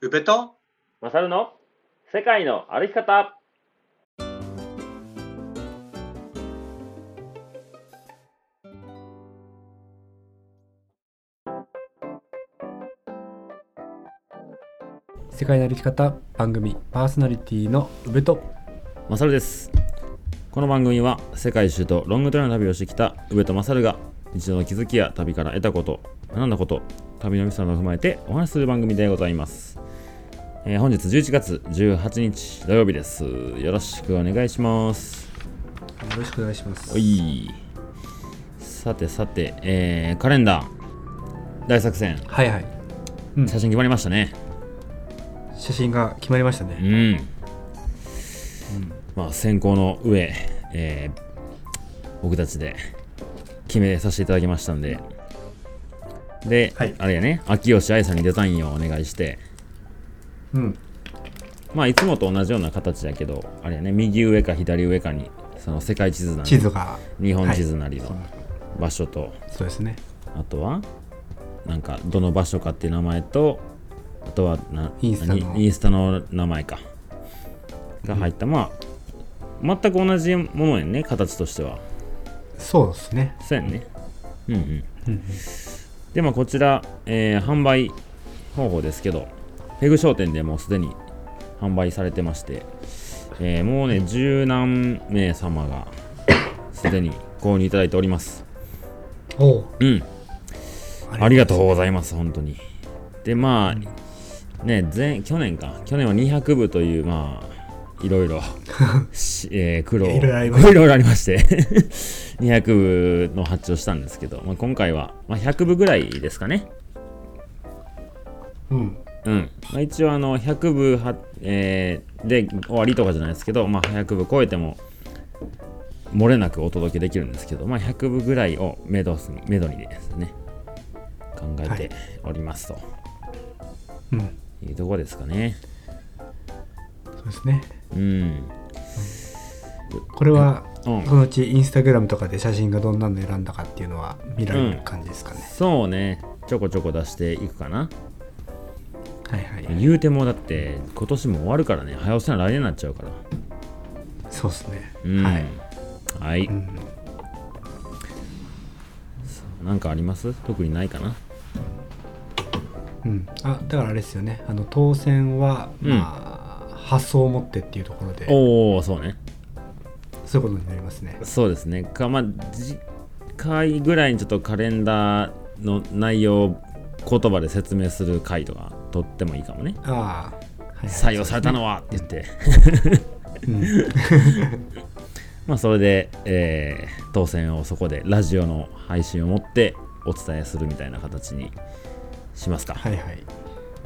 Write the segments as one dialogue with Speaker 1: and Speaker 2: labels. Speaker 1: うべと
Speaker 2: マサルの世界の歩き方
Speaker 3: 世界の歩き方番組パーソナリティの宇部と
Speaker 2: マサルですこの番組は世界一周とロングトレーの旅をしてきた上戸マサルが日常の気づきや旅から得たこと学んだこと旅のミスなどを踏まえてお話しする番組でございます、えー本日11月18日土曜日ですよろしくお願いします
Speaker 3: よろしくお願いします
Speaker 2: おいさてさて、えーカレンダー大作戦
Speaker 3: はいはい
Speaker 2: 写真決まりましたね
Speaker 3: 写真が決まりました
Speaker 2: う
Speaker 3: ね
Speaker 2: ん、まあ選考の上、えー僕たちで決めさせていただきましたんでで、
Speaker 3: はい
Speaker 2: あれやね秋吉愛さんにデザインをお願いして
Speaker 3: うん
Speaker 2: まあいつもと同じような形だけどあれやね右上か左上かにその世界地図なり
Speaker 3: 地図が
Speaker 2: 日本地図なりの場所と、
Speaker 3: そうですね
Speaker 2: あとはなんかどの場所かっていう名前とあとはな
Speaker 3: インスタの
Speaker 2: 何インスタの名前かが入った、まあ全く同じものやんね形としては
Speaker 3: そうですね
Speaker 2: そうやんねうんうん
Speaker 3: うんうん
Speaker 2: でまあこちら、えー販売方法ですけどペグ商店でもうすでに販売されてまして、えーもうね十何名様がすでに購入いただいております
Speaker 3: おう
Speaker 2: うんあ
Speaker 3: あ
Speaker 2: りがとうございます、本当に。で、まあ、ね、前去年か、去年は200部という、まあ、いろい ろ、しえー苦労、
Speaker 3: いろいろありま
Speaker 2: いろいろありまして、200部の発注をしたんですけど、まあ、今回は、まあ、100部ぐらいですかね。
Speaker 3: うん
Speaker 2: うんまあ、一応あの100部は、えーで終わりとかじゃないですけど、まあ、100部超えても漏れなくお届けできるんですけど、まあ、100部ぐらいを目処に目処にですね考え
Speaker 3: は
Speaker 2: て
Speaker 3: い
Speaker 2: おりますと
Speaker 3: うん
Speaker 2: いうところですかね。
Speaker 3: そうですね
Speaker 2: うん、
Speaker 3: これは
Speaker 2: うん
Speaker 3: そのうちインスタグラムとかで写真がどんなの選んだかっていうのは見られる感じですかね、
Speaker 2: そうねちょこちょこ出していくかな
Speaker 3: はいはい
Speaker 2: 言うてもだって今年も終わるからね早押しなら来年になっちゃうから
Speaker 3: そうですね、
Speaker 2: うん
Speaker 3: はい、
Speaker 2: はい
Speaker 3: うん、
Speaker 2: なんかあります特にないかな
Speaker 3: うん、あだからあれですよねあの当選は、
Speaker 2: うん
Speaker 3: まあ発想を持ってっていうところで
Speaker 2: おおそうね
Speaker 3: そういうことになりますね
Speaker 2: そうですねかまあ次回ぐらいにちょっとカレンダーの内容を言葉で説明する回とか取ってもいいかもね
Speaker 3: ああ、はいはい
Speaker 2: 採用されたのはって言って
Speaker 3: うん
Speaker 2: まあそれで、えー当選をそこでラジオの配信をもってお伝えするみたいな形にしますか。
Speaker 3: はいはい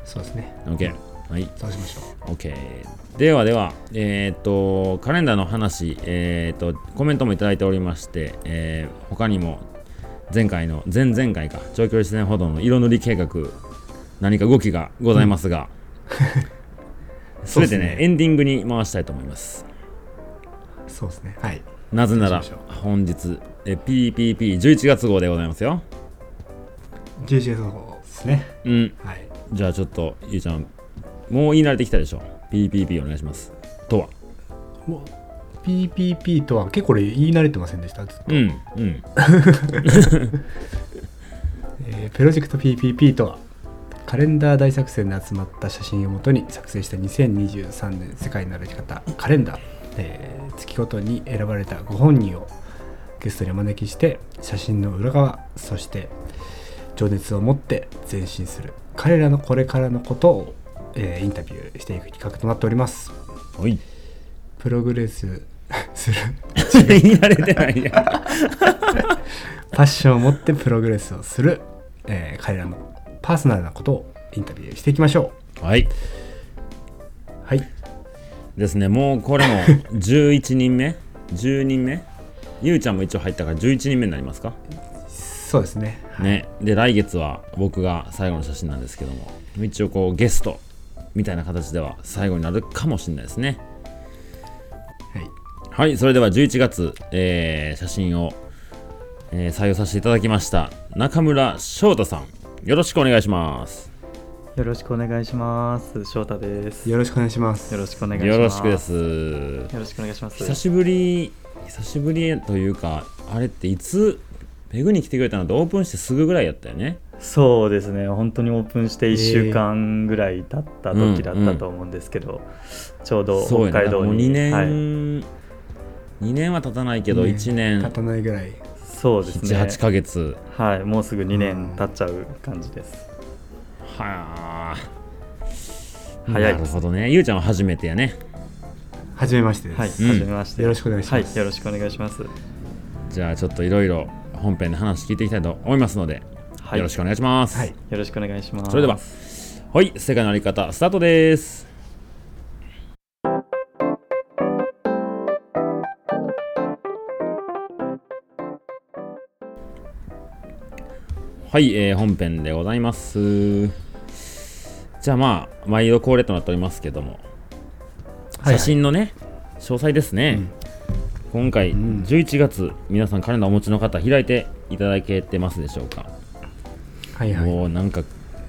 Speaker 3: そうですね
Speaker 2: OK。はい。
Speaker 3: そうしましょ
Speaker 2: OK。ではでは、えっ、と、カレンダーの話、えっ、と、コメントもいただいておりまして、えー他にも、前回の、前々回か、長距離自然歩道の色塗り計画、何か動きがございますが、す
Speaker 3: そう
Speaker 2: べ、
Speaker 3: です
Speaker 2: てね、
Speaker 3: ね
Speaker 2: エンディングに回したいと思います。
Speaker 3: うそうですねはい
Speaker 2: なぜなら
Speaker 3: そうしまし
Speaker 2: 本日え PPP11 月号でございますよ。
Speaker 3: 11月の方ですね
Speaker 2: うん。
Speaker 3: はい
Speaker 2: じゃあちょっとゆうちゃんもう言い慣れてきたでしょ。PPP お願いします。とは。
Speaker 3: もう PPP とは結構これ言い慣れてませんでした、ずっと
Speaker 2: うんうん。
Speaker 3: えープロジェクト PPP とはカレンダー大作戦で集まった写真をもとに作成した2023年世界の歩き方カレンダー、えー月ごとに選ばれたご本人をゲストにお招きして写真の裏側そして情熱を持って前進する彼らのこれからのことを、えーインタビューしていく企画となっております
Speaker 2: おい。
Speaker 3: プログレス する
Speaker 2: 言い慣れてないや。
Speaker 3: パッションを持ってプログレスをする、えー彼らのパーソナルなことをインタビューしていきましょ
Speaker 2: はい。
Speaker 3: うはい
Speaker 2: ですね、もうこれも11人目 ?10 人目ゆうちゃんも一応入ったから11人目になりますか
Speaker 3: そうですね。
Speaker 2: ね。で、来月は僕が最後の写真なんですけども、一応こうゲストみたいな形では最後になるかもしれないですね。
Speaker 3: はい。
Speaker 2: はい、それでは11月、えー写真を、えー採用させていただきました中村翔太さん、よろしくお願いします。
Speaker 1: よろしくお願いします。翔太です。
Speaker 3: よ
Speaker 1: よ
Speaker 3: ろしくお願いします
Speaker 1: ろしくお願いします。
Speaker 2: よろしくで。す
Speaker 1: よろしくお願いします。
Speaker 2: 久しぶり久しぶりというかあれっていつペグに来てくれたのってオープンしてすぐぐらいやったよね
Speaker 1: そうですね、本当にオープンして1週間ぐらい経った時だったと思うんですけど、ちょうど
Speaker 2: そう
Speaker 1: 北
Speaker 2: やね
Speaker 1: 海道
Speaker 2: もう
Speaker 1: に。
Speaker 2: 2年、
Speaker 1: はい、
Speaker 2: 2年は経たないけど
Speaker 3: ね
Speaker 2: 1年
Speaker 3: 立たないぐらい
Speaker 1: そうですね。
Speaker 2: 78ヶ月
Speaker 1: はい、もうすぐ2年経っちゃう感じです。
Speaker 2: はあ
Speaker 1: 早い
Speaker 2: なるほどねゆうちゃんは初めてやね
Speaker 3: 初めましてです、
Speaker 1: はい、
Speaker 2: ん
Speaker 1: 初めまして。
Speaker 3: よろしくお願いします
Speaker 1: はい、よろしくお願いします。
Speaker 2: じゃあちょっといろいろ本編で話聞いていきたいと思いますので、
Speaker 1: はい、
Speaker 2: よろしくお願いします、
Speaker 3: はい
Speaker 1: よろしくお願いします。
Speaker 2: それでははい世界のあり方スタートですはい、えー本編でございますじゃあまあ毎度恒例となっておりますけども、
Speaker 3: は
Speaker 2: 写
Speaker 3: い
Speaker 2: 真のね詳細ですね、今回
Speaker 3: うん
Speaker 2: 11月皆さんカレンダーお持ちの方開いていただけてますでしょうか
Speaker 3: はいはい
Speaker 2: もうなんか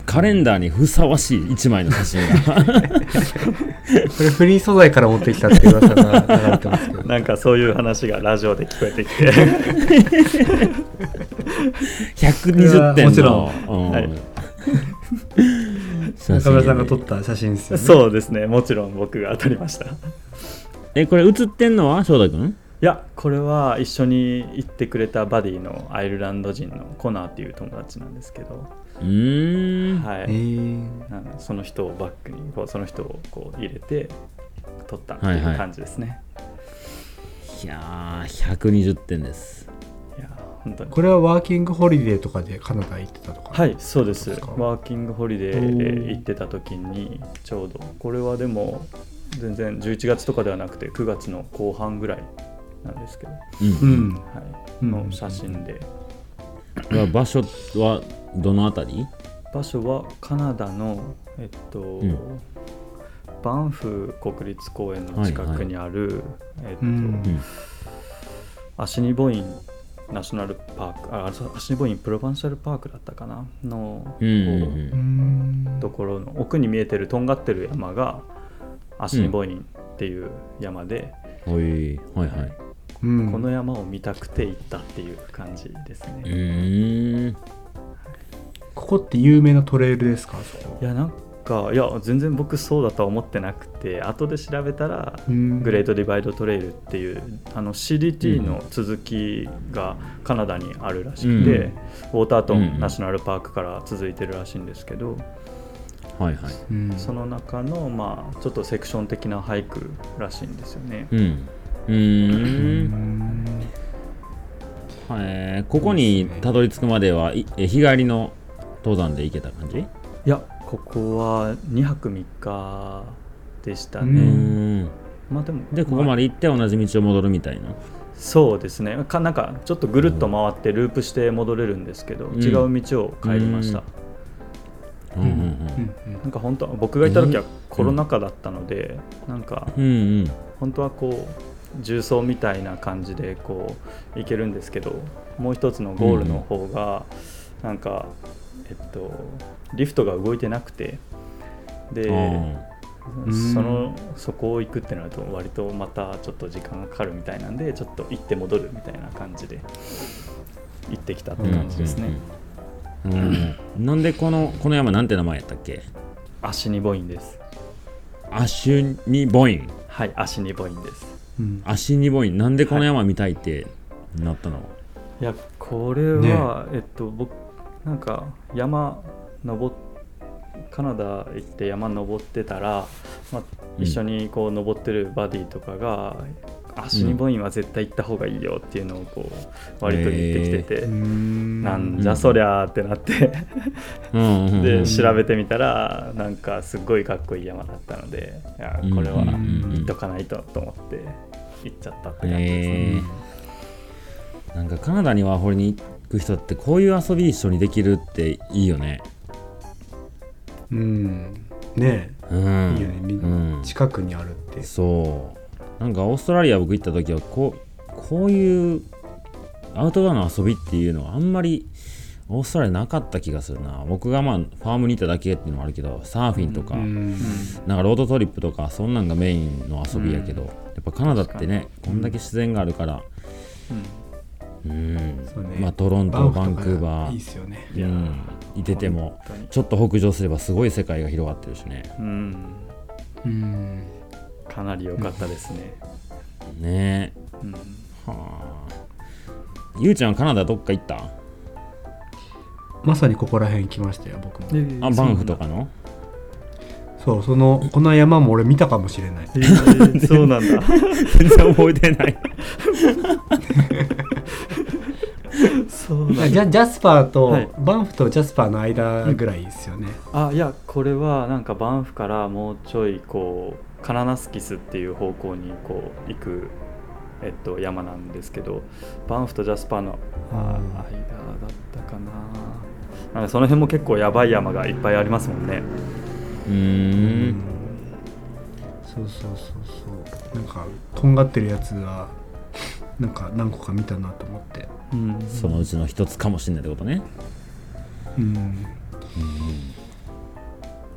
Speaker 2: カレンダーにふさわしい一枚の写 真が
Speaker 3: これフリー素材から持ってきたって噂が流れてますけど
Speaker 1: なんかそういう話がラジオで聞こえてきて、
Speaker 2: 120点の
Speaker 3: もちろ
Speaker 2: うん
Speaker 1: はい
Speaker 2: 写真
Speaker 3: 中村さんが撮った写真ですよね
Speaker 1: そうですね、もちろん僕が撮りました。
Speaker 2: えこれ写ってんのは翔太君
Speaker 1: いやこれは一緒に行ってくれたバディのアイルランド人のコナーっていう友達なんですけど、
Speaker 2: うーん、
Speaker 1: は
Speaker 3: え
Speaker 1: い、
Speaker 3: ー
Speaker 1: あのその人をバックにこうその人をこう入れて撮ったって
Speaker 2: はいいは
Speaker 1: う
Speaker 2: い
Speaker 1: 感じですね、
Speaker 2: い、やー120点です
Speaker 1: いや本当に
Speaker 3: これはワーキングホリデーとかでカナダ行ってたとか
Speaker 1: はいそうです
Speaker 3: そうですか
Speaker 1: ワーキングホリデーで行ってた時にちょうどこれはでも全然11月とかではなくて9月の後半ぐらいなんですけど、は
Speaker 2: うん、
Speaker 3: うん
Speaker 1: い、
Speaker 3: うん
Speaker 1: の写真で
Speaker 2: これは場所はどのあたり
Speaker 1: 場所はカナダの、えっと
Speaker 2: ん
Speaker 1: バンフ国立公園の近くにある、えっ
Speaker 3: う
Speaker 1: と
Speaker 3: ん
Speaker 2: うん
Speaker 1: アシニボインナショナルパークあアシニボインプロバンシャルパークだったかなの、
Speaker 2: うんうん
Speaker 1: こ
Speaker 2: うん
Speaker 3: うーん
Speaker 1: うところの奥に見えてるとんがってる山がアシニボインっていう山で、
Speaker 2: ほいはいはい
Speaker 3: うん
Speaker 1: この山を見たくて行ったっていう感じですね。
Speaker 2: うーん
Speaker 3: ここって有名なトレイルですかそこ
Speaker 1: いやなんかいや全然僕そうだとは思ってなくて後で調べたらグ
Speaker 3: グ
Speaker 1: レートディバイドトレイルっていうあの CDT の続きがカナダにあるらしくて、ウォータート
Speaker 2: うんう
Speaker 1: ン
Speaker 2: ん
Speaker 1: ナショナルパークから続いてるらしいんですけど、
Speaker 2: はいはい
Speaker 3: うん
Speaker 1: その中の、まあ、ちょっとセクション的な俳句らしいんですよね。
Speaker 2: うんう
Speaker 3: う
Speaker 2: ーん
Speaker 3: ん
Speaker 2: えーここにたどり着くまではいえ日帰りの登山で行けた感じ
Speaker 1: いやここは2泊3日でした
Speaker 2: う
Speaker 3: う
Speaker 1: ね。
Speaker 2: ん
Speaker 1: まあ、でも
Speaker 2: でここまで行って同じ道を戻るみたいな
Speaker 1: そうですねかなんかちょっとぐるっと回ってループして戻れるんですけど、
Speaker 2: ん
Speaker 1: 違う道を帰りました。
Speaker 2: うんうんうん
Speaker 1: なんか本当は僕がいた時はコロナ禍だったので、なんか
Speaker 2: うんうん
Speaker 1: 本当はこう重曹みたいな感じでこう行けるんですけどもう一つのゴールの方がなんか、えっとリフトが動いてなくてで、
Speaker 3: うん
Speaker 1: そのそこを行くってなると割とまたちょっと時間がかかるみたいなんでちょっと行って戻るみたいな感じで行ってきたって感じです
Speaker 2: う
Speaker 1: ね、
Speaker 2: んうんうんなんでこのこの山なんて名前やったっけ
Speaker 1: アシニボインです
Speaker 2: アシュニボイン
Speaker 1: はいアシニボインです
Speaker 3: うん
Speaker 2: アシュニボインなんでこの山見たいってなったの、
Speaker 1: いやこれは、えっと僕なんか山登っカナダ行って山登ってたら、まあ、
Speaker 2: うん
Speaker 1: 一緒にこう登ってるバディとかが「アシニボインは絶対行った方がいいよ」っていうのをこう割と言ってきてて、
Speaker 3: うん
Speaker 1: なんじゃそりゃーってなって、
Speaker 2: うんうんうん、
Speaker 1: で調べてみたらなんかすっごいかっこいい山だったのでいやこれは
Speaker 2: うんうん
Speaker 3: うん
Speaker 1: 行っとかないとと思って行っちゃったって
Speaker 2: うん
Speaker 1: 感じですね。
Speaker 2: えーなんかカナダにワーホリに行く人ってこういう遊び一緒にできるっていいよね
Speaker 3: うんね
Speaker 2: うん
Speaker 3: いいよねみ
Speaker 2: うん
Speaker 3: え、近くにあるって
Speaker 2: そうなんかオーストラリア僕行った時はこうこういうアウトドアの遊びっていうのはあんまりオーストラリアなかった気がするな僕がまあファームにいただけっていうのもあるけどサーフィンとか、なんかロードトリップとかそんなんがメインの遊びやけど、
Speaker 1: うん
Speaker 2: やっぱカナダってねこんだけ自然があるからうん、
Speaker 3: そうね
Speaker 2: まあトロントバンクーバー
Speaker 3: いいっすよね
Speaker 1: いや
Speaker 2: うん、いてても
Speaker 1: 本当に
Speaker 2: ちょっと北上すればすごい世界が広がってるしね
Speaker 1: うん
Speaker 3: うん
Speaker 1: かなり良かったですね、
Speaker 2: ねえ
Speaker 1: うん、
Speaker 2: はあゆうちゃんはカナダどっか行った
Speaker 3: まさにここら辺来ましたよ僕も
Speaker 2: あバンフとかの
Speaker 3: そうそのこの山も俺見たかもしれない
Speaker 1: えーそうなんだ
Speaker 2: 全然覚えてない
Speaker 1: そうなん
Speaker 3: ジ
Speaker 1: だ
Speaker 3: ャジャスパーと、
Speaker 1: はい
Speaker 3: バンフとジャスパーの間ぐらいですよね、
Speaker 1: あいやこれはなんかバンフからもうちょいこうカナナスキスっていう方向にこう行く、えっと、山なんですけどバンフとジャスパーのあ
Speaker 3: うん
Speaker 1: 間だったかななんかその辺も結構やばい山がいっぱいありますもんね
Speaker 2: うーん
Speaker 3: そうそうそうそうなんかとんがってるやつはなんか何個か見たなと思って
Speaker 1: うん
Speaker 2: そのうちの一つかもしれないってことね
Speaker 3: うん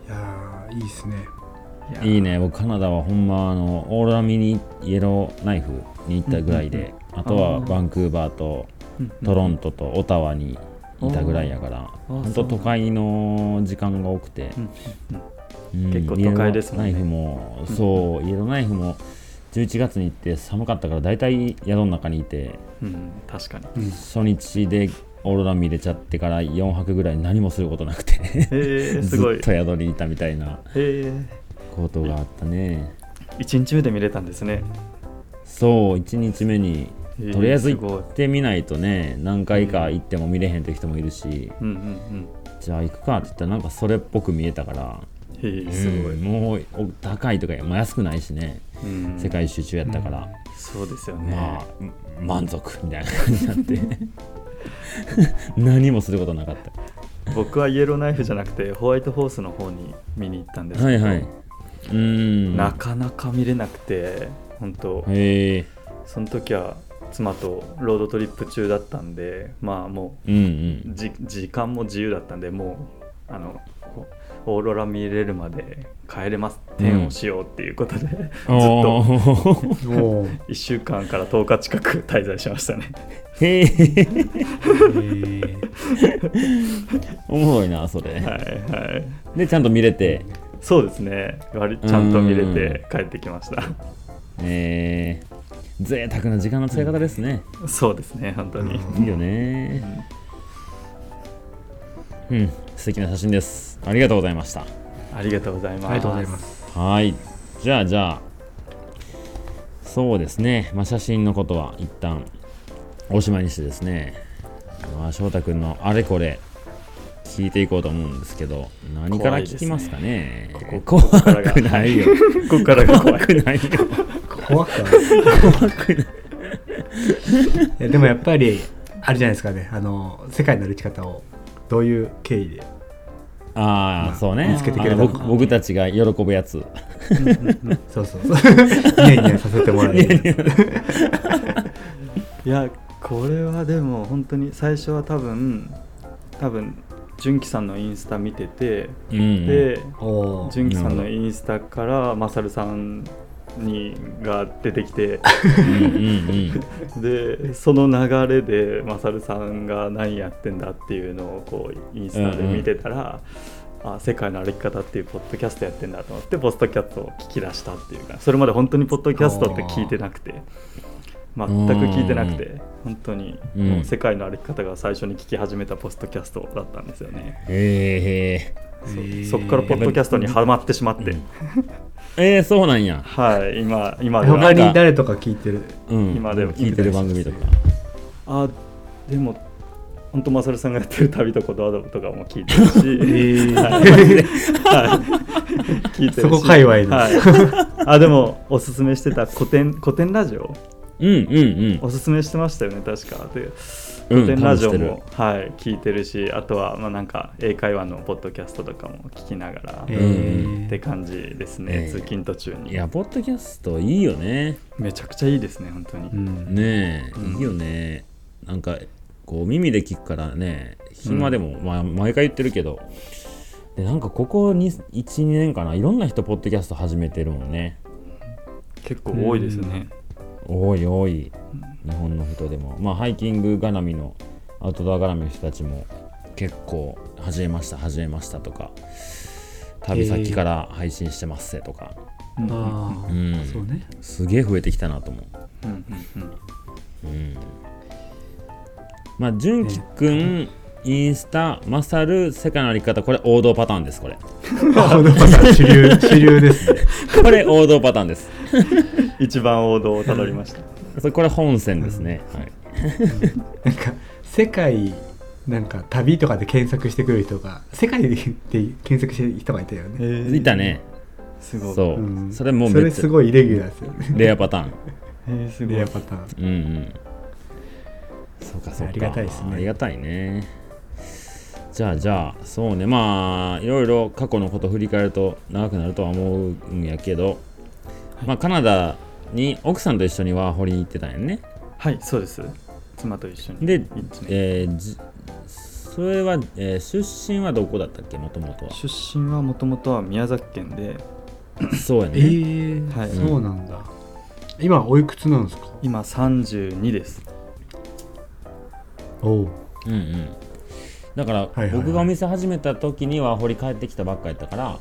Speaker 3: いやーいいっすね
Speaker 1: や
Speaker 2: いいね僕カナダはほんまあのオーロラミニイエローナイフに行ったぐらいで、あと
Speaker 1: あ
Speaker 2: は
Speaker 1: ー
Speaker 2: バンクーバーと
Speaker 1: うん
Speaker 2: トロントとオタワにいたぐらいやから
Speaker 1: あ
Speaker 2: ほ
Speaker 1: ー
Speaker 2: んと都会の時間が多くて
Speaker 1: う、んうん
Speaker 2: うん
Speaker 1: 結構都会ですもんね
Speaker 2: イエローナイフもそう、イエローナイフも11月に行って寒かったから大体宿の中にいて
Speaker 1: うん、うん確かに
Speaker 3: うん
Speaker 2: 初日でオーロラ見れちゃってから4泊ぐらい何もすることなくて
Speaker 1: えー、す
Speaker 2: ず
Speaker 1: ご
Speaker 2: っ
Speaker 1: い
Speaker 2: と宿にいたみたいな
Speaker 1: え
Speaker 2: ことがあったね
Speaker 1: ー、1日目で見れたんですね、
Speaker 2: そう1日目に
Speaker 1: えー
Speaker 2: とりあえず
Speaker 1: すご
Speaker 2: 行
Speaker 1: い
Speaker 2: ってみないとね何回か行っても見れへんって人もいるし
Speaker 1: うんうん
Speaker 2: じゃあ行くかって言ったらなんかそれっぽく見えたから
Speaker 1: うんへえすごい、
Speaker 2: うんもうお高いとか、まあ、安くないしね
Speaker 1: うん
Speaker 2: 世界一周中やったから、
Speaker 1: そうですよね、
Speaker 2: まあうん満足みたいな感じになって 何もすることなかっ
Speaker 1: 僕はイエローナイフじゃなくてホワイトホースの方に見に行ったんです
Speaker 2: たは
Speaker 1: け
Speaker 2: い
Speaker 1: ど、
Speaker 2: はいうん
Speaker 1: なかなか見れなくて本当
Speaker 2: へえ
Speaker 1: その時は妻とロードトリップ中だったんでまあも
Speaker 2: うんうん
Speaker 1: うじ時間も自由だったんでもうあのこうオーロラ見れるまで帰れます点をしようっていうことで、
Speaker 2: おー
Speaker 3: おー
Speaker 1: 1週間から10日近く滞在しましたね
Speaker 2: へえ
Speaker 3: え ー
Speaker 2: おもろいなそれ
Speaker 1: はいはい
Speaker 2: でちゃんと見れて
Speaker 1: そうですね割ちゃんと見れて帰ってきました
Speaker 2: えー、贅沢な時間の使い方ですね。
Speaker 1: そうですね本当に、
Speaker 3: うん
Speaker 2: いいよね。うん、素敵な写真です。ありがとうございました。
Speaker 1: ありがとうございます
Speaker 3: ありがとうございます
Speaker 2: はい。じゃあ、じゃあ、そうですね。まあ、写真のことは一旦おしまいにしてですね、まあ、翔太君のあれこれ聞いていこうと思うんですけど、何から聞きますかね。
Speaker 1: 怖いですねここここか
Speaker 2: 怖
Speaker 1: らが
Speaker 2: くないよ。
Speaker 1: ここからが怖
Speaker 2: 怖
Speaker 1: い
Speaker 2: くないよ。
Speaker 3: 怖くないいやでもやっぱりあれじゃないですかねあの世界の歩き方をどういう経緯で
Speaker 2: ああ、そうね。
Speaker 3: 見つけてくれた
Speaker 2: あの僕僕たちが喜ぶやつ。
Speaker 3: そう そうそうニヤニヤさせてもらえる
Speaker 1: いやこれはでも本当に最初は多分多分純喜さんのインスタ見てて、
Speaker 2: うんうん
Speaker 1: で
Speaker 3: おー
Speaker 1: 純喜さんのインスタからマサルさんにが出てきて
Speaker 2: うんうん
Speaker 1: でその流れでマサルさんが何やってんだっていうのをこうインスタで見てたら「あ世界の歩き方」っていうポッドキャストやってんだと思ってポッドキャストを聞き出したっていうかそれまで本当にポッドキャストって聞いてなくて全く聞いてなくて本当に
Speaker 2: うん
Speaker 1: もう世界の歩き方が最初に聞き始めたポッドキャストだったんですよね。
Speaker 2: へえ
Speaker 1: そう
Speaker 3: へー
Speaker 1: そこからポッドキャストにはまってしまって、
Speaker 2: えー、そうなんや、
Speaker 1: はい今今では
Speaker 3: 他に誰とか聞いてる
Speaker 2: うん、
Speaker 1: 今でも
Speaker 2: 聞いてる番組とか
Speaker 1: あでも本当マサルさんがやってる旅とことアドとかも聞いて るし、はい、聞いてるし
Speaker 3: そこ界隈の
Speaker 1: はい、 あでもおすすめしてた古典古典ラジオ
Speaker 2: うんうん
Speaker 1: おすすめしてましたよね確かで
Speaker 2: うん
Speaker 1: 古典ラジオ
Speaker 2: 多分
Speaker 1: も、はい、聞いてるしあとは、まあ、なんか英会話のポッドキャストとかも聞きながら、
Speaker 3: え
Speaker 2: ん
Speaker 1: って感じです
Speaker 2: え
Speaker 1: ね、
Speaker 2: ー
Speaker 1: 通勤途中に
Speaker 2: いやポッドキャストいいよね
Speaker 1: めちゃくちゃいいですね本当に、
Speaker 3: うん
Speaker 2: ねえ、
Speaker 1: うん
Speaker 2: いいよねなんかこう耳で聞くからね暇でも、まあ、毎回言ってるけどでなんかここ12年かないろんな人ポッドキャスト始めてるもんね
Speaker 1: 結構多いですね、
Speaker 2: 多い多い日本の人でもまあハイキング絡みのアウトドア絡みの人たちも結構始めました始めましたとか旅先から配信してますせとか、
Speaker 1: うんうん
Speaker 3: ああ、
Speaker 2: うん
Speaker 3: そうね
Speaker 2: すげえ増えてきたなと思う
Speaker 1: うんうんう
Speaker 2: う
Speaker 1: ん
Speaker 2: んまあ純喜くんインスタマサル世界のあり方これ王道パターンですこれ
Speaker 3: あのパターン主流主流ですね
Speaker 2: これ王道パターンです
Speaker 1: 一番王道をたどりました
Speaker 2: それこれ本線ですね、はい、
Speaker 3: なんか世界なんか旅とかで検索してくる人が世界で検索してる人がいたよね、
Speaker 2: いたね
Speaker 1: すごい
Speaker 2: そう、
Speaker 3: ん
Speaker 2: それもう
Speaker 3: そ
Speaker 2: め
Speaker 3: れ
Speaker 2: っち
Speaker 3: す
Speaker 2: ゃ
Speaker 3: ごいイレギュラーですよね
Speaker 2: レアパターン
Speaker 1: えーすごい
Speaker 3: レアパターン
Speaker 2: うんうんそうかそうか
Speaker 3: ありがたいですね
Speaker 2: ありがたいねじゃあじゃあそうねまあいろいろ過去のこと振り返ると長くなるとは思うんやけど、まあカナダに奥さんと一緒にワーホリに行ってたんやね
Speaker 1: はいそうです妻と一緒に
Speaker 2: で
Speaker 1: 一年
Speaker 2: えーじそれは、えー出身はどこだったっけもともとは
Speaker 1: 出身はもともとは宮崎県で
Speaker 2: そうや
Speaker 3: え
Speaker 2: ね
Speaker 3: ー
Speaker 1: はい
Speaker 3: そうなんだ今おいくつなんですか
Speaker 1: 今32です
Speaker 3: お
Speaker 2: うんうんだから、
Speaker 3: いはいはい
Speaker 2: 僕がお店始めた時にワーホリ帰ってきたばっかやったから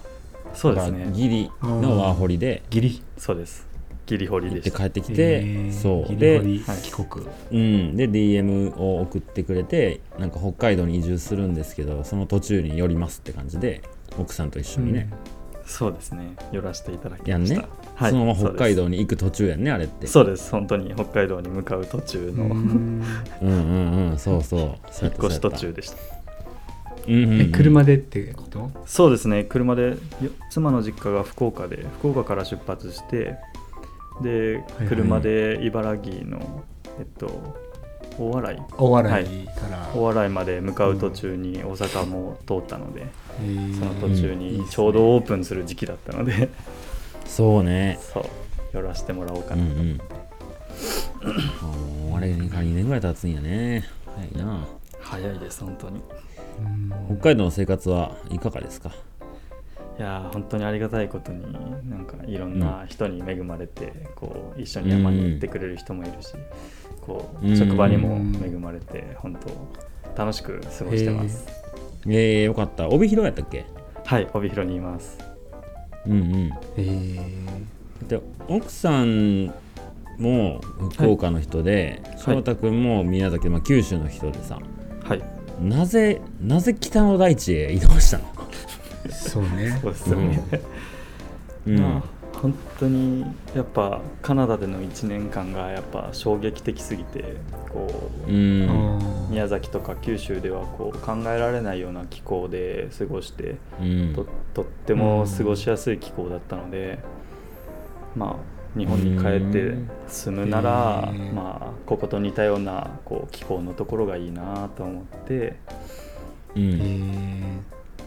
Speaker 1: そうです
Speaker 2: だから
Speaker 1: ね
Speaker 2: ギリのワーホリで
Speaker 3: ギリ
Speaker 1: そうですギリホリ
Speaker 2: 行っ
Speaker 1: で
Speaker 2: て
Speaker 1: し
Speaker 2: 帰
Speaker 1: た
Speaker 2: ってきて、
Speaker 3: えー
Speaker 2: そう
Speaker 3: ギリ
Speaker 2: で
Speaker 3: ギ,、リ
Speaker 1: はい
Speaker 3: 帰国
Speaker 2: うん、で DM を送ってくれてなんか北海道に移住するんですけどその途中に寄りますって感じで奥さんと一緒にね、
Speaker 1: そうですね寄らせていただき
Speaker 2: やん
Speaker 1: ました
Speaker 2: ねそのまま北海道に行く途中やんねあれって
Speaker 1: そうですそうです本当に北海道に向かう途中
Speaker 3: う
Speaker 1: の
Speaker 3: ん
Speaker 2: うんうんうんそうそうそ
Speaker 1: 引
Speaker 2: う
Speaker 1: っ
Speaker 2: やった
Speaker 1: 越し
Speaker 2: そ
Speaker 1: 途
Speaker 2: うや
Speaker 1: 中
Speaker 2: っ
Speaker 1: でした
Speaker 2: たうんうんう
Speaker 3: え
Speaker 2: ん、
Speaker 3: 車でってこと
Speaker 1: そうですね車でよ妻の実家が福岡で福岡から出発してで
Speaker 3: はい
Speaker 1: 車で茨城の、えっと大洗
Speaker 3: 大
Speaker 1: は
Speaker 3: 洗
Speaker 1: い
Speaker 3: から、
Speaker 1: 大洗まで向かう途中に大阪も通ったので、
Speaker 3: えー
Speaker 1: その途中
Speaker 3: うんいいっす
Speaker 1: に
Speaker 3: ね
Speaker 1: ちょうどオープンする時期だったので、
Speaker 2: そうね
Speaker 1: そう寄らせてもらおうか
Speaker 2: うん
Speaker 1: な、
Speaker 2: うんあもうあれから2年ぐらい経つんやね早いな
Speaker 1: 早いです本当にい
Speaker 3: うん
Speaker 2: 北海道の生活はいかがですか
Speaker 1: やー本当にありがたいことになんかいろんな人に恵まれて、こう一緒に山に行ってくれる人もいるし、こ
Speaker 2: うん
Speaker 1: う職場にも恵まれて本当楽しく過ごしてます、
Speaker 2: えー、よかった帯広やったっけ
Speaker 1: はい帯広にいます
Speaker 2: うんうん
Speaker 3: えー
Speaker 2: で奥さんも福岡の人で、翔太君も宮崎、まあ、九州の人でさ
Speaker 1: はい
Speaker 2: なぜなぜ北の大地へ移動したの、
Speaker 3: そうね
Speaker 1: そうですよね、
Speaker 2: うん
Speaker 1: まあ 本当にやっぱカナダでの1年間がやっぱ衝撃的すぎてこう、
Speaker 2: うん
Speaker 3: あー
Speaker 1: 宮崎とか九州ではこう考えられないような気候で過ごして
Speaker 2: うん
Speaker 1: ととっても過ごしやすい気候だったので、まあ日本に帰って住むなら、
Speaker 3: うん
Speaker 1: まあ、ここと似たようなこう気候のところがいいなと思って
Speaker 2: う
Speaker 3: え
Speaker 2: ん
Speaker 3: ー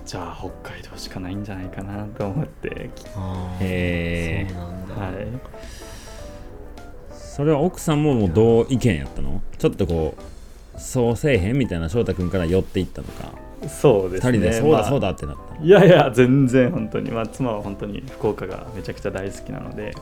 Speaker 1: じゃあ北海道しかないんじゃないかなと思って、
Speaker 3: あー
Speaker 2: へ
Speaker 3: そ
Speaker 2: ー
Speaker 3: うなんだ、
Speaker 1: はい、
Speaker 2: それは奥さんももう同意見やったのちょっとこうそうせえへんみたいな翔太君から寄っていったのか
Speaker 1: そうで
Speaker 2: 二
Speaker 1: すね
Speaker 2: 人でそう
Speaker 1: ま
Speaker 2: だ
Speaker 1: あ
Speaker 2: そうだってなったの、
Speaker 1: いやいや全然本当に、まあ、妻は本当に福岡がめちゃくちゃ大好きなので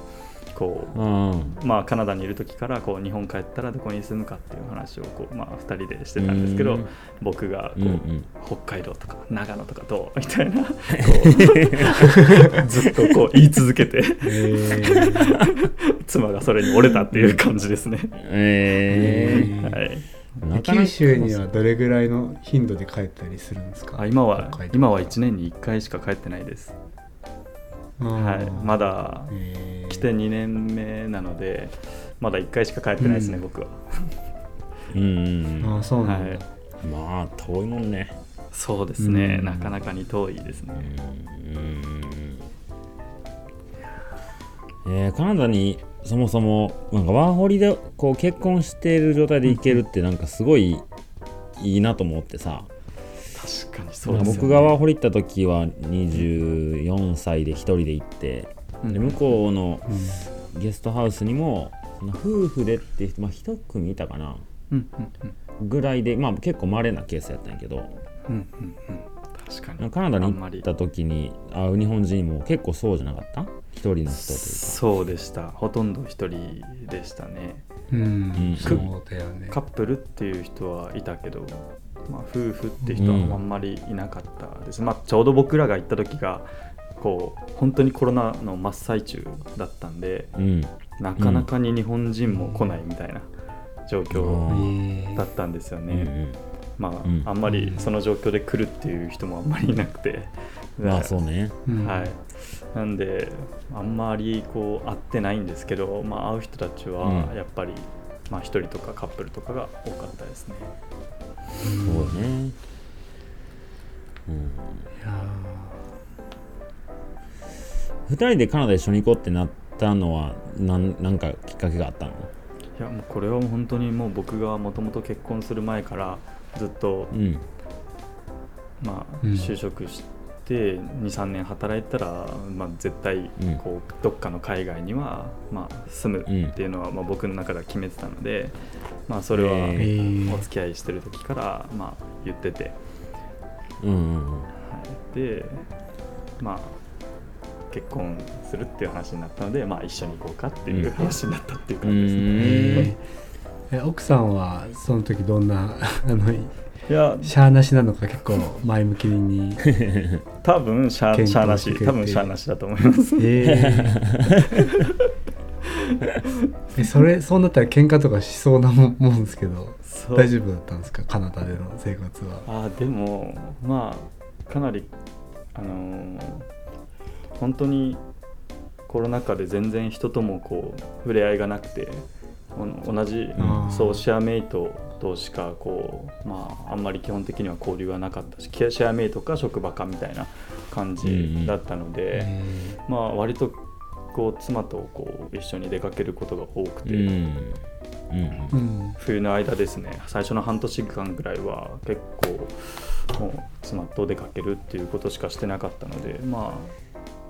Speaker 1: こう
Speaker 2: うん
Speaker 1: まあ、カナダにいる時からこう日本帰ったらどこに住むかっていう話をこう、まあ、2人でしてたんですけ
Speaker 2: う
Speaker 1: ど
Speaker 2: ん
Speaker 1: 僕がこう、
Speaker 2: うんうん
Speaker 1: 北海道とか長野とかどうみたいなこうずっとこう言い続けて
Speaker 3: えー
Speaker 1: 妻がそれに折れたっていう感じですね。
Speaker 2: え
Speaker 3: えー
Speaker 1: はい、
Speaker 2: ー、なかなか
Speaker 3: 九州にはどれぐらいの頻度で帰ったりするんですか
Speaker 1: あ今は
Speaker 3: 北海道
Speaker 1: 今は1年に1回しか帰ってないです。
Speaker 3: あー
Speaker 1: はい、まだ
Speaker 3: えー
Speaker 1: 来て2年目なのでまだ1回しか帰ってないですね、
Speaker 3: うん
Speaker 1: 僕は。
Speaker 2: うんうん
Speaker 3: あーそうなんだ、
Speaker 1: はい
Speaker 2: うんまあ遠いもんね
Speaker 1: そうですね、
Speaker 3: うん
Speaker 1: なかなかに遠いですね。
Speaker 2: えーカナダにそもそもなんかワーホリでこう結婚している状態で行けるってなんかすごいいいなと思ってさ、
Speaker 1: 確かに
Speaker 2: な
Speaker 1: そ
Speaker 2: ん
Speaker 1: う
Speaker 2: か
Speaker 1: ですよね、
Speaker 2: 僕がワーホリ行った時は24歳で一人で行って、
Speaker 1: うん
Speaker 2: で向こうの
Speaker 3: うん
Speaker 2: ゲストハウスにもその夫婦でっていう人、まあ、一組いたかな
Speaker 1: うんうんうん
Speaker 2: ぐらいで、まあ、結構まれなケースやったんやけど
Speaker 3: うんうんうん
Speaker 1: 確かに
Speaker 2: カナダに
Speaker 1: あん
Speaker 2: 行
Speaker 1: ま
Speaker 2: っ
Speaker 1: り
Speaker 2: た時に会う日本人も結構そうじゃなかった一人の人というか。
Speaker 1: そうでしたほとんど一人でしたね
Speaker 3: うん、
Speaker 2: うん
Speaker 3: そうだよね
Speaker 1: カップルっていう人はいたけど、まあ、夫婦って人はあんまりいなかったです、まあ、ちょうど僕らが行った時がこう本当にコロナの真っ最中だったんで
Speaker 2: うん、
Speaker 1: なかなかに日本人も来ないみたいな状況だったんですよね、まあ、
Speaker 2: うん
Speaker 1: あんまりその状況で来るっていう人もあんまりいなくて、
Speaker 2: うん、まあそうね。
Speaker 3: うん
Speaker 1: はい、なんであんまりこう会ってないんですけど、まあ、会う人たちは
Speaker 2: うん
Speaker 1: やっぱり、まあ、1人とかカップルとかが多かったですね。
Speaker 2: そうね。うん、
Speaker 3: いや
Speaker 2: 2人でカナダ一緒に行こうってなったのはなんなんかきっかけがあったの
Speaker 1: いやもうこれはもう本当にもう僕がもともと結婚する前からずっと、
Speaker 2: うん
Speaker 1: まあ、
Speaker 3: うん
Speaker 1: 就職して23年働いたら、まあ、絶対
Speaker 2: うん
Speaker 1: こうどっかの海外には、まあ、住むっていうのは、まあ、僕の中では決めてたので、まあ、それは
Speaker 2: え
Speaker 3: ーえー
Speaker 1: お付き合いしてる時から、まあ、言ってて。
Speaker 2: うんうんうん
Speaker 1: はい、でまあ結婚するっていう話になったので、まあ、一緒に行こうかっていう話になったっていう感じですね。
Speaker 3: えーえ奥さんはその時どんなあの
Speaker 1: いや
Speaker 3: しゃーなしなのか結構前向きに
Speaker 1: 多分しゃ
Speaker 3: 健康
Speaker 1: しゃーなし
Speaker 3: してくれて
Speaker 1: 多分しゃーなしだと思います。
Speaker 3: えーえそれそうなったら喧嘩とかしそうなもんもんですけど
Speaker 1: そう
Speaker 3: 大丈夫だったんですかカナダでの生活は
Speaker 1: あーでもまあかなりあのー本当にコロナ禍で全然人ともこう触れ合いがなくてお同じ
Speaker 2: あ
Speaker 3: ー
Speaker 1: そうシェアメイトとしかこうまああんまり基本的には交流がなかったしシェアメイトか職場かみたいな感じだったので、
Speaker 3: え
Speaker 1: まあ割とこう妻とこう一緒に出かけることが多くて、
Speaker 2: うんうん
Speaker 3: ーうん
Speaker 1: 冬の間ですね最初の半年間ぐらいは結構もう妻と出かけるっていうことしかしてなかったのでま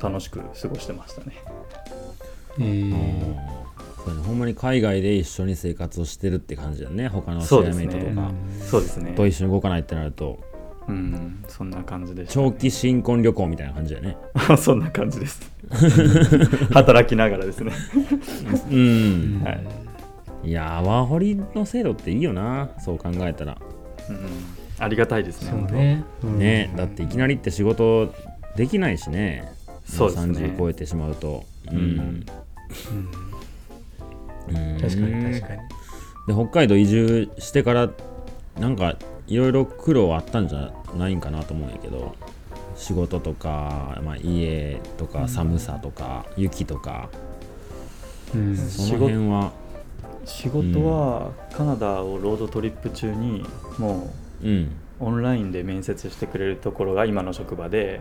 Speaker 1: あ楽しく過ごしてましたね
Speaker 3: え
Speaker 2: うん
Speaker 3: ー
Speaker 2: そうねほんまに海外で一緒に生活をしてるって感じだよね他のシ
Speaker 1: そう
Speaker 2: ェ
Speaker 1: で
Speaker 2: ア
Speaker 1: す
Speaker 2: メ
Speaker 1: ね
Speaker 2: イトと
Speaker 3: う
Speaker 2: か
Speaker 3: ん
Speaker 1: そうですね
Speaker 2: と一緒に動かないってなると
Speaker 1: うんそんな感じでした、
Speaker 2: 長期新婚旅行みたいな感じだよね
Speaker 1: そんな感じです働きながらですね
Speaker 2: う
Speaker 3: うんん
Speaker 1: はい
Speaker 2: いやーワーホリの制度っていいよなそう考えたら
Speaker 1: うんありがたいですね
Speaker 3: そうね
Speaker 2: ねだっていきなりって仕事できないしね
Speaker 1: そうですね
Speaker 2: 30超えてしまうとう
Speaker 1: う
Speaker 2: ん、
Speaker 1: ん
Speaker 3: うん
Speaker 2: うん
Speaker 3: 確かに確かに
Speaker 2: で北海道移住してからなんかいろいろ苦労はあったんじゃないんかなと思うんやけど仕事とか、まあ、家とか寒さとか、雪とか
Speaker 3: うん
Speaker 2: その辺は
Speaker 1: 仕事はカナダをロードトリップ中にも
Speaker 2: うん
Speaker 1: うオンラインで面接してくれるところが今の職場で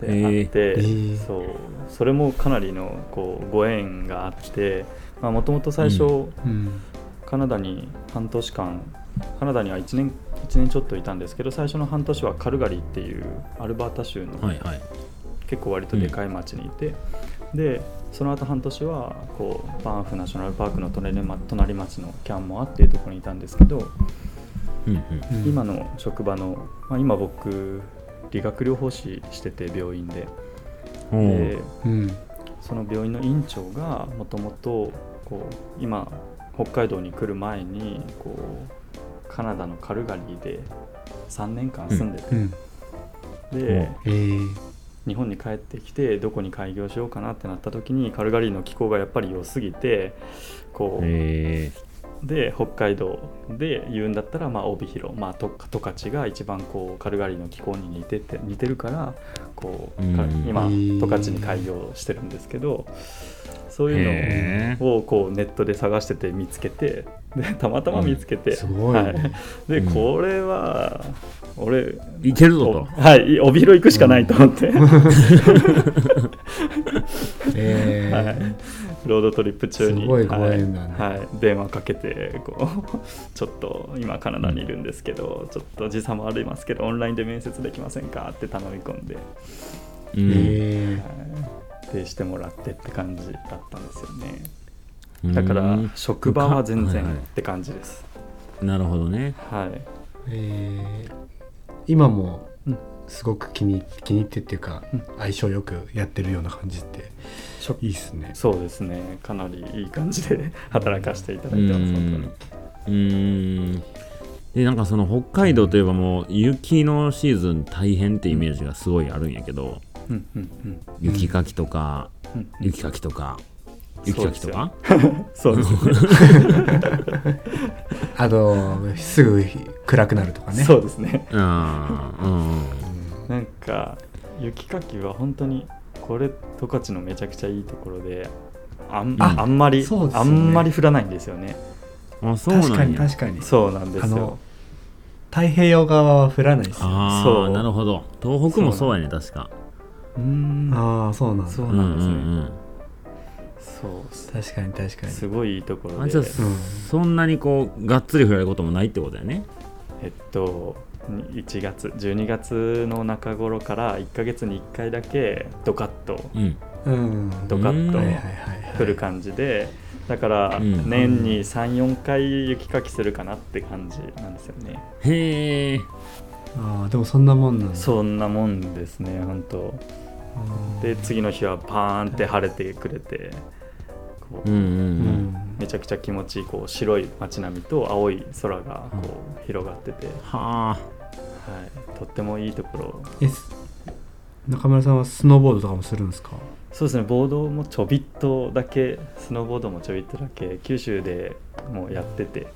Speaker 1: で
Speaker 2: えー
Speaker 1: あって、
Speaker 3: えー
Speaker 1: そうそれもかなりのこうご縁があってもともと最初、
Speaker 2: う
Speaker 3: うん
Speaker 1: カナダに半年間カナダには1年 ,1 年ちょっといたんですけど最初の半年はカルガリーっていうアルバータ州の
Speaker 2: はいはい
Speaker 1: 結構割とでかい町にいて、でその後半年はこうバンフナショナルパークの隣ま隣町のキャンモアっていうところにいたんですけど、
Speaker 2: うん
Speaker 3: うん
Speaker 1: 今の職場の、まあ、今僕理学療法士してて病院で
Speaker 2: うんお
Speaker 1: で
Speaker 2: う
Speaker 3: うん
Speaker 1: その病院の院長がもともとこう今北海道に来る前にこうカナダのカルガリーで3年間住んで
Speaker 3: う
Speaker 1: て、
Speaker 3: ん
Speaker 1: で
Speaker 3: えー
Speaker 1: 日本に帰ってきてどこに開業しようかなってなった時にカルガリーの気候がやっぱり良すぎてこう、
Speaker 2: え
Speaker 1: で北海道で言うんだったら、まあ、帯広、まあ、と十勝が一番こうカルガリーの気候に似てて似てるからこう、
Speaker 2: うん
Speaker 1: か今
Speaker 3: うん
Speaker 1: 十勝に開業してるんですけどそう
Speaker 2: ー
Speaker 1: いう
Speaker 2: へー
Speaker 1: のをこうネットで探してて見つけてでたまたま見つけて、
Speaker 3: すごい
Speaker 1: は
Speaker 3: ね
Speaker 1: い、で
Speaker 2: うん
Speaker 1: これは俺
Speaker 2: いけるぞ
Speaker 1: お
Speaker 2: と
Speaker 1: はい、い帯広行くしかないと思って、
Speaker 3: えー
Speaker 1: はいロードトリップ中に
Speaker 3: すごいご縁だね
Speaker 1: はいはい電話かけてこうちょっと今カナダにいるんですけど、ちょっと時差もありますけどオンラインで面接できませんかって頼み込んで、は
Speaker 2: うん
Speaker 3: え
Speaker 1: い、でしてもらってって感じだったんですよね
Speaker 2: うん
Speaker 1: だから職場は全
Speaker 2: はい
Speaker 1: 然
Speaker 2: はい
Speaker 1: って感じです、
Speaker 2: なるほどね
Speaker 1: はい
Speaker 3: えー今も
Speaker 1: うん
Speaker 3: すごく気に気に入ってっていうか、
Speaker 1: うん
Speaker 3: 相性よくやってるような感じって
Speaker 1: 初
Speaker 3: いいっすね。
Speaker 1: そうですねかなりいい感じで働かせていただいてます
Speaker 2: うん
Speaker 1: 本
Speaker 2: うーんでなんかその北海道といえばもう雪のシーズン大変ってイメージがすごいあるんやけど
Speaker 1: 当にうんうんうん
Speaker 2: 雪かきとか、
Speaker 1: うん
Speaker 2: 雪かきとか雪かきとか
Speaker 1: そうですね
Speaker 3: あのすぐ暗くなるとかね。
Speaker 1: そうですね
Speaker 2: う,、んうん
Speaker 1: なんか雪かきは本当にこれ十勝のめちゃくちゃいいところであん
Speaker 2: あ
Speaker 1: あんまり、
Speaker 3: そうですよ
Speaker 1: あ
Speaker 3: ね
Speaker 1: んまり降らないんですよね
Speaker 2: あそうなんや
Speaker 3: 確かに確かに。
Speaker 1: そうなんです
Speaker 3: あ
Speaker 1: よ
Speaker 3: の太平洋側は降らないですよ。
Speaker 2: あ
Speaker 1: そう
Speaker 2: あなるほど東北もそうやね確か
Speaker 1: うーん
Speaker 3: ああそうなんだ
Speaker 1: そううん
Speaker 2: う
Speaker 1: なんですね、
Speaker 2: ん
Speaker 1: そうす
Speaker 3: 確かに確かに。
Speaker 1: すごいいいとこ
Speaker 2: うん
Speaker 1: ろ
Speaker 2: あじゃあ
Speaker 1: で
Speaker 3: うん
Speaker 2: そんなにこうがっつり振られることもないってことやね
Speaker 1: えっとに1月12月の中頃から1ヶ月に1回だけドカッと
Speaker 2: うん
Speaker 3: うん。
Speaker 1: ドカッ
Speaker 2: う
Speaker 1: と
Speaker 2: ん
Speaker 3: はいはいはいはい。
Speaker 1: 降る感じでだから
Speaker 2: うん
Speaker 1: 年に34回雪かきするかなって感じなんですよね、
Speaker 2: へえ
Speaker 3: ああでもそんなもんなんだ。
Speaker 1: そんなもんですね本当
Speaker 3: うん
Speaker 1: で次の日はパーンって晴れてくれてこ
Speaker 2: う
Speaker 1: うん
Speaker 2: うん
Speaker 3: うん
Speaker 2: うん。
Speaker 1: めちゃくちゃ気持ちいいこう白い街並みと青い空がこう広がってて、は
Speaker 2: はあ
Speaker 1: い、とってもいいところ
Speaker 3: えす中村さんはスノーボードとかもするんですか
Speaker 1: そうですねボードもちょびっとだけスノーボードもちょびっとだけ九州でもうやってて、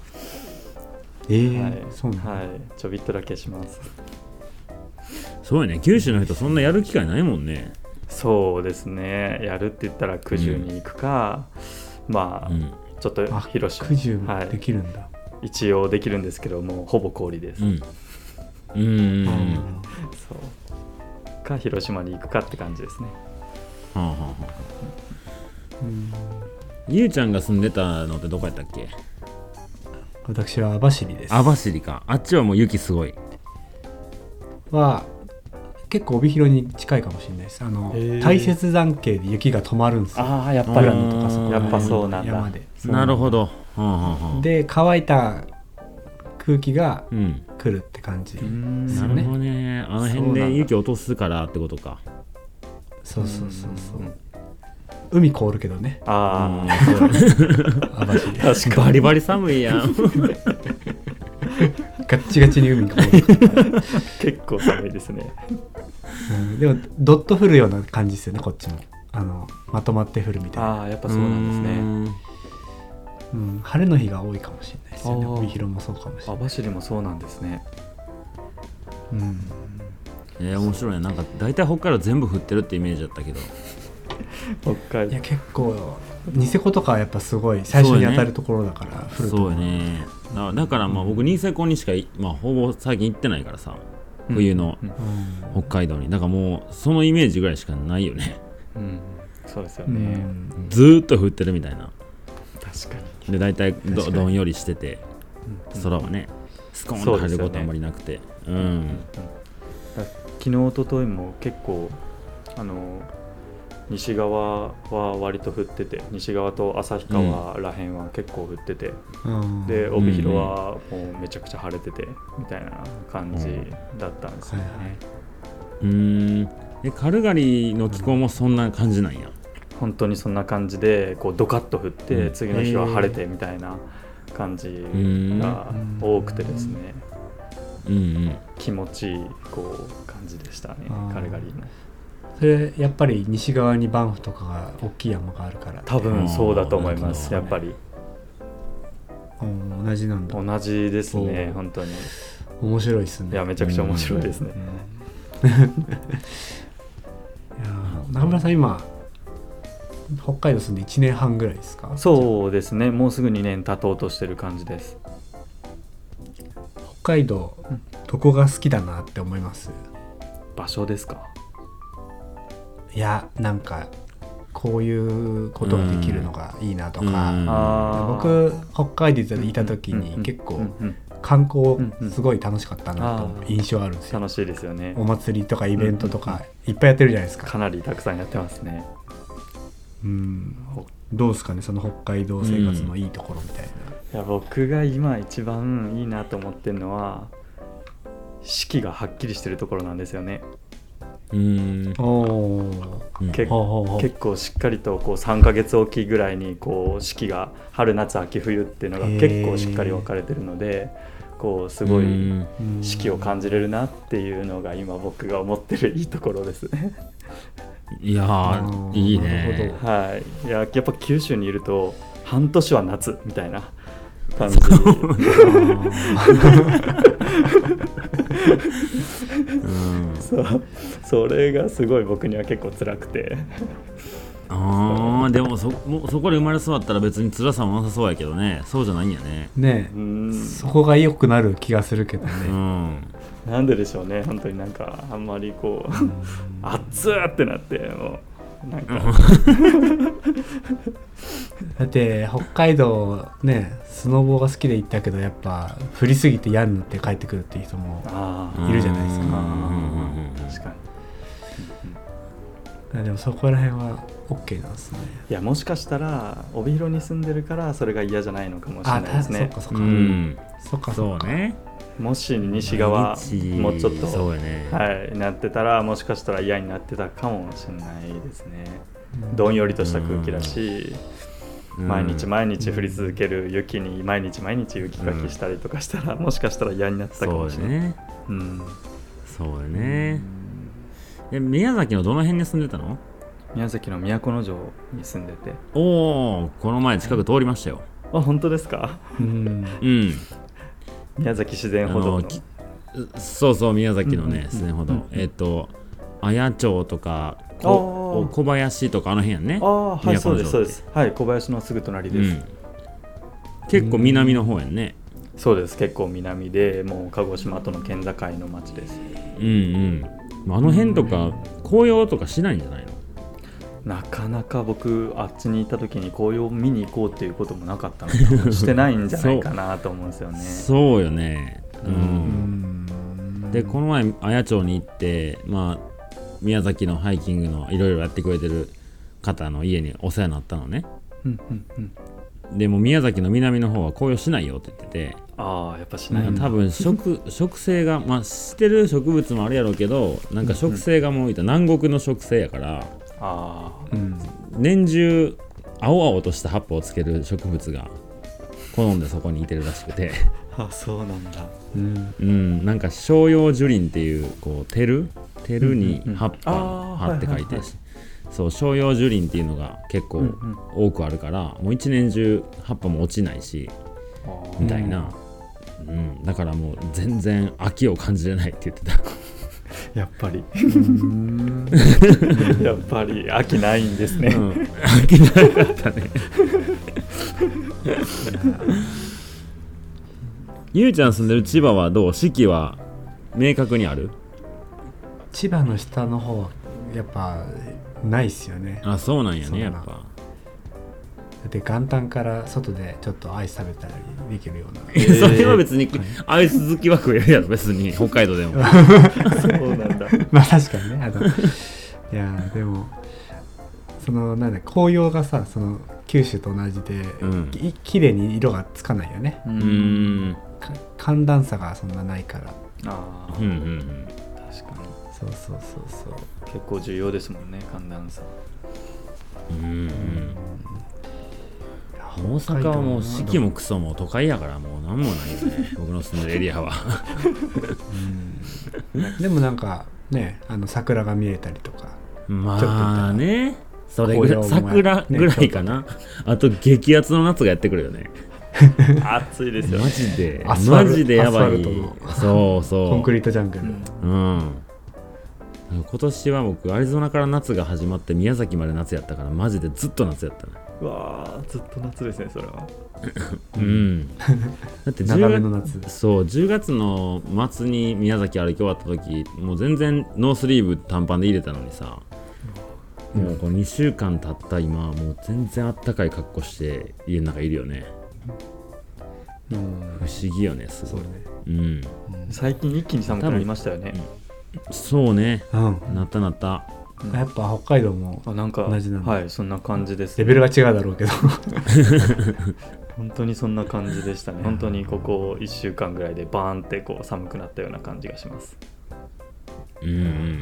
Speaker 3: ええ
Speaker 1: はい
Speaker 3: そうなんだ、
Speaker 1: はい、ちょびっとだけします
Speaker 2: そうやね九州の人そんなやる機会ないもんね
Speaker 1: そうですねやるって言ったら九十に行くか、まあ、
Speaker 2: うん
Speaker 1: ちょっと
Speaker 3: あ
Speaker 1: 広島
Speaker 3: 九十
Speaker 1: は
Speaker 3: で
Speaker 1: い、
Speaker 3: きるんだ、
Speaker 1: 一応できるんですけどもうほぼ氷です、
Speaker 2: うんうんうんうん
Speaker 3: う
Speaker 2: は
Speaker 3: ん
Speaker 1: そうか広島に行くかって感じですね
Speaker 2: あはあはあ
Speaker 3: うん
Speaker 2: ゆうちゃんが住んでたのってどこやったっけ
Speaker 3: 私は網走です
Speaker 2: 網走かあっちはもう雪すごい
Speaker 3: は結構帯広に近いかもしれないですあの
Speaker 1: へー
Speaker 3: 大雪山系で雪が止まるんですよ
Speaker 1: ああやっ
Speaker 2: ぱり
Speaker 3: 山とかそこら辺
Speaker 1: やっぱそうなんだ
Speaker 3: 山で
Speaker 1: そう
Speaker 2: なるほどはあはあはあ
Speaker 3: で乾いた空気が
Speaker 2: うん
Speaker 3: 来るって感じ、
Speaker 1: うん
Speaker 3: です
Speaker 2: なる
Speaker 3: よね
Speaker 2: ほどねあの
Speaker 3: そ
Speaker 2: 辺
Speaker 3: うなん
Speaker 2: で
Speaker 3: だ
Speaker 2: 雪落とすからってことか
Speaker 3: そうそうそうそう、
Speaker 1: ん
Speaker 3: 海凍るけどね
Speaker 1: あ
Speaker 3: 網
Speaker 1: あ、
Speaker 3: 走
Speaker 1: 確か
Speaker 2: バ
Speaker 1: に
Speaker 2: リバリ寒いやん
Speaker 3: ガッチガチに海凍る、
Speaker 1: 結構寒いですね
Speaker 3: うんでもドッと降るような感じですよねこっちもあのまとまって降るみたいな
Speaker 1: ああやっぱそうなんですね
Speaker 2: ね
Speaker 3: うん、晴れの日が多いかもしれないですよね
Speaker 1: あー
Speaker 3: 帯広もそうかもしれ
Speaker 1: 網
Speaker 3: ない、
Speaker 1: 走もそうなんですね
Speaker 3: うん、
Speaker 2: えー面白いねなんか大体北から全部降ってるってイメージだったけど
Speaker 1: 北海
Speaker 3: い
Speaker 1: 道
Speaker 3: や結構ニセコとかはやっぱすごい最初に当たるところだから降ると
Speaker 2: そうやねだだからまあ僕ニセコにしかい、まあ、ほぼ最近行ってないからさ冬の
Speaker 1: うん
Speaker 2: 北海道にだからもうそのイメージぐらいしかないよね
Speaker 1: うんそうですよ
Speaker 3: うん、う
Speaker 1: ね、
Speaker 3: ん
Speaker 2: ずーっと降ってるみたいな
Speaker 1: 確かに
Speaker 2: で大体
Speaker 3: 確
Speaker 2: ど
Speaker 3: かに
Speaker 2: どんよりしてて
Speaker 1: うん
Speaker 2: 空はねスコーン
Speaker 1: そ
Speaker 2: と
Speaker 1: うで
Speaker 2: 晴
Speaker 1: す
Speaker 2: れるこ
Speaker 1: よね
Speaker 2: とあんまりなくてう
Speaker 1: うん
Speaker 2: ん
Speaker 1: だ昨日一昨日も結構あの西側は割と降ってて西側と旭川らへんは結構降ってて、
Speaker 3: うん
Speaker 1: で
Speaker 3: は
Speaker 1: 帯広はもうめちゃくちゃ晴れててみたいな感じだったんです
Speaker 3: い
Speaker 1: よ
Speaker 3: は
Speaker 1: ね、
Speaker 3: い
Speaker 2: うんでカルガリーの気候もそんな感じなんや
Speaker 1: 本当にそんな感じでこうドカッと降って、
Speaker 2: うん
Speaker 1: 次の日は晴れてみたいな感じが多くてですね、
Speaker 2: うんうん
Speaker 1: 気持ちいいこう感じでしたね
Speaker 3: あー
Speaker 1: カルガリーも
Speaker 3: それやっぱり西側にバンフとかが大きい山があるから
Speaker 1: 多
Speaker 2: あー
Speaker 1: 分そうだと思います
Speaker 3: な
Speaker 1: や
Speaker 3: る
Speaker 1: っ
Speaker 3: ほど
Speaker 1: ぱり
Speaker 3: うん同じなんだ
Speaker 1: 同じです
Speaker 3: そ
Speaker 1: ね
Speaker 3: う
Speaker 1: 本当に
Speaker 3: 面白いです
Speaker 1: いや
Speaker 3: ね
Speaker 1: めちゃくちゃ面白いですね
Speaker 3: うんいやー中村さん今北海道住んで1年半ぐらいですか
Speaker 1: そうですねもうすぐ2年経とうとしてる感じです
Speaker 3: 北海道
Speaker 1: うん
Speaker 3: どこが好きだなって思います
Speaker 1: 場所ですか
Speaker 3: いやなんかこういうことができるのがいいなとか、
Speaker 1: あー
Speaker 3: 僕北海道にいた時
Speaker 1: うんう
Speaker 3: に
Speaker 1: ん
Speaker 3: 結
Speaker 1: う
Speaker 3: 構
Speaker 1: んうん
Speaker 3: 観光
Speaker 1: うんうん
Speaker 3: すごい楽しかったな
Speaker 1: あ
Speaker 3: と
Speaker 1: ー
Speaker 3: 印象あるんですよ、
Speaker 1: 楽しいですよね
Speaker 3: お祭りとかイベントとかいっぱいやってるじゃないです
Speaker 1: か
Speaker 3: か、
Speaker 1: なりたくさんやってますね
Speaker 3: うん、どうですかねその北海道生活のいいところみたいな、
Speaker 1: いいや僕が今一番いいなと思ってるのは四季がはっきりしてるところなんですよね、
Speaker 2: うーん
Speaker 3: おお。
Speaker 2: うん
Speaker 1: 結
Speaker 3: ほうほうほう
Speaker 1: 結構しっかりとこう3ヶ月おきぐらいにこう四季が春夏秋冬っていうのが結構しっかり分かれてるのでこうすご
Speaker 2: う
Speaker 1: い
Speaker 2: ーん
Speaker 3: うん
Speaker 1: 四季を感じれるなっていうのが今僕が思ってるいいところですね。
Speaker 2: いや
Speaker 3: う
Speaker 2: ー
Speaker 3: ん
Speaker 2: いい
Speaker 3: なる
Speaker 2: ね
Speaker 3: ほ
Speaker 1: はい、いややっぱ九州にいると半年は夏みたいな感じ
Speaker 2: うん
Speaker 1: そうそれがすごい僕には結構辛くて
Speaker 2: あーでもそもうそこで生まれ育ったら別に辛さもなさそうやけどねそうじゃないんやね
Speaker 3: ね
Speaker 1: う、ん
Speaker 3: そこが良くなる気がするけど
Speaker 2: う
Speaker 3: ね。
Speaker 2: ん
Speaker 1: なんででしょうね本当になんかあんまりこう「熱っ!」ってなってもうなんか
Speaker 3: だって北海道ねスノボーが好きで行ったけどやっぱ降りすぎて嫌になって帰ってくるっていう人も
Speaker 1: あ
Speaker 3: いるじゃないですか
Speaker 2: うんうんうん
Speaker 1: あ
Speaker 2: うん
Speaker 1: 確かに
Speaker 3: でもそこら辺は OK なんですね。
Speaker 1: いやもしかしたら帯広に住んでるからそれが嫌じゃないのかもしれな
Speaker 3: あ
Speaker 1: い
Speaker 3: た
Speaker 1: です
Speaker 3: そっ
Speaker 1: ね
Speaker 3: かそっ
Speaker 2: う
Speaker 3: か、
Speaker 2: ん
Speaker 3: そっかそ
Speaker 2: そ
Speaker 3: っ
Speaker 2: う
Speaker 3: か。
Speaker 2: ね
Speaker 1: もし西側もうちょっと
Speaker 2: そうやね、
Speaker 1: はい、なってたらもしかしたら嫌になってたかもしれないですねどんよりとした空気だし、
Speaker 2: うん
Speaker 1: 毎日毎日降り続ける雪に毎日毎日雪かきしたりとかしたら、もしかしたら嫌になってたか
Speaker 2: そ
Speaker 1: も
Speaker 2: う
Speaker 1: し
Speaker 2: や
Speaker 1: れない、
Speaker 2: ね
Speaker 1: うん、
Speaker 2: そうやねえ宮崎のどの辺に住んでたの
Speaker 1: 宮崎の都城に住んでて
Speaker 2: おおこの前近く通りましたよ
Speaker 1: あ本当ですか
Speaker 3: うん。
Speaker 2: うん
Speaker 1: 宮崎自然
Speaker 2: あ
Speaker 1: 歩道
Speaker 2: の
Speaker 1: の
Speaker 2: きそうそう宮崎の
Speaker 1: うんうんう
Speaker 2: ね
Speaker 1: ん
Speaker 2: 自然歩
Speaker 1: うん
Speaker 2: 道えっと綾町とか
Speaker 1: あ
Speaker 2: こ
Speaker 1: ー
Speaker 2: 小林とかあの辺やんね
Speaker 1: ああはい
Speaker 2: 都
Speaker 1: そ
Speaker 2: 城
Speaker 1: うですそうですはい小林のすぐ隣
Speaker 2: う
Speaker 1: です、
Speaker 2: ん結構南の方やんね
Speaker 1: そうです結構南でもう鹿児島との県境の町です
Speaker 2: うんうんあの辺とか紅葉とかしないんじゃないの
Speaker 1: なかなか僕あっちに行った時に紅葉を見に行こうっていうこともなかったのでしてないんじゃないかなと思うんですよね
Speaker 2: そうよねう
Speaker 3: うんん
Speaker 2: でこの前綾町に行ってまあ宮崎のハイキングのいろいろやってくれてる方の家にお世話になったのね
Speaker 1: うんうんうん
Speaker 2: でも宮崎の南の方は紅葉しないよって言ってて
Speaker 1: ああやっぱしな
Speaker 2: ないん
Speaker 1: ん
Speaker 2: か
Speaker 1: だ
Speaker 2: 多分 植植生がまあ知ってる植物もあるやろうけどなんか植生がもういた南国の植生やから
Speaker 1: あ
Speaker 3: うん
Speaker 2: 年中青々とした葉っぱをつける植物が好んでそこにいてるらしくて
Speaker 1: ーあそうなんだ
Speaker 3: うん
Speaker 2: うんなんか照葉樹林っていうこうテルテルに
Speaker 1: うんうんうん
Speaker 2: 葉っぱの
Speaker 1: あー
Speaker 2: 葉って書い
Speaker 1: はいはい
Speaker 2: て
Speaker 1: はい
Speaker 2: そう照葉樹林っていうのが結構
Speaker 1: うんうん
Speaker 2: 多くあるからもう一年中葉っぱも落ちないし
Speaker 1: あー
Speaker 2: みたいな、うん、だからもう全然秋を感じれないって言ってた
Speaker 1: やっぱり
Speaker 3: うん
Speaker 1: やっぱり飽きないんですね、
Speaker 2: うん飽きなかったねゆうちゃん住んでる千葉はどう四季は明確にある
Speaker 3: 千葉の下の方はやっぱないっすよね。
Speaker 2: あそうなんや
Speaker 3: そう
Speaker 2: ね
Speaker 3: だ
Speaker 2: やっ
Speaker 3: な
Speaker 2: ぱ
Speaker 3: だって元旦から外でちょっとアイス食べたりできるような。
Speaker 2: え それは別にアイス好きは食えるやろ別に北海道でも
Speaker 1: そうなんだ
Speaker 3: まあ確かにねあ のいやーでもそのなんだ紅葉がさその九州と同じで、
Speaker 2: うん
Speaker 3: き綺麗に色がつかないよね
Speaker 1: う
Speaker 2: うーん
Speaker 3: か寒暖差がそんなないから
Speaker 1: あ
Speaker 2: うんうんうん
Speaker 1: あ確かに
Speaker 3: そうそうそうそ
Speaker 1: 結構重要ですもんね寒暖差
Speaker 2: うんうん
Speaker 3: う
Speaker 2: 大阪はもう四季もクソも都会やからもう何もないよね僕の住んでるエリ アは
Speaker 3: うんでもなんかねあの桜が見えたりとか
Speaker 2: まあねそれぐらい
Speaker 3: 紅葉も
Speaker 2: 桜
Speaker 3: ね
Speaker 2: ぐらいかな、あと激アツの夏がやってくるよ ね
Speaker 1: 暑いですよ
Speaker 2: マ
Speaker 1: ね
Speaker 2: ジで
Speaker 3: アスファ
Speaker 2: マ
Speaker 3: ル
Speaker 2: ジでやば
Speaker 3: アス
Speaker 2: い
Speaker 3: ファルト
Speaker 2: そうそう
Speaker 3: コンクリートジャングル、
Speaker 1: うん
Speaker 2: うん今年は僕アリゾナから夏が始まって宮崎まで夏やったからマジでずっと夏やったね
Speaker 1: うわあずっと夏ですねそれは
Speaker 2: うん、 だって10
Speaker 3: 長めの夏
Speaker 2: そう10月の末に宮崎歩き終わった時もう全然ノースリーブ短パンで入れたのにさ、もうこう2週間経った今もう全然あったかい格好して家の中いるよね
Speaker 3: う
Speaker 2: 不
Speaker 3: ん
Speaker 2: 思議よねす
Speaker 3: そ
Speaker 2: ご
Speaker 3: う
Speaker 2: い
Speaker 3: ね
Speaker 2: うん
Speaker 3: うん
Speaker 1: 最近一気に寒くなりましたよね、
Speaker 2: そうね
Speaker 3: うん、
Speaker 2: なったなった
Speaker 3: やっぱ北海道も
Speaker 1: あなんか
Speaker 3: 同じなんだ
Speaker 1: はいそんな感じです
Speaker 3: レベルが違うだろうけど
Speaker 1: 本当にそんな感じでしたね本当にここ1週間ぐらいでバーンってこう寒くなったような感じがします
Speaker 2: うんうん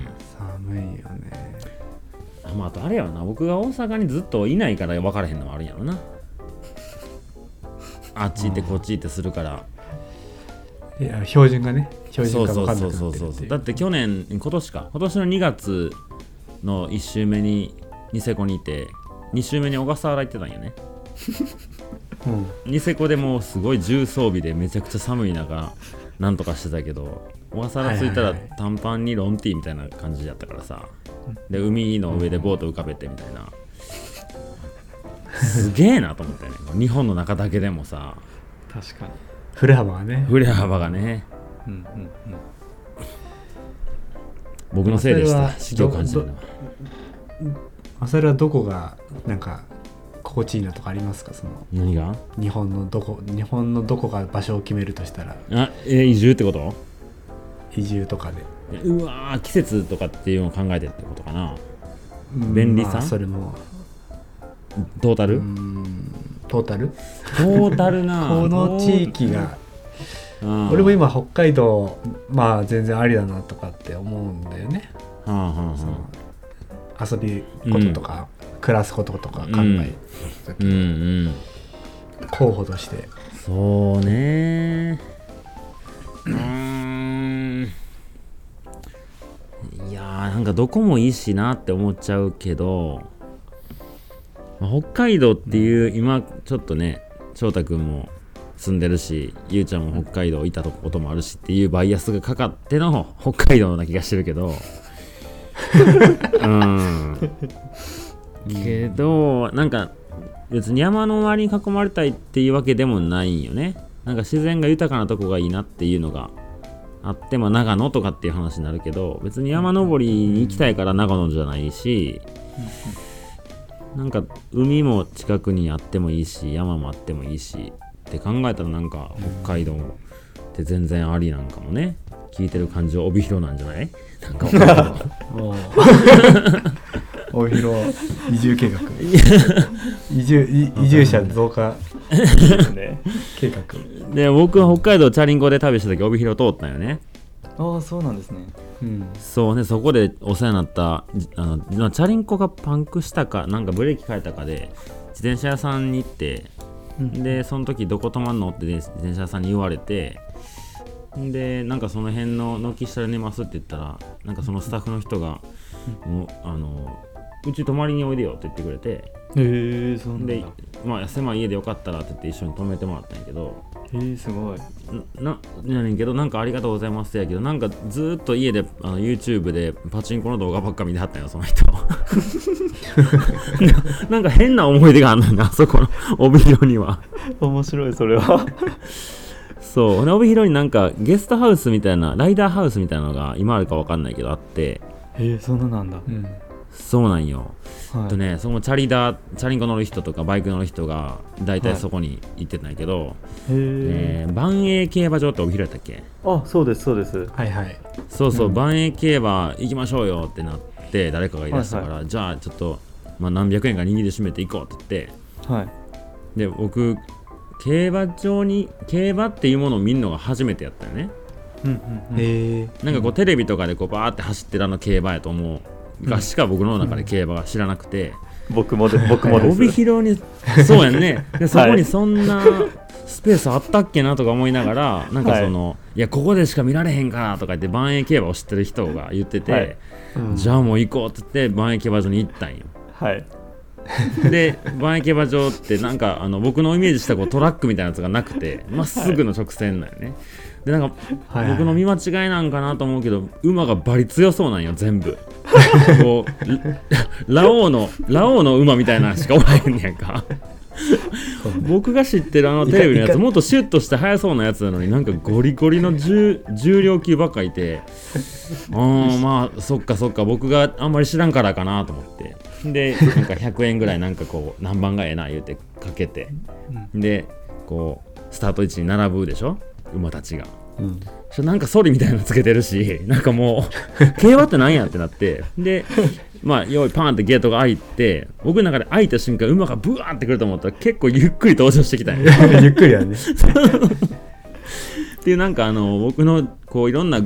Speaker 3: 寒いよね
Speaker 2: あまああとあれやろな僕が大阪にずっといないから分からへんのもあるんやろなあっち行ってこっち行ってするから
Speaker 3: いや標準がね標
Speaker 2: そ
Speaker 3: 準
Speaker 2: う
Speaker 3: が
Speaker 2: そ
Speaker 3: 分か
Speaker 2: うんそ
Speaker 3: な
Speaker 2: う
Speaker 3: く
Speaker 2: そ
Speaker 3: なっ
Speaker 2: うそう
Speaker 3: てるっていう
Speaker 2: だって去年今年か今年の2月の1週目にニセコにいて2週目に小笠原行ってたんよね
Speaker 3: うん
Speaker 2: ニセコでもうすごい重装備でめちゃくちゃ寒い中なんとかしてたけど小笠原着いた
Speaker 3: は
Speaker 2: ら
Speaker 3: いはいはい
Speaker 2: 短パンにロンティーみたいな感じだったからさで海の上でボート浮かべてみたいなすげえなと思ってね日本の中だけでもさ
Speaker 1: 確かに
Speaker 3: 振れ幅はね
Speaker 2: 振れ幅がね
Speaker 1: うんうんうん
Speaker 2: 僕のせいでし
Speaker 3: それ
Speaker 2: た
Speaker 3: は
Speaker 2: 四季を感じたな
Speaker 3: どまあそれはどこがなんか心地いいなとかありますかその
Speaker 2: 何が
Speaker 3: 日本のどこ日本のどこが場所を決めるとしたら
Speaker 2: あえー移住ってこと
Speaker 3: 移住とかで
Speaker 2: えうわー季節とかっていうのを考えてってことかな
Speaker 3: うん
Speaker 2: 便利さ
Speaker 3: まあそれも
Speaker 2: トータル、
Speaker 3: うんトータル
Speaker 2: トータルな
Speaker 3: この地、域が
Speaker 2: うん
Speaker 3: 俺も今北海道まあ全然ありだなとかって思うんだよね
Speaker 2: はあはあは
Speaker 3: その
Speaker 2: あ
Speaker 3: 遊びこととか、暮らすこととか考えた
Speaker 2: うん
Speaker 3: 時
Speaker 2: うん
Speaker 3: 候補として
Speaker 2: そうねうーんいやーなんかどこもいいしなって思っちゃうけどまあ北海道っていう、今ちょっとね翔太君も住んでるしゆうちゃんも北海道いたこともあるしっていうバイアスがかかっての北海道な気がしてるけどうんけどなんか別に山の周りに囲まれたいっていうわけでもないんよねなんか自然が豊かなとこがいいなっていうのがあってまあ長野とかっていう話になるけど別に山登りに行きたいから長野じゃないしなんか海も近くにあってもいいし山もあってもいいしって考えたらなんか北海道って全然ありなんかもね聞いてる感じは帯広なんじゃないなんかわからんけど
Speaker 3: 大広移住計画移住い移住者増加
Speaker 1: ですね
Speaker 3: 計画
Speaker 2: で僕は北海道チャリンコで旅した時帯広通ったんよね
Speaker 1: ああそうなんですね
Speaker 3: うん
Speaker 2: そうねそこでお世話になったじあのまあチャリンコがパンクしたかなんかブレーキ変えたかで自転車屋さんに行ってでその時どこ止まんのってね自転車屋さんに言われてでなんかその辺の軒下で寝ますって言ったらなんかそのスタッフの人が「もうあのうち泊まりにおいでよ」って言ってくれて
Speaker 1: へえー、そうなんだ
Speaker 2: でまあ狭い家でよかったらって言って一緒に泊めてもらったんやけど
Speaker 1: えー、すごい
Speaker 2: ななやねんけどなんかありがとうございますやけどなんかずーっと家であの YouTube でパチンコの動画ばっか見てはったんよその人ななんか変な思い出があんのよなあそこの帯広には
Speaker 1: 面白いそれは
Speaker 2: そうで帯広になんかゲストハウスみたいなライダーハウスみたいなのが今あるかわかんないけどあって
Speaker 1: えー、そんななんだ、
Speaker 3: うん
Speaker 2: そうなんよ
Speaker 1: は
Speaker 2: あ
Speaker 1: い
Speaker 2: とねそのチャリダチャリンコ乗る人とかバイク乗る人が大体そこに行ってたんやけど、
Speaker 1: へえ
Speaker 2: えー万栄競馬場って帯広やったっけ
Speaker 1: あそうですそうです
Speaker 3: はいはい
Speaker 2: そうそう、
Speaker 1: うん
Speaker 2: 万栄競馬行きましょうよってなって誰かが言い出したから、
Speaker 1: は
Speaker 2: じゃあちょっと、まあ、何百円か握りしめていこうって言って
Speaker 1: はい
Speaker 2: で僕競馬場に競馬っていうものを見るのが初めてやったよね
Speaker 1: うんうん、うん
Speaker 3: え
Speaker 2: なんかこうテレビとかでこうバーって走ってるあの競馬やと思うがしか僕の中で競馬が知らなくて、
Speaker 1: 僕もで僕もです
Speaker 2: 帯広 にそうやんねでそこにそんなスペースあったっけなとか思いながらなんかその、い、やここでしか見られへんからとか言って万栄競馬を知ってる人が言ってて、
Speaker 1: はい
Speaker 3: うん
Speaker 2: じゃあもう行こうって言って万栄競馬場に行った んよ
Speaker 1: はい
Speaker 2: で万栄競馬場ってなんかあの僕のイメージしたこうトラックみたいなやつがなくてまっすぐの直線なんよね、でなんか
Speaker 3: はいはい
Speaker 2: 僕の見間違いなんかなと思うけど馬がバリ強そうなんよ全 部こうララオウのラオウの馬みたいなのしかおらへんねやんか
Speaker 3: そうね
Speaker 2: 僕が知ってるあのテレビのや
Speaker 3: いかい
Speaker 2: つ
Speaker 3: か
Speaker 2: もっとシュッとして速そうなやつなのになんかゴリゴリの重重量級ばっかいてあーまあそっかそっか僕があんまり知らんからかなと思ってでなんか100円ぐらいなんかこう何番がええな言うてかけてでこうスタート位置に並ぶでしょ馬たちが
Speaker 3: うん
Speaker 2: そしたらなんかソリみたいなのつけてるし なんかもう競馬ってなんやってなってでまあ用意パーンってゲートが開いて僕の中で開いた瞬間馬がブワーってくると思ったら結構ゆっくり登場してきたんや
Speaker 3: ゆっくりだね。
Speaker 2: っていうなんかあの僕のこういろんな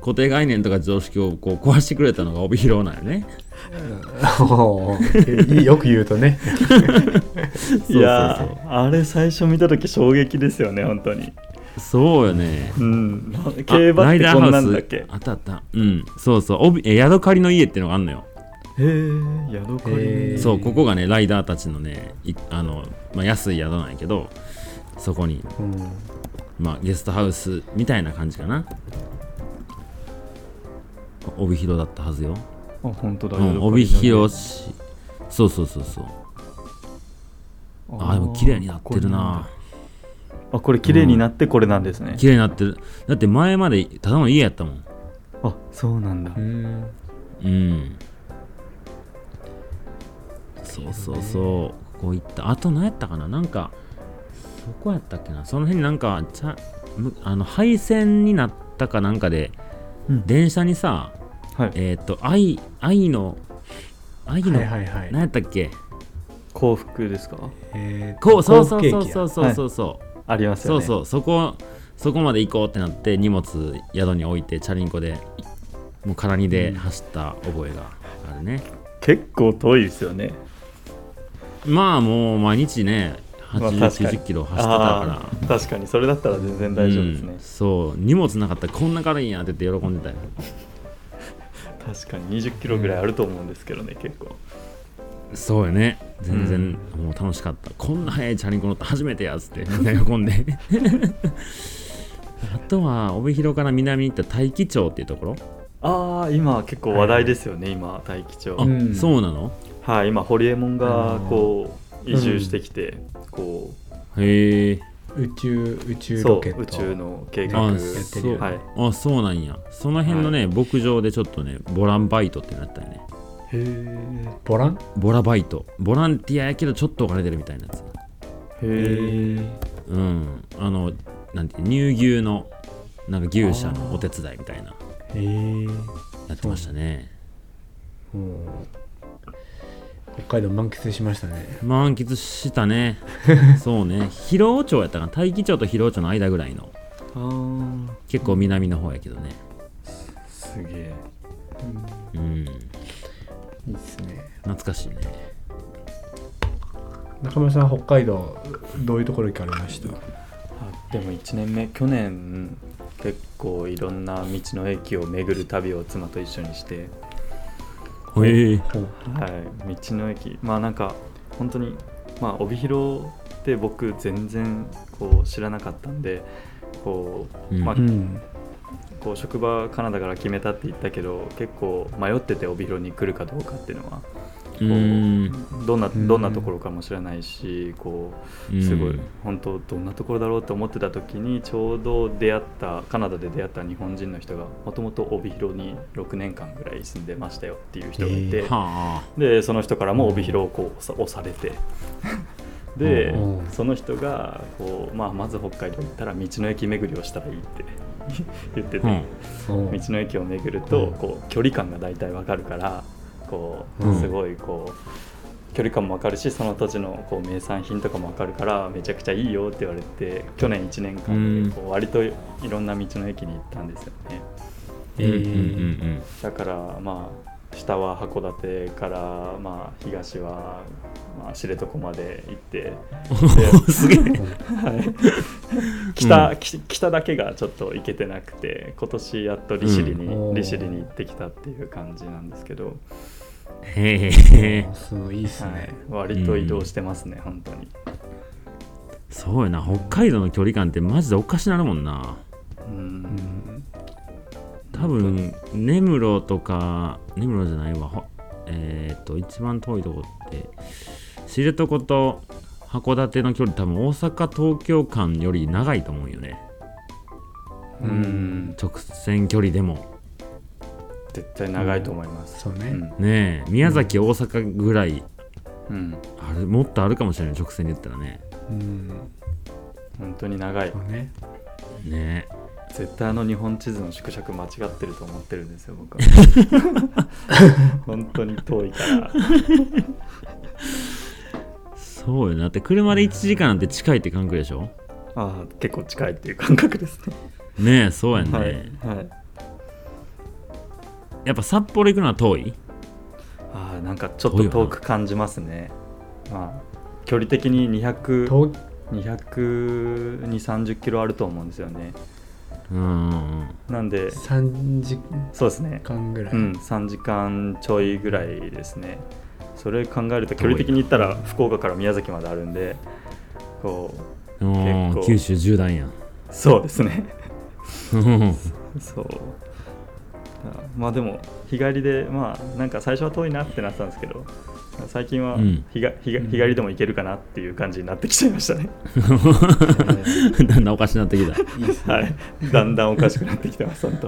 Speaker 2: 固定概念とか常識をこう壊してくれたのが帯広なんよね
Speaker 3: おーよく言うとね。
Speaker 2: そう
Speaker 1: いや
Speaker 2: そう
Speaker 1: ーあれ最初見た時衝撃ですよね本当に
Speaker 2: そうよね
Speaker 1: うんな
Speaker 2: あ
Speaker 1: 競馬ってこんなんだっ
Speaker 2: ライ
Speaker 1: け
Speaker 2: ダーハウスあったあったうんそうそう帯え宿借りの家っていうのがあんのよ
Speaker 1: へえヤドカリ
Speaker 3: へー
Speaker 2: そうここがねライダーたちのねいあの、まあ、安い宿なんやけどそこに、
Speaker 3: うん
Speaker 2: まあ、ゲストハウスみたいな感じかな帯広だったはずよ、
Speaker 1: あ本当だ、
Speaker 2: う
Speaker 1: ヤドカ
Speaker 2: ん、帯
Speaker 1: リ
Speaker 2: 広市そうそうそうそうあーでも綺麗になってるな
Speaker 1: あこれ綺麗になってこれなんですね、
Speaker 2: 綺麗になってるだって前までただの家やったもん
Speaker 1: あそうなんだ
Speaker 2: うんそうそうそうこういったあと何やったかななんかそこやったっけなその辺になんかちゃむあの廃線になったかなんかで、
Speaker 1: うん
Speaker 2: 電車にさ
Speaker 1: はい
Speaker 2: えっ、と愛愛の愛の、
Speaker 3: はいはいはい
Speaker 2: 何。やったっけ
Speaker 1: 幸福ですか
Speaker 3: えー
Speaker 2: こうそうそうそうそううそうそうそう、
Speaker 1: あります
Speaker 2: そ
Speaker 1: よ
Speaker 2: う
Speaker 1: ね
Speaker 2: そうそこそこまで行こうってなって荷物宿に置いてチャリンコでもう空にで走った覚えがあるね、
Speaker 1: 結構遠いですよね
Speaker 2: まあもう毎日ね
Speaker 1: まあ
Speaker 2: 80、
Speaker 1: 確かに
Speaker 2: 90キロ走ってたから
Speaker 1: あー確かにそれだったら全然大丈夫ですね
Speaker 2: うん、そう荷物なかったらこんな軽いんやって言って喜んでたよ
Speaker 1: 確かに2 0キロぐらいあると思うんですけどね結構
Speaker 2: そうよね全然もう楽しかった、こんな速いチャリンコ乗った初めてやっつってみんな喜んで あとは帯広から南に行った大樹町っていうところ
Speaker 1: ああ今結構話題ですよね、今大樹町
Speaker 2: あ、
Speaker 3: うん
Speaker 2: そうなの
Speaker 1: はい今ホリエモン
Speaker 3: あ
Speaker 1: が
Speaker 3: のー
Speaker 1: こう移住してきて、こ
Speaker 2: へえ
Speaker 3: 宇宙宇
Speaker 1: う
Speaker 3: 宙
Speaker 1: そ
Speaker 3: ロ
Speaker 1: う
Speaker 3: ケット。
Speaker 1: 宇宙の計画
Speaker 2: あ
Speaker 1: は
Speaker 3: よ
Speaker 1: い
Speaker 3: くやってる
Speaker 2: そ
Speaker 3: よ
Speaker 2: う、
Speaker 3: ね
Speaker 1: へ
Speaker 2: あそうなんやその辺のね、牧場でちょっとねボランバイトってなったよね
Speaker 1: え
Speaker 3: ボラン？
Speaker 2: ボラバイトボランティアやけどちょっとお金出るみたいなやつ
Speaker 1: へえ
Speaker 2: うん、あのなんて乳牛のなんか牛舎のお手伝いみたいな
Speaker 3: えー。
Speaker 2: やってましたね
Speaker 3: うん北海道満喫しましたね。
Speaker 2: 満喫した ねそうね広尾町やったかな大樹町と広尾町の間ぐらいの
Speaker 1: あー
Speaker 2: 結構南の方やけどね
Speaker 1: すげえ
Speaker 2: うん
Speaker 3: いいですね。
Speaker 2: 懐かしいね
Speaker 3: 中村さん北海道どういうところ行かれました？
Speaker 1: あでも1年目去年結構いろんな道の駅を巡る旅を妻と一緒にして、
Speaker 2: へえ
Speaker 1: はい、道の駅まあなんか本当にまあ帯広って僕全然こう知らなかったんでこう、
Speaker 2: うん
Speaker 1: まあ
Speaker 3: ん。
Speaker 1: こう職場カナダから決めたって言ったけど結構迷ってて帯広に来るかどうかっていうのは
Speaker 2: うーん
Speaker 1: どんな
Speaker 3: うん
Speaker 1: どんなところかも知らないしこ
Speaker 2: うん
Speaker 1: うすごい本当どんなところだろうと思ってた時にちょうど出会ったカナダで出会った日本人の人がもともと帯広に6年間ぐらい住んでましたよっていう人がいて、
Speaker 3: へ
Speaker 2: はあ
Speaker 1: でその人からも帯広をこう押さ押されてで
Speaker 3: うん
Speaker 1: その人がこう、まあ、まず北海道行ったら道の駅巡りをしたらいいって 言ってて、
Speaker 2: うん
Speaker 3: そう
Speaker 1: 道の駅を巡ると
Speaker 3: うん
Speaker 1: こう距離感が大体わかるからこ
Speaker 2: うん
Speaker 1: うすごいこう距離感もわかるしその土地のこう名産品とかもわかるからめちゃくちゃいいよって言われて去年1年間でこう割といろんな道の駅に行ったんですよね。
Speaker 2: うんうんうん
Speaker 1: だからまあ下は函館からまあ東はまあ知床まで行って
Speaker 2: うんすげえ
Speaker 1: はい北,き、北だけがちょっと行けてなくて今年やっと利尻に、
Speaker 3: うん
Speaker 1: 利尻に行ってきたっていう感じなんですけど、
Speaker 2: へえ
Speaker 3: すごいいいです
Speaker 1: は
Speaker 3: ね
Speaker 1: い。、割と移動してますね、本当に、
Speaker 2: そうやな北海道の距離感ってマジでおかしなるもんな
Speaker 1: うん
Speaker 3: うん
Speaker 2: 多分根室とか根室じゃないわほえっ、と一番遠いとこって知床と函館の距離多分大阪東京間より長いと思うよね
Speaker 1: うん
Speaker 2: 直線距離でも
Speaker 1: 絶対長いと思います、
Speaker 3: そう
Speaker 1: う
Speaker 3: ね。
Speaker 1: ん
Speaker 2: ねえ宮崎大阪ぐらい
Speaker 1: うん、
Speaker 2: あるもっとあるかもしれない直線で言ったらね
Speaker 3: うん。
Speaker 1: 本当に長い
Speaker 3: そうね。
Speaker 2: ね
Speaker 1: 絶対あの日本地図の縮尺間違ってると思ってるんですよ僕は 本当に遠いから
Speaker 2: そうよなだって車で1時間なんて近いって感覚でしょ
Speaker 1: ああ結構近いっていう感覚ですね
Speaker 2: ねえそうやんね、
Speaker 1: はい、はい、
Speaker 2: やっぱ札幌行くのは遠い
Speaker 1: ああなんかちょっと遠く感じますねまあ距離的に200
Speaker 3: 東
Speaker 1: 230キロあると思うんですよね
Speaker 2: うんうんうん
Speaker 1: なんで
Speaker 3: 3時
Speaker 1: そうですね
Speaker 3: 間ぐらい、
Speaker 1: うん、3時間ちょいぐらいですね。それ考えると距離的に言ったら福岡から宮崎まであるんで、こ
Speaker 2: うん
Speaker 1: 結構
Speaker 2: 九州縦断やん
Speaker 1: うそうですね。
Speaker 2: うん
Speaker 1: そう。あまあでも日帰りでまあなんか最初は遠いなってなってたんですけど、最近は
Speaker 2: うん
Speaker 1: 日が日が日帰りでも行けるかなっていう感じになってきちゃいましたね。
Speaker 2: だんだんおか しなってきた
Speaker 3: いいですね、
Speaker 1: はい。だんだんおかしくなってきてます本当。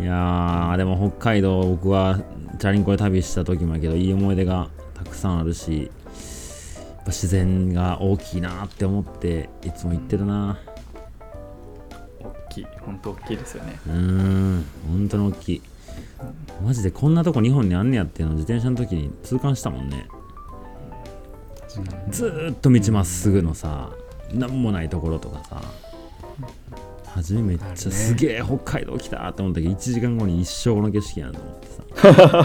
Speaker 2: いやーでも北海道僕はチャリンコで旅した時もやけどいい思い出がたくさんあるしやっぱ自然が大きいなって思っていつも行ってるな
Speaker 1: 大きい本当大きいですよね。
Speaker 2: うーん本当に大きいマジでこんなとこ日本にあんねやっていうのを自転車の時に痛感したもんねずーっと道まっすぐのさなんもないところとかさ初めめっ
Speaker 3: あるね
Speaker 2: ちゃすげえ北海道来たって思ったけど1時間後に一生この景色やなと思ってさ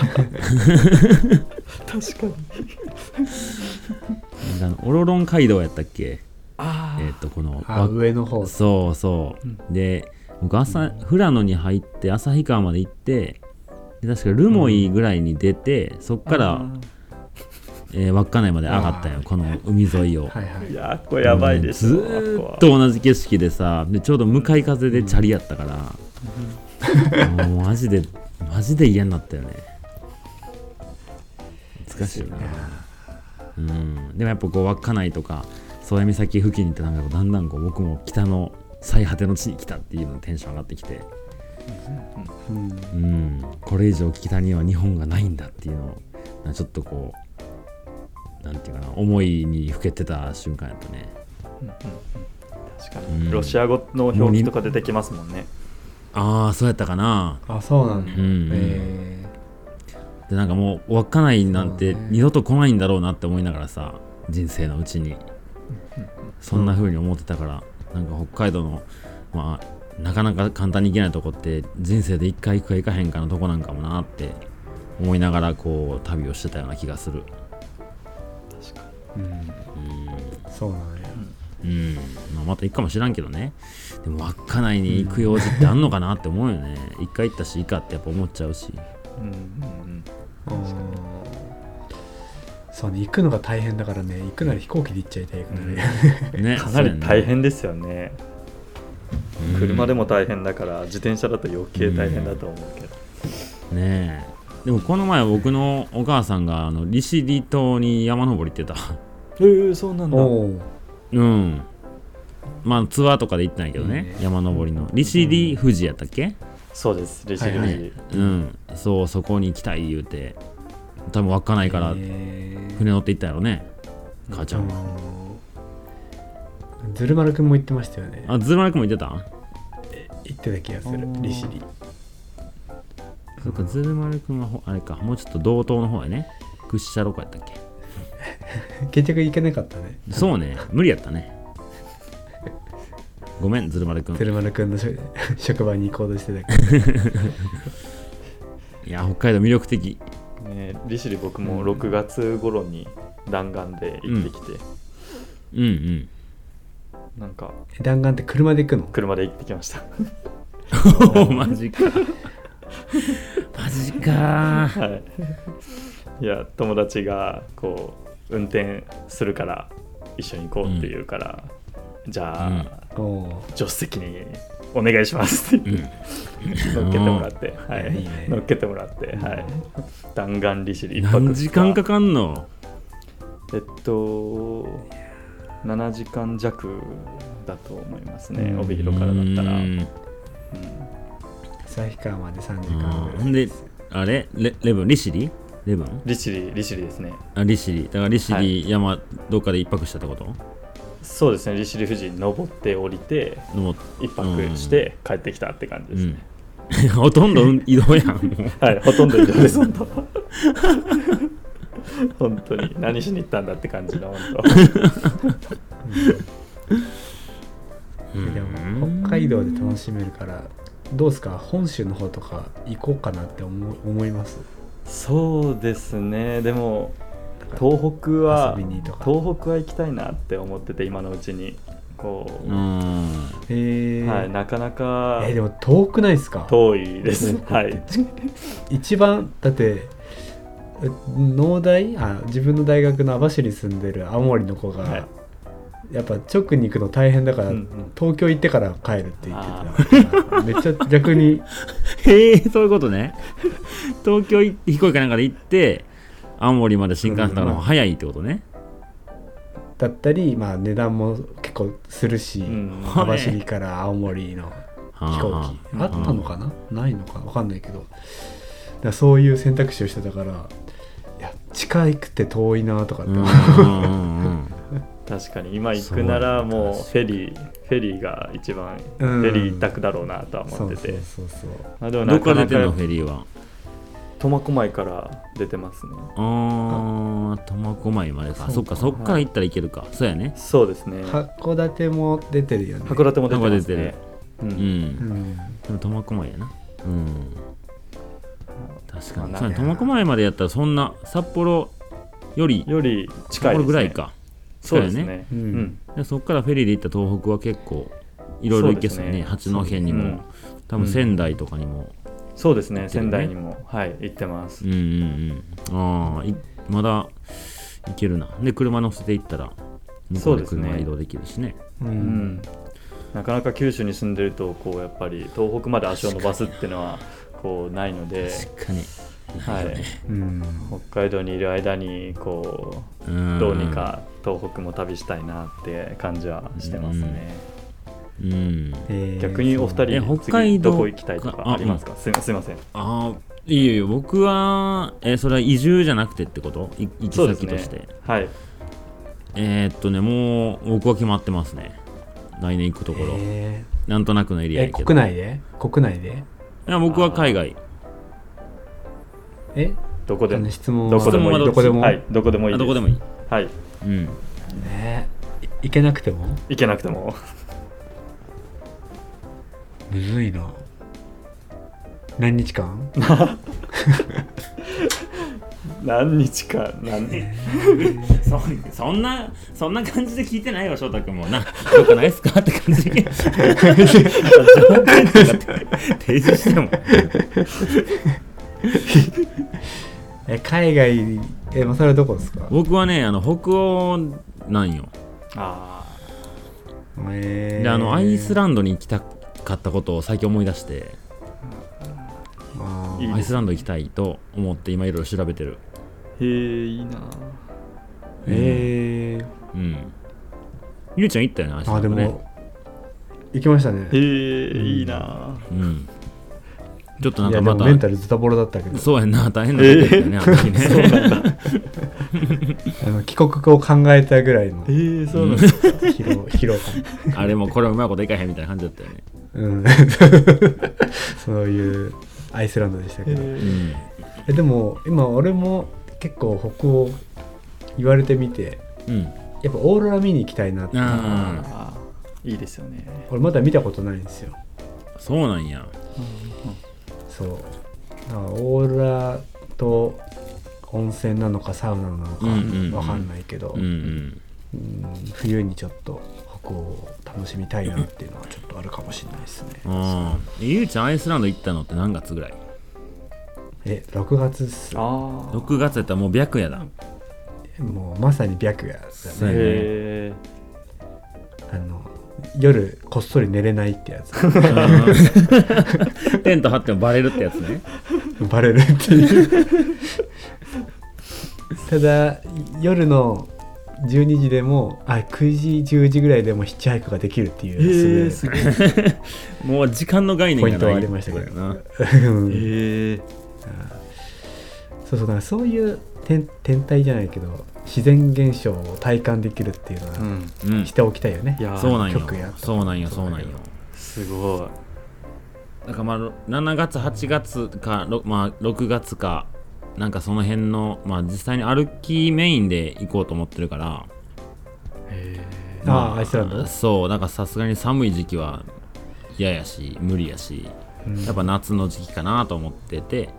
Speaker 1: 確かに。
Speaker 2: なんかあのオロロン街道やったっけ
Speaker 1: あ
Speaker 2: えーっ、とこの
Speaker 3: あ
Speaker 2: わ
Speaker 3: 上の方
Speaker 2: そうそう、で僕朝富良野に入って旭川まで行ってで確か留萌ぐらいに出て、そっ
Speaker 1: あ。
Speaker 2: から、えー稚内まで上がったん
Speaker 3: あ
Speaker 2: よこの海沿いを、
Speaker 3: はいはい
Speaker 1: いやーこれやばいでしょ。
Speaker 2: ずーっと同じ景色でさでちょうど向かい風でチャリやったから、もうマジでマジで嫌になったよね難しいなうんでもやっぱこう稚内とか宗谷岬付近ってなんかこうだんだんこう僕も北の最果ての地に来たっていうのテンション上がってきて
Speaker 3: うん
Speaker 2: うんこれ以上北には日本がないんだっていうのをなんかちょっとこうなんていうかな思いにふけてた瞬間やったね
Speaker 1: うんうんうん確か
Speaker 2: うん
Speaker 1: にロシア語の表記とか出てきますもんね。
Speaker 2: ああそうやったかな
Speaker 3: あそうなんだ、
Speaker 2: うんうん
Speaker 3: え
Speaker 2: でなんかもう稚内なんて
Speaker 3: そうね
Speaker 2: 二度と来ないんだろうなって思いながらさ人生のうちにそんな風に思ってたから、なんか北海道のまあなかなか簡単に行けないとこって人生で一回行くか行かへんかのとこなんかもなって思いながらこう旅をしてたような気がする
Speaker 3: ーうん、そうなんや
Speaker 2: うん、うんまあ、また行くかもしらんけどねでも稚内に行く用事ってあんのかなって思うよね一回行ったしいいかってやっぱ思っちゃうし
Speaker 1: うんうん
Speaker 3: うんそうね行くのが大変だからね行くなら飛行機で行っちゃいたいくなる、
Speaker 2: ね
Speaker 1: うんかなり大変ですよね。車で
Speaker 2: も
Speaker 1: も大変だから自転車だと余計大変だと思うけど。
Speaker 2: ねえでもこの前僕のお母さんがあの利尻島に山登り 行ってた
Speaker 1: えー、そうなんだ。
Speaker 3: おお
Speaker 2: うんまあツアーとかで行ったんやけどね
Speaker 3: いいね
Speaker 2: 山登りの利尻富士やったっけ、
Speaker 1: そうです、レシピ、
Speaker 3: はい
Speaker 2: ねうんそうそこに行きたい言うて多分稚内から船乗って行ったやろね母ちゃんは、
Speaker 3: ずるまるくんも言ってましたよね
Speaker 2: あズルマルクも行ってた
Speaker 3: 言ってた気がする
Speaker 1: あー
Speaker 3: 利尻
Speaker 2: そっかズルマルクはほあれかもうちょっと道東の方やね屈斜路湖やったっけ
Speaker 3: 結局行けなかったね
Speaker 2: そうね無理やった ねごめんズルマルくん
Speaker 3: ずるまるくんのしょ 職場に行こうとしてたけど
Speaker 2: いや北海道魅力的
Speaker 1: ね、利尻僕も6月頃に弾丸で行ってきて、
Speaker 2: うんうん
Speaker 1: なんか
Speaker 3: 弾丸って車で行くの
Speaker 1: 車で行ってきました。
Speaker 2: おマジかマジか
Speaker 1: はい、いや友達がこう運転するから一緒に行こうって言うから、じゃあ、
Speaker 2: うん
Speaker 3: おお
Speaker 1: 助手席にお願いしますって言って、乗っけてもらって、はい
Speaker 3: いいね
Speaker 1: 乗っけてもらって、はい、弾丸利尻一泊
Speaker 2: 何時間かかんの
Speaker 1: えっと7時間弱だと思いますね
Speaker 3: うん
Speaker 1: 帯広からだったら、
Speaker 2: う
Speaker 1: うん
Speaker 2: ん
Speaker 3: 旭川まで3時間ぐ
Speaker 2: ほ
Speaker 3: らい
Speaker 2: んであれレレブン利尻レブン
Speaker 1: 利尻利尻ですね
Speaker 2: あ利尻だから利尻、
Speaker 1: はい
Speaker 2: 山どっかで一泊したってこと
Speaker 1: そうですね利尻富士に登って降りて
Speaker 2: 登っ
Speaker 1: 一泊して帰ってきたって感じですね、
Speaker 2: うん、 ほとんど運移動やんもう
Speaker 1: はいほとんど移動です本当本当に何しに行ったんだって感じの本
Speaker 2: うん
Speaker 3: でも北海道で楽しめるからどうですか本州の方とか行こうかなって思う思います
Speaker 1: 当そうですねでも
Speaker 3: だから
Speaker 1: 東北は
Speaker 3: 遊びにとか
Speaker 1: 東北は行きたいなって思ってて今のうちにこ
Speaker 2: う
Speaker 1: う、
Speaker 2: ん
Speaker 3: えー
Speaker 1: はい、なかなか
Speaker 3: えーでも遠くないですか
Speaker 1: 遠いです、
Speaker 3: 東北
Speaker 1: は
Speaker 3: って
Speaker 1: い
Speaker 3: 一番だってえ農大あ自分の大学の網走に住んでる青森の子が、
Speaker 1: はい
Speaker 3: やっぱ直に行くの大変だから、
Speaker 1: うんうん
Speaker 3: 東京行ってから帰るって言ってたからめっちゃ逆に
Speaker 2: へえそういうことね東京行って飛行機かなんかで行って青森まで新幹線だからもう早いってことね、
Speaker 3: だったり、まあ、値段も結構するし、
Speaker 1: うん
Speaker 3: 網走から青森の飛行機あったのかな、ないのかわかんないけどだからそういう選択肢をしてたからいや近くて遠いなとかって、
Speaker 2: うんうんうんうん
Speaker 1: 確かに今行くならもうフェリーフェリーが一番フ
Speaker 3: うん
Speaker 1: ェリー一択だろうなとは
Speaker 3: そ
Speaker 1: 思っ
Speaker 3: う
Speaker 1: て
Speaker 3: そ
Speaker 1: て
Speaker 3: う、そうそう
Speaker 1: まあ、でも
Speaker 2: ど
Speaker 1: な
Speaker 2: っか
Speaker 1: からな
Speaker 2: 出てんの
Speaker 1: か
Speaker 2: フェリーは
Speaker 1: 苫小牧から出てますね
Speaker 2: ああ苫小牧までかそ
Speaker 3: そ
Speaker 2: っ
Speaker 3: う
Speaker 2: か
Speaker 3: か
Speaker 2: そっから行ったらいけるかそうやね
Speaker 1: そうですね
Speaker 3: 函館も出てるよね
Speaker 1: 函館も出てますねう
Speaker 2: うんん
Speaker 3: うん
Speaker 2: でも苫小牧やなうん確かに
Speaker 1: まあ
Speaker 2: そうやね
Speaker 3: なん
Speaker 2: 苫
Speaker 3: か
Speaker 2: 小牧までやったらそんな札幌より
Speaker 1: より
Speaker 2: 札
Speaker 1: 近い
Speaker 2: 幌
Speaker 1: です、
Speaker 2: ぐ
Speaker 1: ね、
Speaker 2: らいか
Speaker 1: そうです
Speaker 2: 近い
Speaker 1: ね
Speaker 2: よね
Speaker 1: う
Speaker 3: うんん、
Speaker 2: でそっからフェリーで行った東北は結構いろいろ行けそうやね
Speaker 1: そうで
Speaker 2: 八戸にも、
Speaker 1: うん
Speaker 2: 多分仙台とかにも
Speaker 1: そうですね
Speaker 2: 行ってる
Speaker 1: 仙
Speaker 2: ね
Speaker 1: 台にもはい行ってます
Speaker 2: うんうんうんああいまだ行けるなで車乗せて行ったら向こうで
Speaker 1: そうです
Speaker 2: 車
Speaker 1: ね
Speaker 2: 移動できるしね
Speaker 3: う
Speaker 1: うんんなかなか九州に住んでるとこうやっぱり東北まで足を伸ばすっていうのはこうないので、
Speaker 2: 確かに
Speaker 1: はい、
Speaker 3: うん
Speaker 1: 北海道にいる間にこう
Speaker 2: うん
Speaker 1: どうにか東北も旅したいなって感じはしてますね、
Speaker 2: うん
Speaker 3: えー
Speaker 1: 逆にお二
Speaker 2: え
Speaker 1: 人
Speaker 2: 北海
Speaker 1: 次
Speaker 2: 道
Speaker 1: どこ行きたいとかありますかすみすいません
Speaker 2: ああいいよいいよ僕はえーそれは移住じゃなくてってことい行き
Speaker 1: そうです
Speaker 2: 先
Speaker 1: ね
Speaker 2: として、
Speaker 1: はい
Speaker 2: えーっとねもう僕は決まってますね来年行くところ、
Speaker 3: え
Speaker 2: なんとなくのエ
Speaker 3: ー
Speaker 2: リア
Speaker 3: え
Speaker 2: やけど
Speaker 3: 国内で国内で
Speaker 2: いや僕は海外
Speaker 3: え
Speaker 1: どこで
Speaker 3: あ
Speaker 1: も
Speaker 3: の質問は
Speaker 1: どこでもいい
Speaker 2: ど
Speaker 3: こでも
Speaker 1: はいどこでもいい
Speaker 2: あ
Speaker 1: で
Speaker 2: ど
Speaker 1: す
Speaker 2: こでもいい
Speaker 1: はい
Speaker 2: うん
Speaker 3: ねい行けなくても
Speaker 1: 行けなくて も
Speaker 3: むずいな何日間
Speaker 1: 何日か何日
Speaker 2: そそんなそんな感じで聞いてないよ翔太君もなどうかないですかって感じで 条件とかって提示しても
Speaker 3: え海外えまさるどこですか
Speaker 2: 僕はねあの北欧なんよ
Speaker 1: あ
Speaker 3: え
Speaker 2: であのアイス
Speaker 3: ラ
Speaker 2: ランドに行きたかったことを最近思い出して
Speaker 1: いいね
Speaker 2: アイスランド行きたいと思って今いろいろ調べてる
Speaker 1: ーへえいいな
Speaker 3: え
Speaker 2: うんゆうちゃん行ったよねアイス
Speaker 3: ー、
Speaker 2: ラ
Speaker 3: あ
Speaker 2: ン
Speaker 3: で
Speaker 2: ド
Speaker 3: も、
Speaker 2: ね
Speaker 3: 行きましたね
Speaker 1: へえいいな
Speaker 2: うんちょっとなん
Speaker 3: い
Speaker 2: か
Speaker 3: やで
Speaker 2: ま
Speaker 3: もメン
Speaker 2: た
Speaker 3: タルズタボロだったけど
Speaker 2: そうやんな大変なことやったよね、あの時ね
Speaker 3: あの帰国を考えたぐらいの
Speaker 1: へえそうなんだ
Speaker 3: 疲労疲労 感
Speaker 2: あれもこれもうまいこといかへんみたいな感じだったよね。
Speaker 3: うん そういうアイスランドでしたけど、
Speaker 1: へ
Speaker 2: う
Speaker 1: え
Speaker 2: ん。
Speaker 3: えでも今俺も結構北欧言われてみて
Speaker 2: うん。
Speaker 3: やっぱオーロラ見に行きたいなって
Speaker 2: あ
Speaker 1: あーいいですよね
Speaker 3: 俺まだ見たことないんですよ
Speaker 2: あ、そうなんや。
Speaker 3: そうだからオーロラと温泉なのかサウナなのか
Speaker 2: うんうんうん
Speaker 3: わかんないけど、
Speaker 2: うんうん。
Speaker 3: うん冬にちょっと北欧を楽しみたいなっていうのはちょっとあるかもしれないですね
Speaker 2: ああ。ゆうちゃん、アイスランド行ったのって何月ぐらい
Speaker 3: え6月っす
Speaker 1: ああ
Speaker 2: ?6 月やったらもう白 夜だ。
Speaker 3: もうまさに白夜だ
Speaker 2: そう
Speaker 3: ね
Speaker 2: やね
Speaker 1: へえ
Speaker 3: あの夜こっそり寝れないってやつ
Speaker 2: うんテント張ってもバレるってやつね。
Speaker 3: バレるっていうただ夜の12時でもあ9時10時ぐらいでもヒッチハイクができるっていう、
Speaker 1: えすごい
Speaker 2: もう時間の概念がない
Speaker 3: ポイントはありましたけど
Speaker 2: ってことやな
Speaker 3: すごいうん
Speaker 1: へえ
Speaker 3: そうそうだからそういう天天体じゃないけど自然現象を体感できるっていうのは、
Speaker 1: ん、
Speaker 2: うん
Speaker 3: しておきたいよね
Speaker 1: いやー
Speaker 2: そうなんよ
Speaker 3: 曲や
Speaker 2: そうなんよそうなんよ
Speaker 1: すご
Speaker 2: だからまあろ7月8月か、ろまあ、6月かなんかその辺のまあ実際に歩きメインで行こうと思ってるから
Speaker 1: いへえ
Speaker 3: あー
Speaker 2: ま
Speaker 3: アイスランド
Speaker 2: そうなんかさすがに寒い時期は嫌やし無理やし
Speaker 3: うん
Speaker 2: やっぱ夏の時期かなと思ってて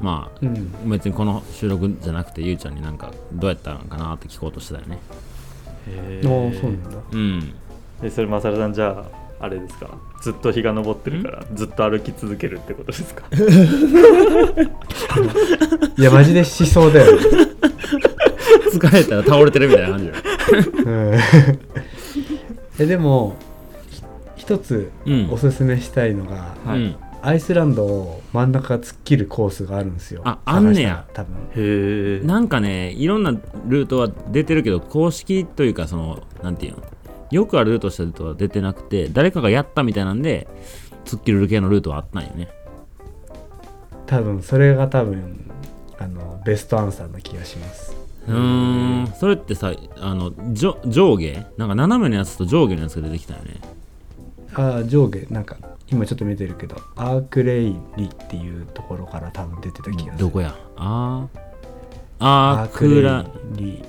Speaker 2: まあ
Speaker 3: うん
Speaker 2: 別にこの収録じゃなくてゆうちゃんになんかどうやったんかなって聞こうとしてたよね
Speaker 1: へ
Speaker 3: ああ
Speaker 1: ー
Speaker 3: そうなんだ
Speaker 2: うん
Speaker 1: えそれマサルさんじゃああれですかずっと日が昇ってるからずっと歩き続けるってこと ですか
Speaker 3: いやマジでしそうだよ、ね
Speaker 2: 疲れたら倒れてるみたいな感じよ
Speaker 3: うん、 えでもひ一つ
Speaker 2: うん
Speaker 3: おすすめしたいのが、
Speaker 1: はい
Speaker 2: うん
Speaker 3: アイスランドを真ん中が突っ切るコースがあるんですよ
Speaker 2: ああんねや
Speaker 3: 探したら多分
Speaker 1: へえ
Speaker 2: なんかねいろんなルートは出てるけど公式というかそのなんていうのよくあるルートしたルートは出てなくて誰かがやったみたいなんで突っ切る系のルートはあったんよね
Speaker 3: 多分それが多分あのベストアンサーな気がします
Speaker 2: うーんそれってさあのじょ上下なんか斜めのやつと上下のやつが出てきたよね
Speaker 3: あー上下なんか今ちょっと見てるけどアークレイリっていうところから多分出てた気がする
Speaker 2: どこやあーあークーラ
Speaker 3: レイリ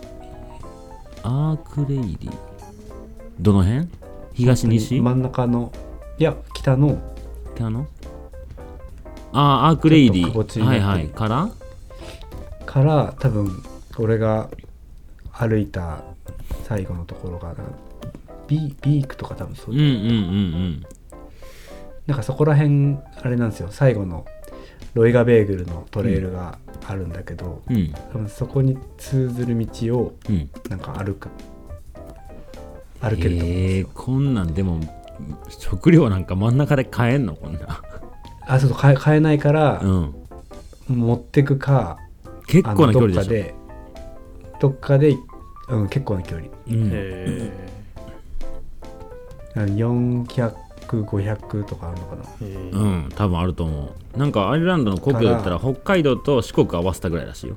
Speaker 2: アークレイリどの辺東西
Speaker 3: 真ん中のいや北の
Speaker 2: 北のあーアークレイリ
Speaker 3: ちょっと
Speaker 2: ー
Speaker 3: くぼ地になっ
Speaker 2: は
Speaker 3: て
Speaker 2: い
Speaker 3: る
Speaker 2: はいから
Speaker 3: から多分俺が歩いた最後のところがなビビークとか多分そううんい
Speaker 2: う
Speaker 3: う、
Speaker 2: んうん
Speaker 3: なんかそこら辺あれなんですよ最後のロイガベーグルのトレイルがあるんだけど、
Speaker 2: うんうん
Speaker 3: 多分そこに通ずる道を
Speaker 2: うん
Speaker 3: なんか歩く歩けると思うんです
Speaker 2: え
Speaker 3: よ
Speaker 2: ー、こんなんでも食料なんか真ん中で買えんのこんな
Speaker 3: あそうそう買え買えないから
Speaker 2: う、ん
Speaker 3: 持ってくか
Speaker 2: 結
Speaker 3: あの
Speaker 2: 構な距離でしょ
Speaker 3: どっかでどっかで、うん、結構な距離
Speaker 2: うん
Speaker 1: へ
Speaker 3: 400500とかあるのかな
Speaker 1: え
Speaker 2: うん、多分あると思うなんかアイルランドの国土だったら北海道と四国合わせたぐらいらしいよ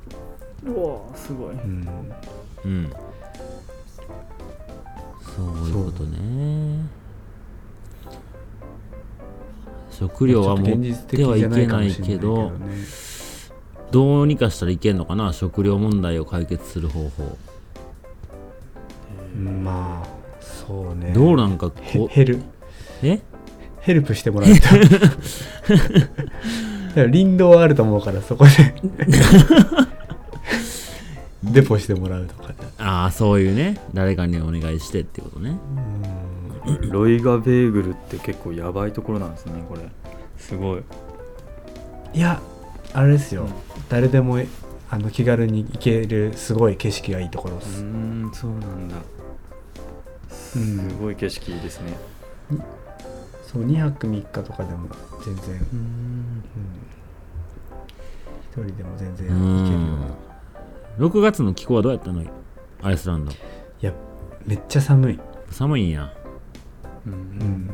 Speaker 1: うわすごい
Speaker 3: うん
Speaker 2: うんそういうことね食料は持ってはいけないけど
Speaker 3: ね
Speaker 2: どうにかしたらいけんのかな食料問題を解決する方法
Speaker 3: うんまあそうね
Speaker 2: どうなんか
Speaker 3: へ
Speaker 2: こ
Speaker 3: ヘル
Speaker 2: え
Speaker 3: ヘルプしてもらえ ただから林道はあると思うからそ こでデポしてもらうとか
Speaker 2: ああそういうね誰かにお願いしてってことね
Speaker 3: うん
Speaker 1: ロイガベーグルって結構やばいところなんですねこれすごい
Speaker 3: いやあれですよ、
Speaker 1: うん
Speaker 3: 誰でもあの気軽に行けるすごい景色がいいところで
Speaker 1: う
Speaker 3: す、
Speaker 1: ーんそうなんだすごい景色いいですね
Speaker 3: そう2泊3日とかでも全然、うん
Speaker 1: うん
Speaker 3: 一人でも全然
Speaker 2: う
Speaker 3: 行けるようなん
Speaker 2: 6月の気候はどうやったのアイスランド
Speaker 3: いやめっちゃ寒い、
Speaker 2: 寒いんや
Speaker 1: う
Speaker 3: うんん、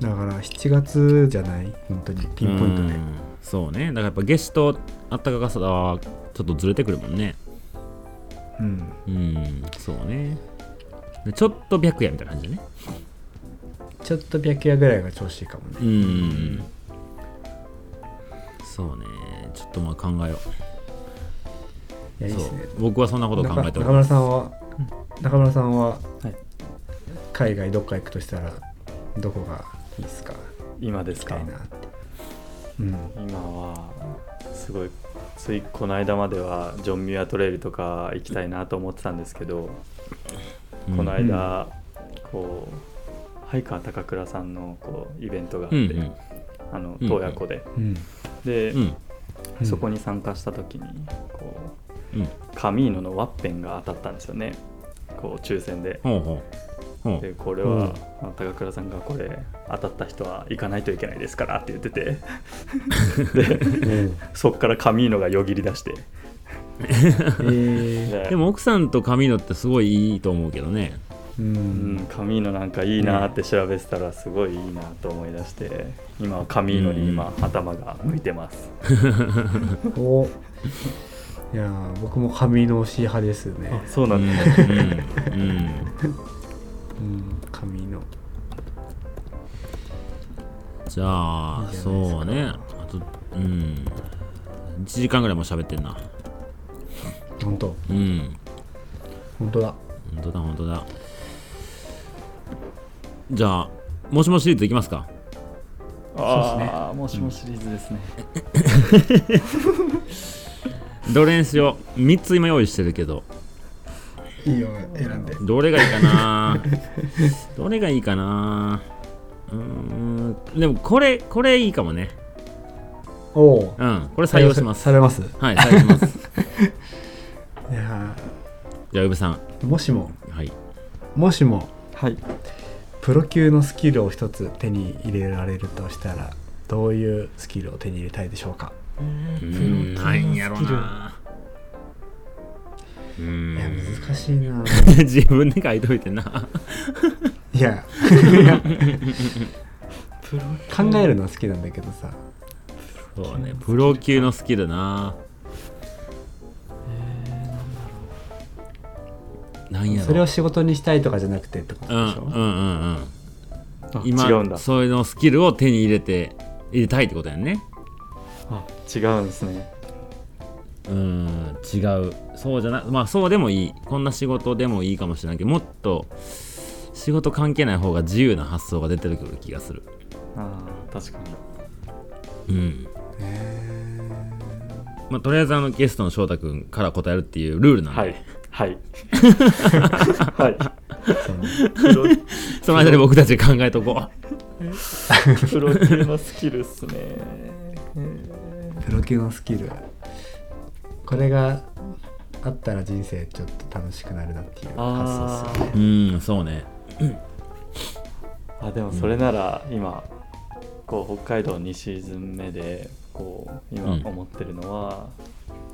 Speaker 3: だから7月じゃない本当にピンポイントで、
Speaker 2: うんそうねだからやっぱ夏至と暖かさはちょっとずれてくるもんね
Speaker 3: うん、
Speaker 2: うんそうねでちょっと白夜みたいな感じだね
Speaker 3: ちょっと白夜ぐらいが調子いいかもね
Speaker 2: うんうんうんそうねちょっとまあ考えよ
Speaker 3: いうやいい
Speaker 2: そ
Speaker 3: で
Speaker 2: う
Speaker 3: すね
Speaker 2: 僕はそんなことを考えて
Speaker 3: 中
Speaker 2: おる
Speaker 3: 中村さんは、中村さんは、
Speaker 1: はい
Speaker 3: 海外どっか行くとしたらどこがいいですか
Speaker 1: 今です
Speaker 3: 行きた
Speaker 1: か
Speaker 3: いなってうん
Speaker 1: 今はすごいついこの間まではジョン・ミュアトレイルとか行きたいなと思ってたんですけど、
Speaker 2: うん
Speaker 1: この間こうハイカー高倉さんのこうイベントがあっ
Speaker 2: う
Speaker 1: て、
Speaker 2: んうん
Speaker 1: あの
Speaker 2: うん
Speaker 1: 洞爺湖で、
Speaker 3: うん
Speaker 1: で、
Speaker 2: うん
Speaker 1: そこ
Speaker 3: に、
Speaker 1: に参加した時にこ
Speaker 2: うん
Speaker 1: うカミーノのワッペンが当たったんですよねこう抽選で。
Speaker 2: ほうほうほう
Speaker 1: でこれは、まあ高倉さんがこれ当たった人は行かないといけないですからって言って てで
Speaker 3: うん
Speaker 1: そっからカミーノがよぎり出して
Speaker 3: えー
Speaker 1: で
Speaker 2: でも奥さんと髪のってすごいいいと思うけどね
Speaker 3: う
Speaker 1: うん
Speaker 3: ん、
Speaker 1: カミーノなんかいいなって調べてたらすごいいいなと思い出して今はカミーノに今頭が向いてます、
Speaker 3: おえいやー僕も紙の押し派ですね、
Speaker 1: あそうなんだ、
Speaker 2: うんうん
Speaker 3: うん、紙の
Speaker 2: じゃあ
Speaker 3: いいんじゃないです
Speaker 2: そ
Speaker 3: か
Speaker 2: うねあとうん1時間ぐらいもう喋ってんな
Speaker 3: 本当
Speaker 2: うん
Speaker 3: 本当だ
Speaker 2: 本当だ本当だじゃあもしもシリーズいきますか
Speaker 1: ああ、もしもシリーズですね、
Speaker 2: どれにしよう3つ今用意してるけど
Speaker 3: いいよ選んで
Speaker 2: どれがいいか などれがいいかなうーんでもこれこれいいかもね
Speaker 3: おお
Speaker 2: うんこれ採用します
Speaker 3: されます
Speaker 2: はい採用します
Speaker 3: いや
Speaker 2: じゃあ宇部さん
Speaker 3: ーもしも
Speaker 2: はい
Speaker 3: もしも
Speaker 1: はい
Speaker 3: プロ級のスキルを一つ手に入れられるとしたらどういうスキルを手に入れたいでしょうか、
Speaker 2: うーんなんやろなう
Speaker 3: いや
Speaker 2: ーん
Speaker 3: 難しいな
Speaker 2: 自分で書いといてない
Speaker 3: や
Speaker 1: プロ
Speaker 3: 考えるのは好きなんだけどさ
Speaker 2: そうねプロ級のスキルななんやろ
Speaker 3: それを仕事にしたいとかじゃなくてってこ
Speaker 2: うんう
Speaker 3: とで
Speaker 2: ん
Speaker 3: しょ、
Speaker 2: うんうん
Speaker 1: あ
Speaker 2: 今
Speaker 1: 違うんだ
Speaker 2: そういうのスキルを手に入れて入れたいってことやんね
Speaker 1: あ違うんですね
Speaker 2: うん違うそうじゃなまあそうでもいいこんな仕事でもいいかもしれないけどもっと仕事関係ない方が自由な発想が出てくる気がする
Speaker 1: ああ確かに
Speaker 2: うん
Speaker 3: え
Speaker 2: まあとりあえずあのゲストの翔太君から答えるっていうルールなんで、
Speaker 1: はいはい
Speaker 3: ーそうね
Speaker 1: はいプロ
Speaker 2: その間に僕たちで考えとこ
Speaker 1: プロ級のスキルっすね、え
Speaker 3: プロ級のスキルこれがあったら人生ちょっと楽しくなるなっていう
Speaker 1: ー、
Speaker 3: 発想
Speaker 1: あ
Speaker 3: ですよね
Speaker 2: ううんそうね
Speaker 1: ーあでもそれなら今こう北海道2シーズン目でこう今
Speaker 2: うん
Speaker 1: 思ってるのは、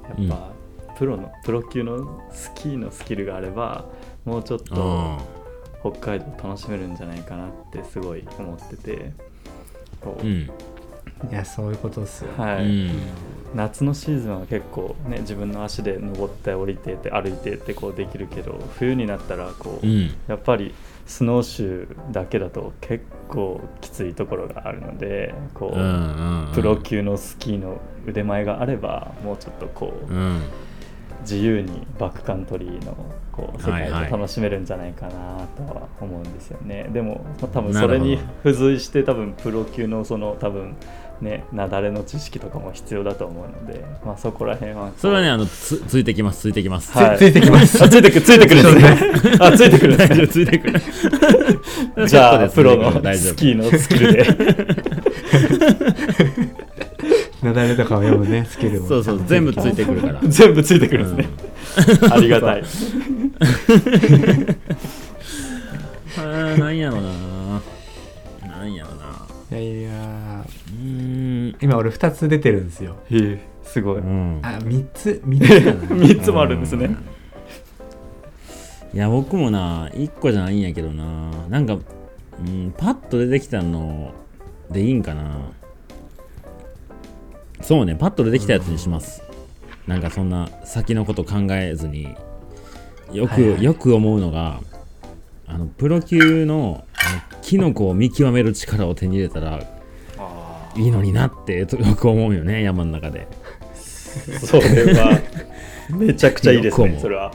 Speaker 1: やっぱ、プロのプロ級のスキーのスキルがあればもうちょっと
Speaker 2: あ
Speaker 1: 北海道楽しめるんじゃないかなってすごい思っててこ
Speaker 2: あ
Speaker 1: う
Speaker 2: うん
Speaker 3: いやそういうことっすよ、
Speaker 1: はい、
Speaker 2: うん
Speaker 1: 夏のシーズンは結構ね自分の足で登って降りてって歩いてってこうできるけど冬になったらこう、
Speaker 2: うん
Speaker 1: やっぱりスノーシューだけだと結構きついところがあるのでこ
Speaker 2: うん
Speaker 1: う、
Speaker 2: うん
Speaker 1: プロ級のスキーの腕前があればもうちょっとこ
Speaker 2: う
Speaker 1: う、
Speaker 2: ん
Speaker 1: 自由にバックカントリーのこう世
Speaker 2: はいは
Speaker 1: 界
Speaker 2: い
Speaker 1: を楽しめるんじゃないかなとは思うんですよね、でも、まあ多分
Speaker 2: なる
Speaker 1: そ
Speaker 2: ほど
Speaker 1: れに 付随して多分プロ級のその多分ね雪崩の知識とかも必要だと思うので、まあ、そこら辺はこう
Speaker 2: それはねあのつついてきますついてきます
Speaker 1: はい
Speaker 3: ついてきます
Speaker 1: あついてくるついてくるんですねあついてくるんで
Speaker 2: 大丈夫
Speaker 1: すね
Speaker 2: ついてくる
Speaker 1: じゃあ
Speaker 2: ち
Speaker 1: プ
Speaker 2: ょっ
Speaker 1: ロ
Speaker 2: とですね
Speaker 1: の
Speaker 2: 大丈
Speaker 1: ス
Speaker 2: 夫
Speaker 1: キーのスキル で
Speaker 3: 雪崩とかを読むねスキルも
Speaker 2: そうそう全部ついてくる から
Speaker 1: 全部ついてくるんですね、ありがた い
Speaker 2: あーなんやろななんやろない
Speaker 3: やいや
Speaker 2: うーん
Speaker 3: 今俺2つ出てるんですよ
Speaker 1: へえすごい、
Speaker 2: うん
Speaker 3: あ三3つ3つだな
Speaker 1: 3つもあるんですね、
Speaker 2: いや僕もな1個じゃないんやけどななんか、うん、パッと出てきたのでいいんかなそうねパッと出てきたやつにします、なんかそんな先のこと考えずによく、
Speaker 3: はいはい
Speaker 2: よく思うのがあのプロ級のあのキノコを見極める力を手に入れたらいいのになってよく思うよね山の中で
Speaker 1: それはめちゃくちゃいいです
Speaker 2: よく思
Speaker 1: ね
Speaker 2: う
Speaker 1: それは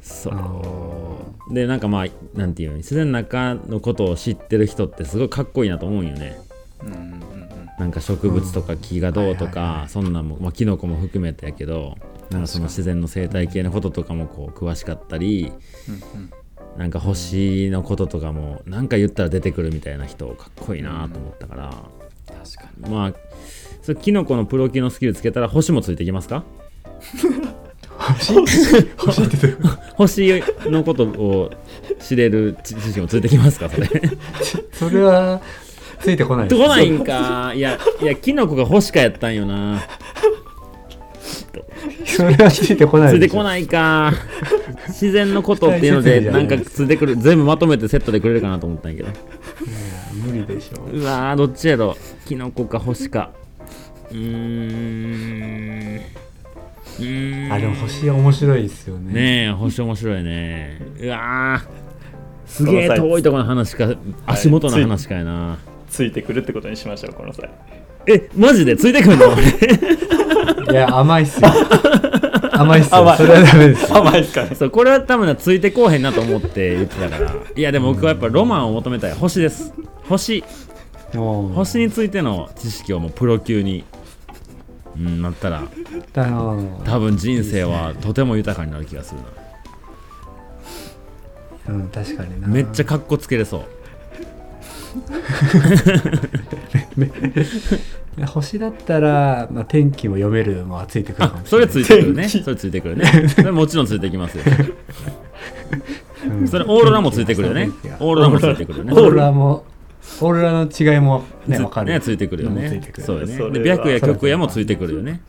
Speaker 2: そ
Speaker 3: あ
Speaker 2: う
Speaker 3: の
Speaker 2: でなんかまあなんていうの自然の中のことを知ってる人ってすごいかっこいいなと思うんよね
Speaker 1: うんうん
Speaker 2: なんか植物とか木がどうと
Speaker 3: うんはいはい
Speaker 2: かそんなんもまあキノコも含めてやけどなんかその自然の生態系のこととかもこう詳しかったり
Speaker 1: うん
Speaker 2: なんか星のこととかもなんか言ったら出てくるみたいな人かっこいいなと思ったから、
Speaker 1: 確か
Speaker 2: まあそうキノコのプロ級のスキルつけたら星もついてきますか
Speaker 3: 星星ってどういうこと
Speaker 2: 星のことを知れる知識もついてきますかそ れ
Speaker 3: それはついてこない
Speaker 2: 来ないんかいやいやキノコが星かやったんよな
Speaker 3: それはついてこない
Speaker 2: つい
Speaker 3: で
Speaker 2: て
Speaker 3: しょ
Speaker 2: こないか自然のことっていうので
Speaker 3: 二人説明じゃ
Speaker 2: な
Speaker 3: ない
Speaker 2: んかついてくる全部まとめてセットでくれるかなと思ったんやけど
Speaker 3: いや無理でしょ
Speaker 2: うわーどっちやろキノコか星かうーん。うーん
Speaker 3: あでも星面白いですよね
Speaker 2: ねえ、星面白いね。うわーすげえ遠いところの話か、足元の話かやな。
Speaker 1: ついてくるってことにしましょうこの際
Speaker 2: え、マジでついてくんの
Speaker 3: いや甘いっすよ甘いっすよ
Speaker 1: 甘い
Speaker 3: それはダメです
Speaker 1: 甘いですかね
Speaker 2: そう、これは多分なついてこうへんなと思って言ってたから。いや、でも僕はやっぱロマンを求めたい。星です。星。
Speaker 3: もう
Speaker 2: 星についての知識をもうプロ級に、うん、なったら、
Speaker 3: あの
Speaker 2: 多分人生はとても豊かになる気がするな。
Speaker 3: うん確かにな
Speaker 2: めっちゃかっこつけれそう。
Speaker 3: 星だったら、まあ、天気も読めるもついてくるか
Speaker 2: あ
Speaker 3: もし
Speaker 2: そ
Speaker 3: れ
Speaker 2: れ
Speaker 3: ない
Speaker 2: ついてくるね。
Speaker 1: 天気
Speaker 2: それついてくるね。それもちろんついてきますよ。
Speaker 3: うん
Speaker 2: それオーロラもついてくるよね
Speaker 3: 天気が。
Speaker 2: オーロラもついてくるよね。
Speaker 3: オーロラもオーロラの違いもね分かる
Speaker 2: ね、ついてくるよ
Speaker 3: もうつい
Speaker 2: ね
Speaker 3: てく。る
Speaker 2: そうよね。
Speaker 1: それ
Speaker 2: で、
Speaker 1: は
Speaker 2: 白夜極夜もついてくるよね。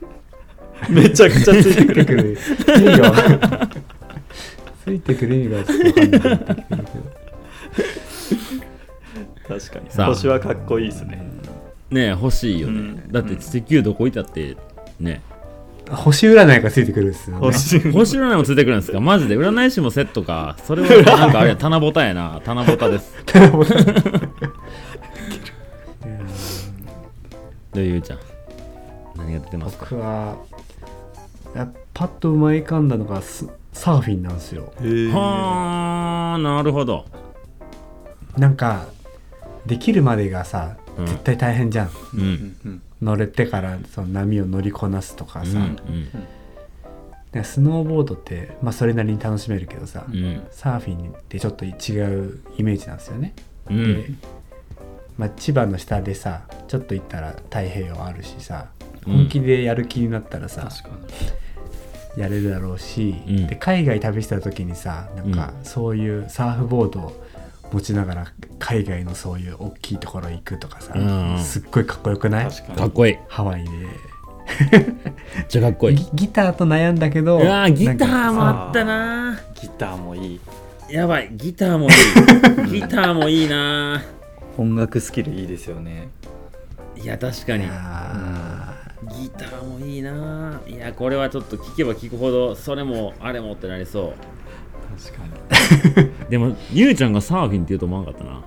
Speaker 1: めちゃくちゃつい
Speaker 3: つ
Speaker 1: てく
Speaker 3: いて
Speaker 1: る
Speaker 3: くる意味がついてくる意味がちょっと分かんなくなってきてるけど
Speaker 1: 確かに
Speaker 2: さあ
Speaker 1: 星はかっこいいですね
Speaker 2: ね、欲しいよね
Speaker 1: う。ん
Speaker 2: だって地球どこ行ったって、ね。
Speaker 3: あ星占いがついてくるんですよね
Speaker 1: 星
Speaker 2: 星占いもついてくるんですかマジで。占い師もセットか。それはなんかあれや、七夕やな。七夕です。 で、ゆうちゃん。何が出てますか
Speaker 3: 僕はあパッと思い浮かんだのがスサーフィンなんですよ
Speaker 1: へー
Speaker 2: はあ、なるほど。
Speaker 3: なんかできるまでがさ
Speaker 2: うん
Speaker 3: 絶対大変じゃん、
Speaker 2: うん。
Speaker 1: うん
Speaker 3: 乗れてからその波を乗りこなすとか
Speaker 2: う
Speaker 3: さ、
Speaker 2: ん。
Speaker 3: でスノーボードって、まあ、それなりに楽しめるけどさ、
Speaker 2: うん。うん
Speaker 3: サーフィンってちょっと違うイメージなんですよね、
Speaker 2: うん。
Speaker 3: まあ、千葉の下でさちょっと行ったら太平洋あるしさ
Speaker 2: うん
Speaker 3: 本気でやる気になったらさ、
Speaker 1: 確か
Speaker 3: やれるだろうし、
Speaker 2: うん
Speaker 3: で海外旅してた時にさなんかそういうサーフボードを持ちながら海外のそういう大きいところ行くとかさ、
Speaker 2: うん
Speaker 3: すっごいかっこよくない
Speaker 1: に確
Speaker 2: か
Speaker 1: か
Speaker 2: っ
Speaker 1: に
Speaker 2: こいい。め
Speaker 3: ハワイで
Speaker 2: っちゃかっこいい。
Speaker 3: ギギターと悩んだけ
Speaker 2: う
Speaker 3: ど
Speaker 2: わーギターも
Speaker 3: なんか
Speaker 2: あったな
Speaker 1: ギターもいい
Speaker 2: やばいギターもいいギターもいいな
Speaker 1: 音楽スキルいいですよね
Speaker 2: いや確かに
Speaker 3: あ
Speaker 2: ギターもいいないやこれはちょっと聞けば聞くほどそれもあれもってなりそ
Speaker 1: 確かに
Speaker 2: うでもゆうちゃんがサーフィンって言うと思わなかったな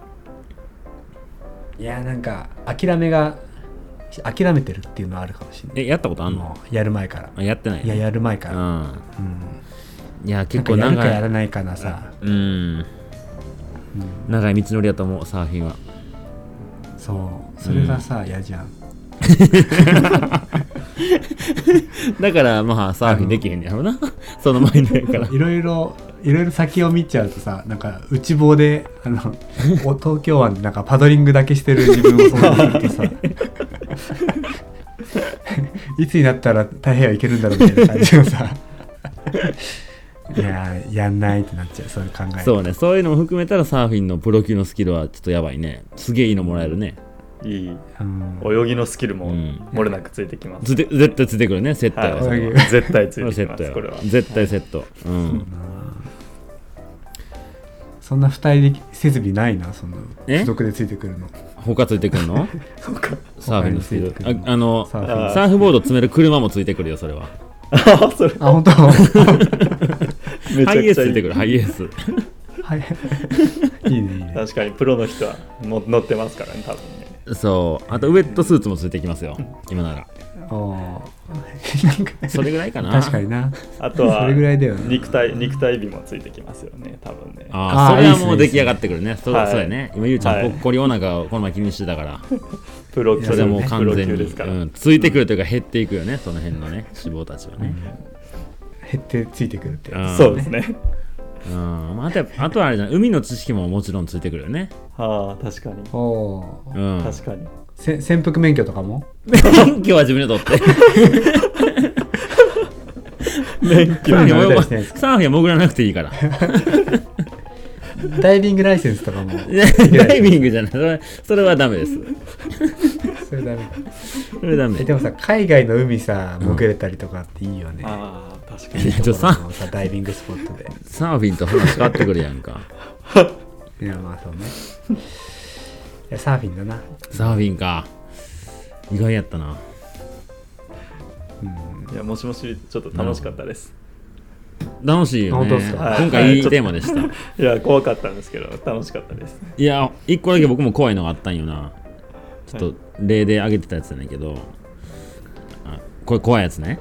Speaker 3: ーいやなんか諦めが諦めてるっていうのはあるかもしれない
Speaker 2: えやったことあんの
Speaker 3: もうやる前から
Speaker 2: あやってない
Speaker 3: いややる前か
Speaker 2: う
Speaker 3: ら、
Speaker 2: ん
Speaker 3: うん、
Speaker 2: いや
Speaker 3: な
Speaker 2: 結
Speaker 3: んか
Speaker 2: 構
Speaker 3: やるか
Speaker 2: 長
Speaker 3: やら
Speaker 2: い
Speaker 3: ないかなさ、
Speaker 2: うん長い道のりやと思うサーフィンは
Speaker 3: そうそれがさ嫌、じゃん
Speaker 2: だからまあサーフィンできへんねやろな そのマインドやから
Speaker 3: いろいろいろいろ先を見ちゃうとさなんか内房であのお東京湾でなんかパドリングだけしてる自分を想像するとさ いつになったら太平洋行けるんだろうみたいな感じのさいやーやんないってなっちゃうそういう考え
Speaker 2: そうねそういうのも含めたらサーフィンのプロ級のスキルはちょっとやばいねすげえいいのもらえるね
Speaker 1: いい
Speaker 3: うん、
Speaker 1: 泳ぎのスキルも
Speaker 2: うん
Speaker 1: 漏れなくついてきます、
Speaker 2: ついて絶対ついてくるねセットよ、そ
Speaker 1: は
Speaker 2: れ
Speaker 1: い
Speaker 2: は、
Speaker 1: 絶対つ
Speaker 2: そ
Speaker 1: い
Speaker 2: れは
Speaker 1: て
Speaker 2: セ
Speaker 1: き
Speaker 2: ッ
Speaker 1: ま
Speaker 2: ト
Speaker 1: す
Speaker 2: よ
Speaker 1: これは
Speaker 2: 絶対セットうん
Speaker 3: そんな二人で設備ないなその
Speaker 2: え
Speaker 3: 付属でついてくるの
Speaker 2: 他ついてくるのサーフィンのスピ
Speaker 3: 他について
Speaker 2: ー
Speaker 3: くる
Speaker 2: ドああの
Speaker 3: サ
Speaker 2: サー
Speaker 3: ーフィン
Speaker 1: あ
Speaker 2: フボード詰める車もついてくるよそれは
Speaker 1: あ それ
Speaker 3: あ本当
Speaker 1: めち
Speaker 2: ハ
Speaker 1: ゃ
Speaker 2: イエー
Speaker 1: くち
Speaker 2: ス
Speaker 1: ゃ
Speaker 2: つい
Speaker 1: い
Speaker 2: て
Speaker 1: い
Speaker 2: くるハイエース
Speaker 3: はいいいねいいね
Speaker 1: 確かにプロの人はの乗ってますからね多分ね
Speaker 2: そうあとウエットスーツもついてきますよ今なら
Speaker 3: おーなんか
Speaker 2: それぐらいかな
Speaker 3: 確かにな
Speaker 1: あとは
Speaker 3: それぐらいだよね
Speaker 1: 肉体肉体美もついてきますよね多分ね
Speaker 2: ああそ
Speaker 3: あー
Speaker 2: れはい
Speaker 3: いっす
Speaker 2: もう
Speaker 3: ね
Speaker 2: 出来上がってくるねそう
Speaker 1: はい
Speaker 2: そうやね今ゆうちゃ
Speaker 1: は
Speaker 2: ん
Speaker 1: い
Speaker 2: ぽっこりお腹をこの前気にしてたから
Speaker 1: プロ級
Speaker 2: それはもう
Speaker 1: プ
Speaker 2: 完
Speaker 1: ロ
Speaker 2: 全
Speaker 1: 級
Speaker 2: に
Speaker 1: ですから、
Speaker 2: うんついてくるというか減っていくよねその辺のね脂肪たちはね
Speaker 3: 減ってついてくるって
Speaker 2: うん
Speaker 1: そうですね
Speaker 2: うんまああとはあとはあれじゃん海の知識ももちろんついてくるよね
Speaker 1: はあ確かに
Speaker 3: おおー、
Speaker 2: うん
Speaker 1: 確かに
Speaker 3: せ潜伏免許とかも
Speaker 2: 免許は自分で取って
Speaker 1: 免許
Speaker 2: サーフィン
Speaker 3: やめた
Speaker 2: は
Speaker 3: りしてないです
Speaker 2: サーフィンは潜らなくていいから
Speaker 3: ダイビングライセンスとかも
Speaker 2: ダイビングじゃないそれそれはダメです
Speaker 3: それダメ
Speaker 2: それはダメ
Speaker 3: えでもさ海外の海さ潜れたりとかっていいよね、
Speaker 1: ああ確か
Speaker 2: い
Speaker 1: に
Speaker 2: やちょ
Speaker 3: さ
Speaker 2: さ
Speaker 3: さダイビングスポットで
Speaker 2: サーフィンと話変わってくるやん か
Speaker 3: いやまあそうねいやサーフィンだな
Speaker 2: サーフィンか意外やったな
Speaker 3: うん
Speaker 1: いやもしもしちょっと楽しかったです
Speaker 2: 楽しいよ
Speaker 3: 本当
Speaker 2: ね
Speaker 3: ですか
Speaker 1: はい
Speaker 2: 今回い
Speaker 1: はい
Speaker 2: い
Speaker 1: ちょっと
Speaker 2: テーマでした
Speaker 1: いや怖かったんですけど楽しかったです
Speaker 2: いや一個だけ僕も怖いのがあったんよなちょっと例で挙げてたやつやねんけど、あこれ怖いやつね、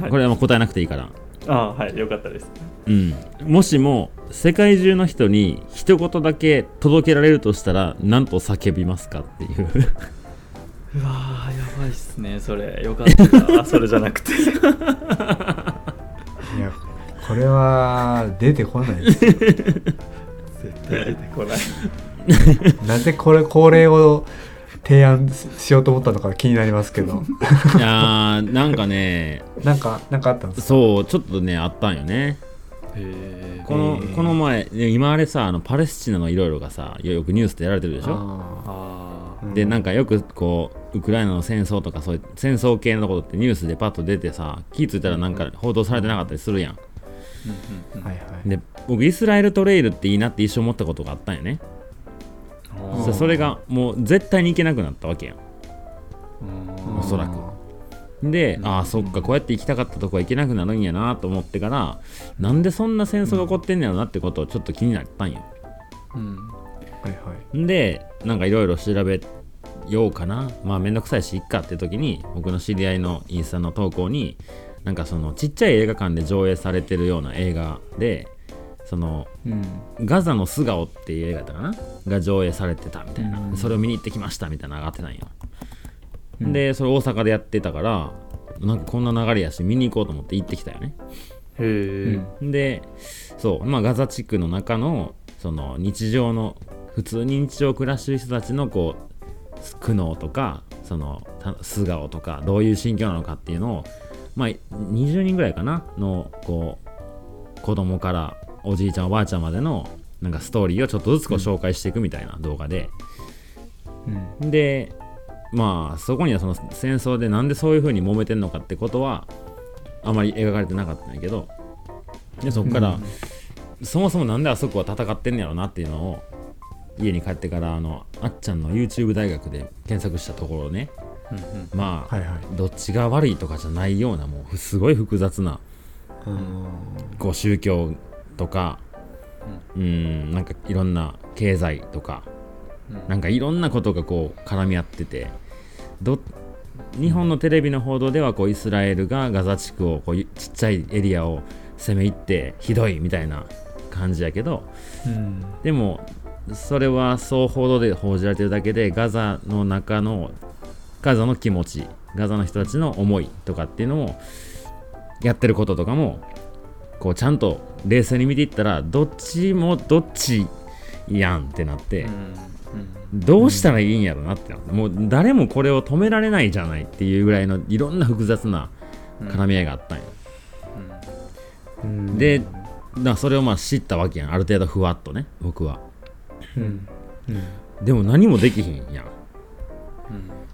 Speaker 1: はい
Speaker 2: これはもう答えなくていいから
Speaker 1: ああはいよかったです
Speaker 2: うんもしも世界中の人に一言だけ届けられるとしたら何と叫びますかっていう
Speaker 1: うわーやばいっすねそれよかった あそれじゃなくて
Speaker 3: いやこれは出てこないですよ
Speaker 1: 絶対出てこない
Speaker 3: なぜこれこれを提案ししようと思ったのか気になりますけ ど
Speaker 2: いやーなんかね
Speaker 3: なんかなんかあったんですか
Speaker 2: そうちょっとねあったんよね
Speaker 1: へ
Speaker 2: この
Speaker 3: えー
Speaker 2: この前ね今あれさあのパレスチナのいろいろがさよくニュースでやられてるでしょ
Speaker 3: あ
Speaker 1: あ
Speaker 3: ー
Speaker 2: で
Speaker 3: う
Speaker 2: なんかよくこうウクライナの戦争とかそういう戦争系のことってニュースでパッと出てさ気付いたらなんか報道されてなかったりするやん
Speaker 1: うんうんうん
Speaker 3: はいはい
Speaker 2: で僕イスラエルトレイルっていいなって一生思ったことがあったんよね
Speaker 1: あ
Speaker 2: そ
Speaker 1: ー
Speaker 2: それがもう絶対に行けなくなったわけや
Speaker 1: うん
Speaker 2: おそらくんでああそっかこうやって行きたかったとこは行けなくなるんやなと思ってからなんでそんな戦争が起こってんねやろなってことをちょっと気になったんよ
Speaker 1: う
Speaker 3: は
Speaker 1: ん
Speaker 3: いはい
Speaker 2: でなんかいろいろ調べようかなまあめんどくさいしいっかって時に僕の知り合いのインスタの投稿になんかそのちっちゃい映画館で上映されてるような映画でその
Speaker 1: うん
Speaker 2: ガザの素顔っていう映画だったかなが上映されてたみたいな、
Speaker 1: うん
Speaker 2: それを見に行ってきましたみたいなの上がってたんよ、でそれ大阪でやってたからなんかこんな流れやし見に行こうと思って行ってきたよね
Speaker 1: へえ
Speaker 2: でそう、まあ、ガザ地区の中のその日常の普通に日常を暮らしてる人たちのこう苦悩とかそのた素顔とかどういう心境なのかっていうのを、まあ、20人ぐらいかなのこう子供からおじいちゃんおばあちゃんまでのなんかストーリーをちょっとずつこう紹介していくみたいな動画で、
Speaker 3: うん
Speaker 2: でまあそこにはその戦争でなんでそういう風に揉めてんのかってことはあまり描かれてなかったんやけどでそこから、そもそもなんであそこは戦ってんねやろなっていうのを家に帰ってからあのあっちゃんの YouTube 大学で検索したところね
Speaker 1: うんうん
Speaker 2: まあ、
Speaker 3: はいはい
Speaker 2: どっちが悪いとかじゃないようなもうすごい複雑な
Speaker 3: うん
Speaker 2: こう宗教とかうんなんかいろんな経済とか
Speaker 1: うん
Speaker 2: なんかいろんなことがこう絡み合っててど日本のテレビの報道ではこうイスラエルがガザ地区をこういちっちゃいエリアを攻め入ってひどいみたいな感じやけど
Speaker 3: うん
Speaker 2: でもそれはそう報道で報じられてるだけでガザの中のガザの気持ちガザの人たちの思いとかっていうのもやってることとかもこうちゃんと冷静に見ていったらどっちもどっちやんってなって。
Speaker 1: うんうん
Speaker 2: どうしたらいいんやろなってなってもう誰もこれを止められないじゃないっていうぐらいのいろんな複雑な絡み合いがあったんよ、
Speaker 3: うん
Speaker 2: でだからそれをまあ知ったわけやんある程度ふわっとね僕は
Speaker 3: うん
Speaker 2: でも何もできひんやん
Speaker 1: うん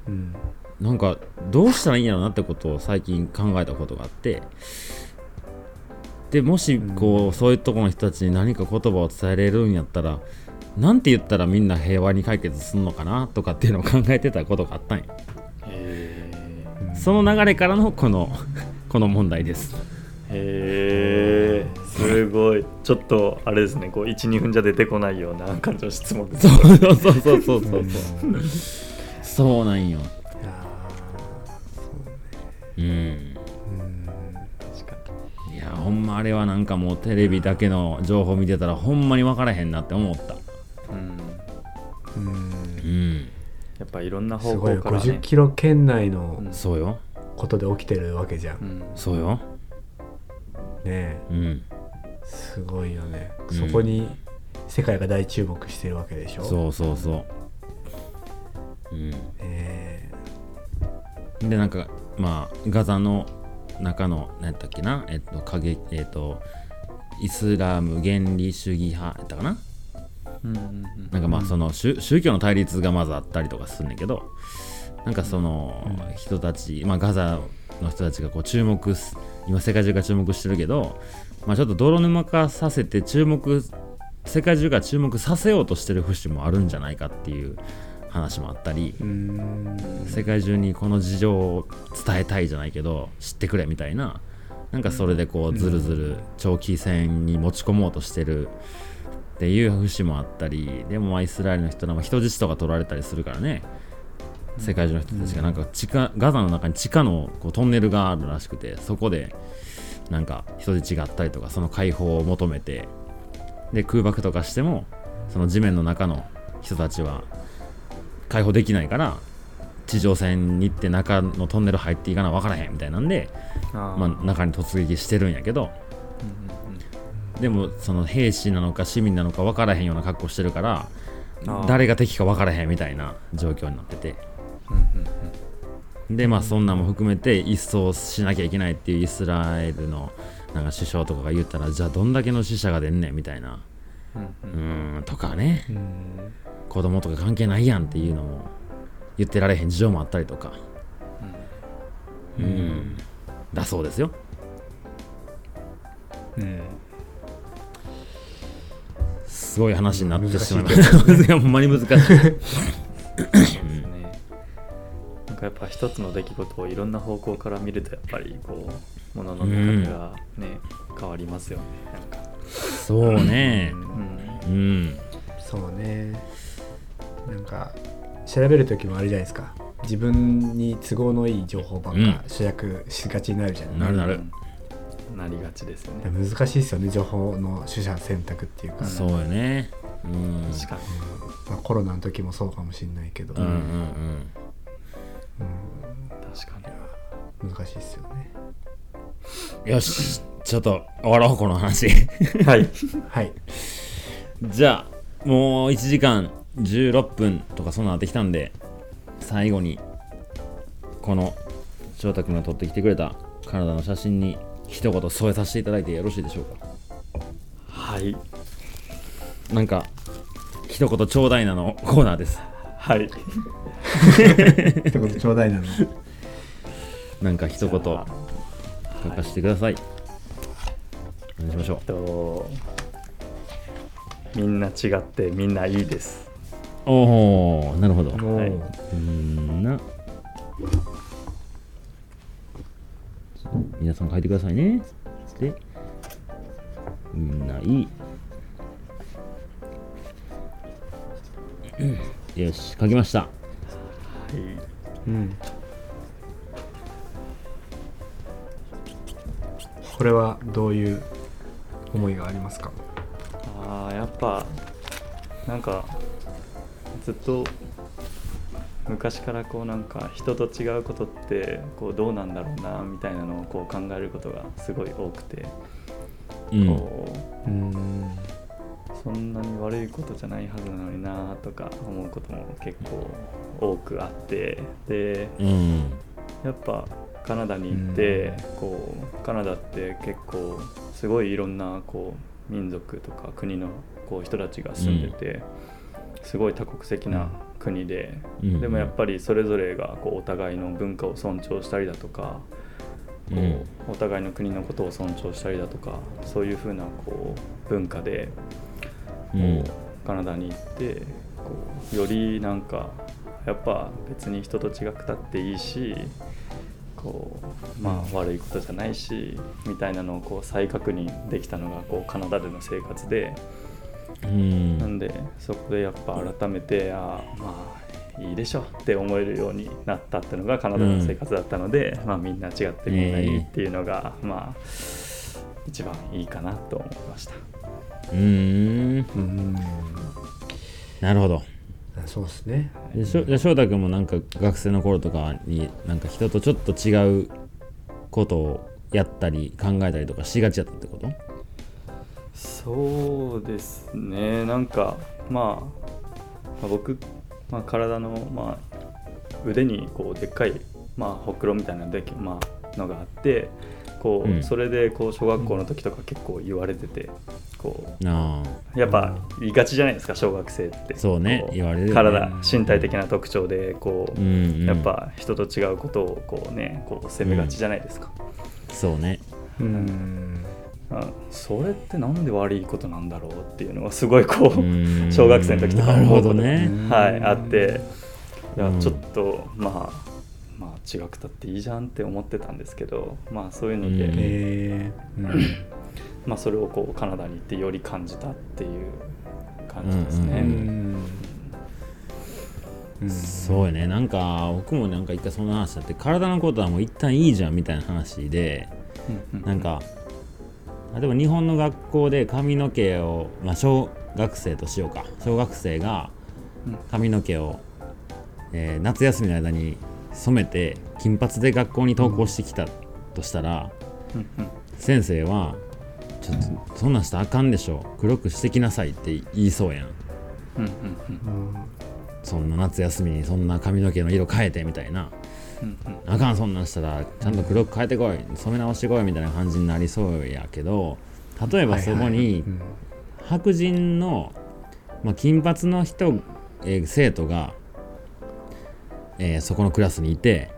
Speaker 3: うん
Speaker 2: なんかどうしたらいいんやろなってことを最近考えたことがあってでもしこうそういうとこの人たちに何か言葉を伝えれるんやったらなんて言ったらみんな平和に解決すんのかなとかっていうのを考えてたことがあったんよ
Speaker 1: へ
Speaker 2: その流れからのこのこの問題です。
Speaker 1: えへえすごいちょっとあれですねこう12分じゃ出てこないような感じの質問で す
Speaker 2: そうそうそうそうそうそう。
Speaker 3: うんい
Speaker 2: そうなんよ。
Speaker 3: や
Speaker 2: うん。
Speaker 3: ーうん
Speaker 1: 確か
Speaker 2: いやほんまあれはなんかもうテレビだけの情報見てたらほんまに分からへんなって思った。
Speaker 1: にうん
Speaker 3: うん
Speaker 2: うん。
Speaker 1: やっぱいろんな
Speaker 3: す
Speaker 1: 方
Speaker 3: ごい
Speaker 1: 向から
Speaker 3: 50
Speaker 1: ね
Speaker 3: キロ圏内の
Speaker 1: うん
Speaker 2: そうよ。
Speaker 3: ことで起きてるわけじゃん
Speaker 1: う
Speaker 3: ね
Speaker 1: ん
Speaker 2: そうよ。
Speaker 3: え
Speaker 2: うん。
Speaker 3: すごいよね
Speaker 2: うん
Speaker 3: そこに世界が大注目してるわけでしょ
Speaker 2: そうそうそう。うん。
Speaker 3: ね
Speaker 2: でなんかまあガザの中の何やったっけなえっと影えっとイスラム原理主義派やったかな
Speaker 1: うんうんうん
Speaker 2: なんかまあその宗宗教の対立がまずあったりとかするんだけどなんかその人たち、まあ、ガザの人たちがこう注目す今世界中が注目してるけど、まあ、ちょっと泥沼化させて注目世界中が注目させようとしてる節もあるんじゃないかっていう話もあったり
Speaker 3: うーん
Speaker 2: 世界中にこの事情を伝えたいじゃないけど知ってくれみたいななんかそれでこうずるずる長期戦に持ち込もうとしてるっていう節もあったりでもまあイスラエルの人らも人質とか取られたりするからね世界中の人たちがなんか地下ガザの中に地下のこうトンネルがあるらしくてそこでなんか人質があったりとかその解放を求めてで空爆とかしてもその地面の中の人たちは解放できないから地上戦に行って中のトンネル入っていかな分からへんみたいなんで、
Speaker 1: あー
Speaker 2: まあ、中に突撃してるんやけど
Speaker 1: うん
Speaker 2: でもその兵士なのか市民なのか分からへんような格好してるから
Speaker 1: あー
Speaker 2: 誰が敵か分からへんみたいな状況になってて
Speaker 1: うんうん
Speaker 2: でまあそんなんも含めて一掃しなきゃいけないっていうイスラエルのなんか首相とかが言ったらじゃあどんだけの死者が出んねんみたいな
Speaker 1: うんう
Speaker 2: うんーんとかね
Speaker 3: うーん
Speaker 2: 子供とか関係ないやんっていうのも言ってられへん事情もあったりとかうん、だそうですよ
Speaker 3: うん
Speaker 2: すごい話になってしまいま した。いやほんまに難しい。
Speaker 1: うんですねなんかやっぱ一つの出来事をいろんな方向から見るとやっぱりこうものの見方がね、変わりますよねなんか、
Speaker 2: そうね。
Speaker 1: うん、
Speaker 2: うん。
Speaker 3: そうねなんか調べる時もあれじゃないですか自分に都合のいい情報ばっか主役しがちになるじゃない、
Speaker 2: なるなる。
Speaker 1: うんなりがちですよね
Speaker 3: 難しいですよね情報の取捨選択っていうか、
Speaker 2: そうよね。うん。
Speaker 1: 確かに
Speaker 3: まあ、コロナの時もそうかもしれないけど、
Speaker 2: うんうん
Speaker 1: 確かに
Speaker 3: うん難しいですよね
Speaker 2: うん。よし。ちょっと終わろう、この話。
Speaker 1: はい。
Speaker 3: はい
Speaker 2: じゃあ、もう1時間16分とかそんななってきたんで、最後に、この翔太君が撮ってきてくれたカナダの写真に一言添えさせていただいてよろしいでしょうか。
Speaker 1: はい。
Speaker 2: なんか、一言ちょうだいなのコーナーです。
Speaker 1: はい。
Speaker 3: 一言ちょうだいなの
Speaker 2: なんか一言
Speaker 1: じゃ
Speaker 2: 書
Speaker 1: あ
Speaker 2: かせてください。お願いしましょ
Speaker 1: えっと、みんな違ってみんないいです。
Speaker 2: う。おお、なるほど。う
Speaker 1: はい
Speaker 2: ーんな。皆さん書いてくださいね。で、みんないい。うんよし、書きました。
Speaker 1: はい。
Speaker 3: うんこれはどういう思いがありますか
Speaker 1: ああ、やっぱ、なんか、ずっと、昔からこうなんか人と違うことってこうどうなんだろうなみたいなのをこう考えることがすごい多くて、
Speaker 2: うん。
Speaker 1: こ
Speaker 3: うん
Speaker 1: うそんなに悪いことじゃないはずなのになとか思うことも結構多くあってで
Speaker 2: うん。
Speaker 1: やっぱカナダに行って、こうカナダって結構すごいいろんなこう民族とか国のこう人たちが住んでて、すごい多国籍な国で、
Speaker 2: うん
Speaker 1: でもやっぱりそれぞれがこうお互いの文化を尊重したりだとか、こ
Speaker 2: う
Speaker 1: う
Speaker 2: ん
Speaker 1: お互いの国のことを尊重したりだとかそういう風なこう文化で
Speaker 2: うん。
Speaker 1: カナダに行ってこうよりなんかやっぱ別に人と違くたっていいしこうまあ悪いことじゃないしみたいなのをこう再確認できたのがこうカナダでの生活で
Speaker 2: うん
Speaker 1: なんでそこでやっぱ改めてああまあいいでしょって思えるようになったっていうのがカナダの生活だったので、まあみんな違ってみんないいっていうのが、まあ一番いいかなと思いました。
Speaker 2: うーん。
Speaker 3: うん
Speaker 2: なるほど。
Speaker 3: そうですね
Speaker 2: でしょじゃあ翔太君もなんか学生の頃とかになんか人とちょっと違うことをやったり考えたりとかしがちだったってこと
Speaker 1: そうですねなんかまあまあ僕、まあ、体の、まあ、腕にこうでっかい、まあ、ほくろみたいなでき、まあのがあってこう、
Speaker 2: うん
Speaker 1: それでこう小学校の時とか結構言われててこ
Speaker 2: あ
Speaker 1: うやっぱ言いがちじゃないですか小学生って
Speaker 2: そうね
Speaker 1: こ
Speaker 2: 言われるよね
Speaker 1: 体身体的な特徴でこ
Speaker 2: あ、
Speaker 1: う、
Speaker 2: うんうん、
Speaker 1: やっぱ人と違う ことをこうねこう責めがちじゃないですか、
Speaker 2: そうね
Speaker 3: うん
Speaker 1: あそれってなんで悪いことなんだろうっていうのはすごいこう、
Speaker 2: うん
Speaker 1: 小学生の時とか
Speaker 2: なる
Speaker 1: 思
Speaker 2: ほ
Speaker 1: うこ
Speaker 2: ど
Speaker 1: と
Speaker 2: ね
Speaker 3: うん
Speaker 1: はい、あっていや、
Speaker 2: うん
Speaker 1: ちょっとまあまあ違くたっていいじゃんって思ってたんですけどまあそういうので、
Speaker 2: うん
Speaker 3: えー
Speaker 1: まあ、それをこうカナダに行ってより感じたっていう感じです
Speaker 3: う
Speaker 1: ね。
Speaker 2: うん
Speaker 3: うん
Speaker 2: そうやねなんか僕もなんか一回そんな話あって体のことはもう一旦いいじゃんみたいな話でなんか例えば日本の学校で髪の毛を、まあ、小学生としようか小学生が
Speaker 1: うん
Speaker 2: 髪の毛を、えー夏休みの間に染めて金髪で学校に登校してきたとしたら、
Speaker 1: うんうん
Speaker 2: 先生は「ちょっとそんなんしたらあかんでしょ黒くしてきなさい」って言いそうやん
Speaker 1: うんうんう
Speaker 3: う
Speaker 1: ん
Speaker 3: ん
Speaker 2: そんな夏休みにそんな髪の毛の色変えてみたいな
Speaker 1: うんうん
Speaker 2: あかんそんなんしたらちゃんと黒く変えてこい染め直してこいみたいな感じになりそうやけど例えばそこに
Speaker 3: うん
Speaker 2: 白人の、まあ、金髪の人、えー生徒が、えーそこのクラスにいて